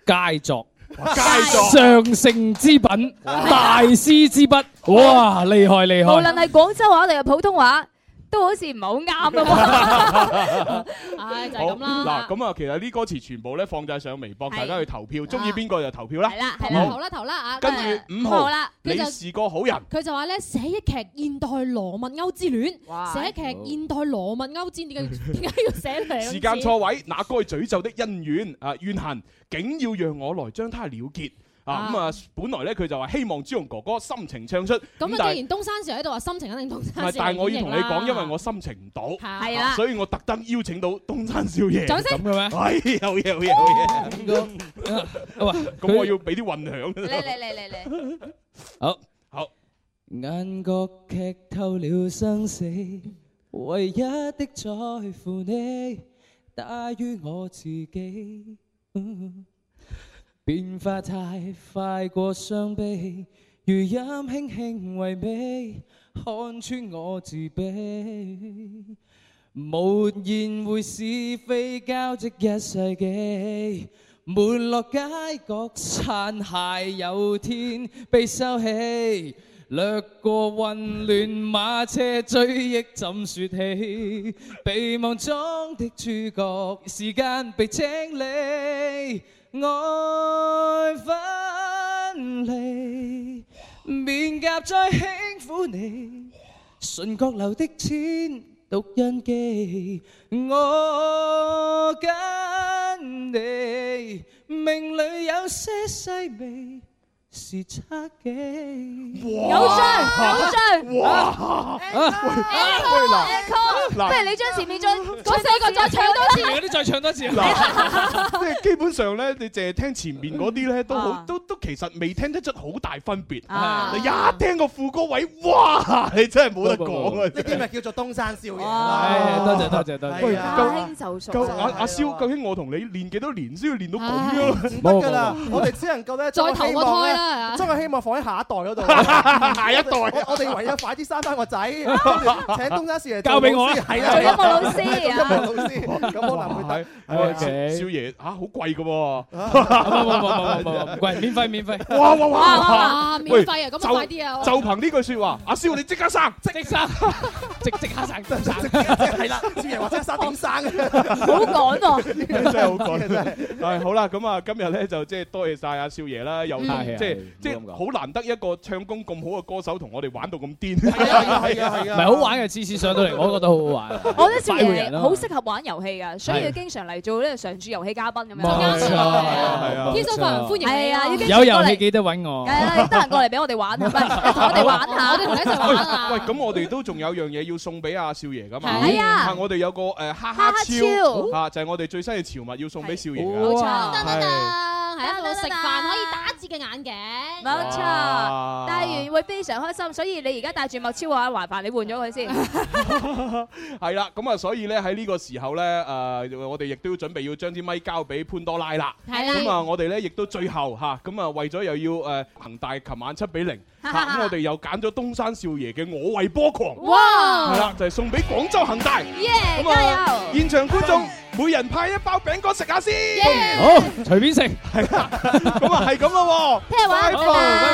[SPEAKER 12] 佳作。
[SPEAKER 3] 佳作
[SPEAKER 12] 上乘之品，大師之筆，哇！厲害厲
[SPEAKER 8] 無
[SPEAKER 12] 害！
[SPEAKER 8] 論係廣州話定係普通話，都好似唔係好啱啊！
[SPEAKER 4] 唉，就係
[SPEAKER 3] 好
[SPEAKER 4] 咁啦
[SPEAKER 3] 嗱，。咁啊，其實呢歌詞全部咧放晒上微博，大家去投票，中意邊個就投票啦。
[SPEAKER 4] 係啦，係啦，投
[SPEAKER 3] 好，
[SPEAKER 4] 啦，投啦啊！
[SPEAKER 3] 跟
[SPEAKER 4] 咁啊
[SPEAKER 3] 住五號，
[SPEAKER 4] 佢
[SPEAKER 3] 你
[SPEAKER 4] 就是
[SPEAKER 3] 個好人。
[SPEAKER 4] 佢就話咧寫一劇現代羅密歐之戀，寫一劇現代羅密歐之戀，點解點解要寫兩字
[SPEAKER 3] 時間錯位，那該詛咒的恩怨啊怨恨，竟要讓我來將它了結啊！咁啊，本來咧佢就話希望朱紅哥哥心情唱出，
[SPEAKER 4] 咁
[SPEAKER 3] 但係
[SPEAKER 4] 啊，既然東山少喺度話心情肯定東
[SPEAKER 3] 唔
[SPEAKER 4] 山
[SPEAKER 3] 係
[SPEAKER 4] 少，
[SPEAKER 3] 但係我要同你講，因為我心情唔到，
[SPEAKER 4] 係
[SPEAKER 3] 啊
[SPEAKER 4] 啦
[SPEAKER 3] 所以我特登邀請到東山少爺，
[SPEAKER 4] 掌聲
[SPEAKER 3] 咁嘅咩？係有嘢有嘢有嘢，咁我要俾啲混
[SPEAKER 8] 嚟
[SPEAKER 3] 響。
[SPEAKER 8] 嚟嚟嚟嚟，
[SPEAKER 12] 好，
[SPEAKER 3] 好。
[SPEAKER 13] 眼角劇透了生死，唯一的在乎你，大於我自己。嗯變化太快過傷悲，如飲輕輕為美，看穿我自卑。沒言會是非交織一世紀，沒落街角殘骸有天被收起，掠過混亂馬車追憶怎説起？被忘中的主角，時間被清理，愛分離，面夾再輕撫你。唇角流的錢，讀印記，我跟你，命裏有些細微是猜忌。
[SPEAKER 8] 有獎有獎！
[SPEAKER 3] 啊
[SPEAKER 13] 哇！
[SPEAKER 8] 喂嗱，不如你將前面再嗰四個再唱多次。
[SPEAKER 12] 嗰啲再唱多次。
[SPEAKER 3] 嗱，即係基本上咧，你淨係聽前面嗰啲咧，都好都都其實未聽得出好大分別。
[SPEAKER 5] 啊
[SPEAKER 3] 你一聽個副歌位，哇！ 你真係冇得講啊！
[SPEAKER 5] 呢啲咪叫做東山少爺
[SPEAKER 3] 唉
[SPEAKER 13] 哦
[SPEAKER 12] 哎
[SPEAKER 5] 咯。
[SPEAKER 3] 多謝多謝多謝喂夠
[SPEAKER 8] 就熟
[SPEAKER 3] 夠阿阿蕭，究竟我同你練幾多年先要練到咁樣？
[SPEAKER 5] 唔得㗎啦，我哋只能夠咧，
[SPEAKER 4] 再
[SPEAKER 5] 將個
[SPEAKER 4] 投
[SPEAKER 5] 希
[SPEAKER 4] 個
[SPEAKER 5] 望
[SPEAKER 4] 胎
[SPEAKER 5] 咧
[SPEAKER 12] 啊
[SPEAKER 4] 啦
[SPEAKER 5] 將個希望放喺下一代嗰度。
[SPEAKER 3] 下一代
[SPEAKER 5] 我我哋唯有快啲生翻個仔，請東山少爺做
[SPEAKER 3] 交俾我啦
[SPEAKER 5] 老師係啦，啊
[SPEAKER 8] 做音樂老師
[SPEAKER 5] 做音樂老師咁可能 會
[SPEAKER 3] 係
[SPEAKER 5] 得。
[SPEAKER 3] 喂，少少爺啊嚇好貴㗎喎！
[SPEAKER 12] 哎唔貴，免費免費。
[SPEAKER 3] 哇哇
[SPEAKER 4] 哇哇
[SPEAKER 3] 哇
[SPEAKER 4] 哇！免費啊咁啊
[SPEAKER 3] 就
[SPEAKER 4] 快啲啊
[SPEAKER 3] 就憑呢句説話，阿蕭你即刻生，
[SPEAKER 12] 即生，即即刻 生， 即
[SPEAKER 5] 生，係啦，少爺話即刻生點生 啊？
[SPEAKER 8] 好趕
[SPEAKER 5] 喎
[SPEAKER 3] 真係好趕，係好啦，咁啊，今日咧就即係多謝晒阿少爺啦，又
[SPEAKER 12] 嗯係啊
[SPEAKER 3] 即
[SPEAKER 12] 係
[SPEAKER 3] 係
[SPEAKER 12] 啊
[SPEAKER 3] 即
[SPEAKER 12] 唔
[SPEAKER 3] 係
[SPEAKER 12] 好
[SPEAKER 3] 好難得一個唱功咁好嘅歌手同我哋玩到咁癲，
[SPEAKER 12] 係啊唔係好玩嘅，次次上到嚟我都覺得好好玩。
[SPEAKER 8] 我覺得少
[SPEAKER 12] 快活人
[SPEAKER 8] 爺
[SPEAKER 12] 啊
[SPEAKER 8] 好適合玩遊戲㗎，所以
[SPEAKER 12] 係
[SPEAKER 8] 要經常嚟做呢個常駐遊戲嘉賓咁樣。
[SPEAKER 12] 冇錯，係啊
[SPEAKER 8] 天生快活人歡迎你啊
[SPEAKER 12] 冇錯
[SPEAKER 8] 已經
[SPEAKER 12] 有
[SPEAKER 8] 轉過
[SPEAKER 12] 遊
[SPEAKER 8] 嚟
[SPEAKER 12] 戲記得揾
[SPEAKER 3] 哦
[SPEAKER 12] 我。
[SPEAKER 8] 係啊，得閒過嚟俾我 哋玩，唔係同我哋玩下，我哋同你一齊玩啊！
[SPEAKER 3] 喂，咁我哋都仲有樣嘢要送俾阿少爺噶嘛？
[SPEAKER 8] 係啊
[SPEAKER 3] 我哋有個誒哈哈
[SPEAKER 8] 哈哈
[SPEAKER 3] 超
[SPEAKER 8] 超
[SPEAKER 3] 啊，就係我哋最新嘅潮物要送俾少爺㗎。
[SPEAKER 8] 冇錯
[SPEAKER 3] 係
[SPEAKER 4] 啊，係一個食飯可以打字嘅眼鏡，
[SPEAKER 8] 冇錯，
[SPEAKER 3] 哇
[SPEAKER 8] 戴完會非常開心，所以你而家戴住麥超啊，還煩你換咗佢先。
[SPEAKER 3] 係啦，咁啊，所以咧喺呢個時候咧，誒，我哋亦都要準備要將支咪交俾潘多拉啦。
[SPEAKER 8] 係啦
[SPEAKER 3] 咁啊，我哋咧亦都最後嚇，咁啊為咗又要誒恒大琴晚七 比零嚇，咁我哋又揀咗東山少爺嘅《我為波狂》。
[SPEAKER 8] 哇
[SPEAKER 3] 係啦，就係送俾廣州恒大。
[SPEAKER 8] 耶
[SPEAKER 3] 咁啊，現場觀眾每人派一包餅乾食下先。
[SPEAKER 12] 好，隨便食。
[SPEAKER 3] 咁啊，係咁啦喎。
[SPEAKER 8] 聽日玩
[SPEAKER 3] 拜拜拜拜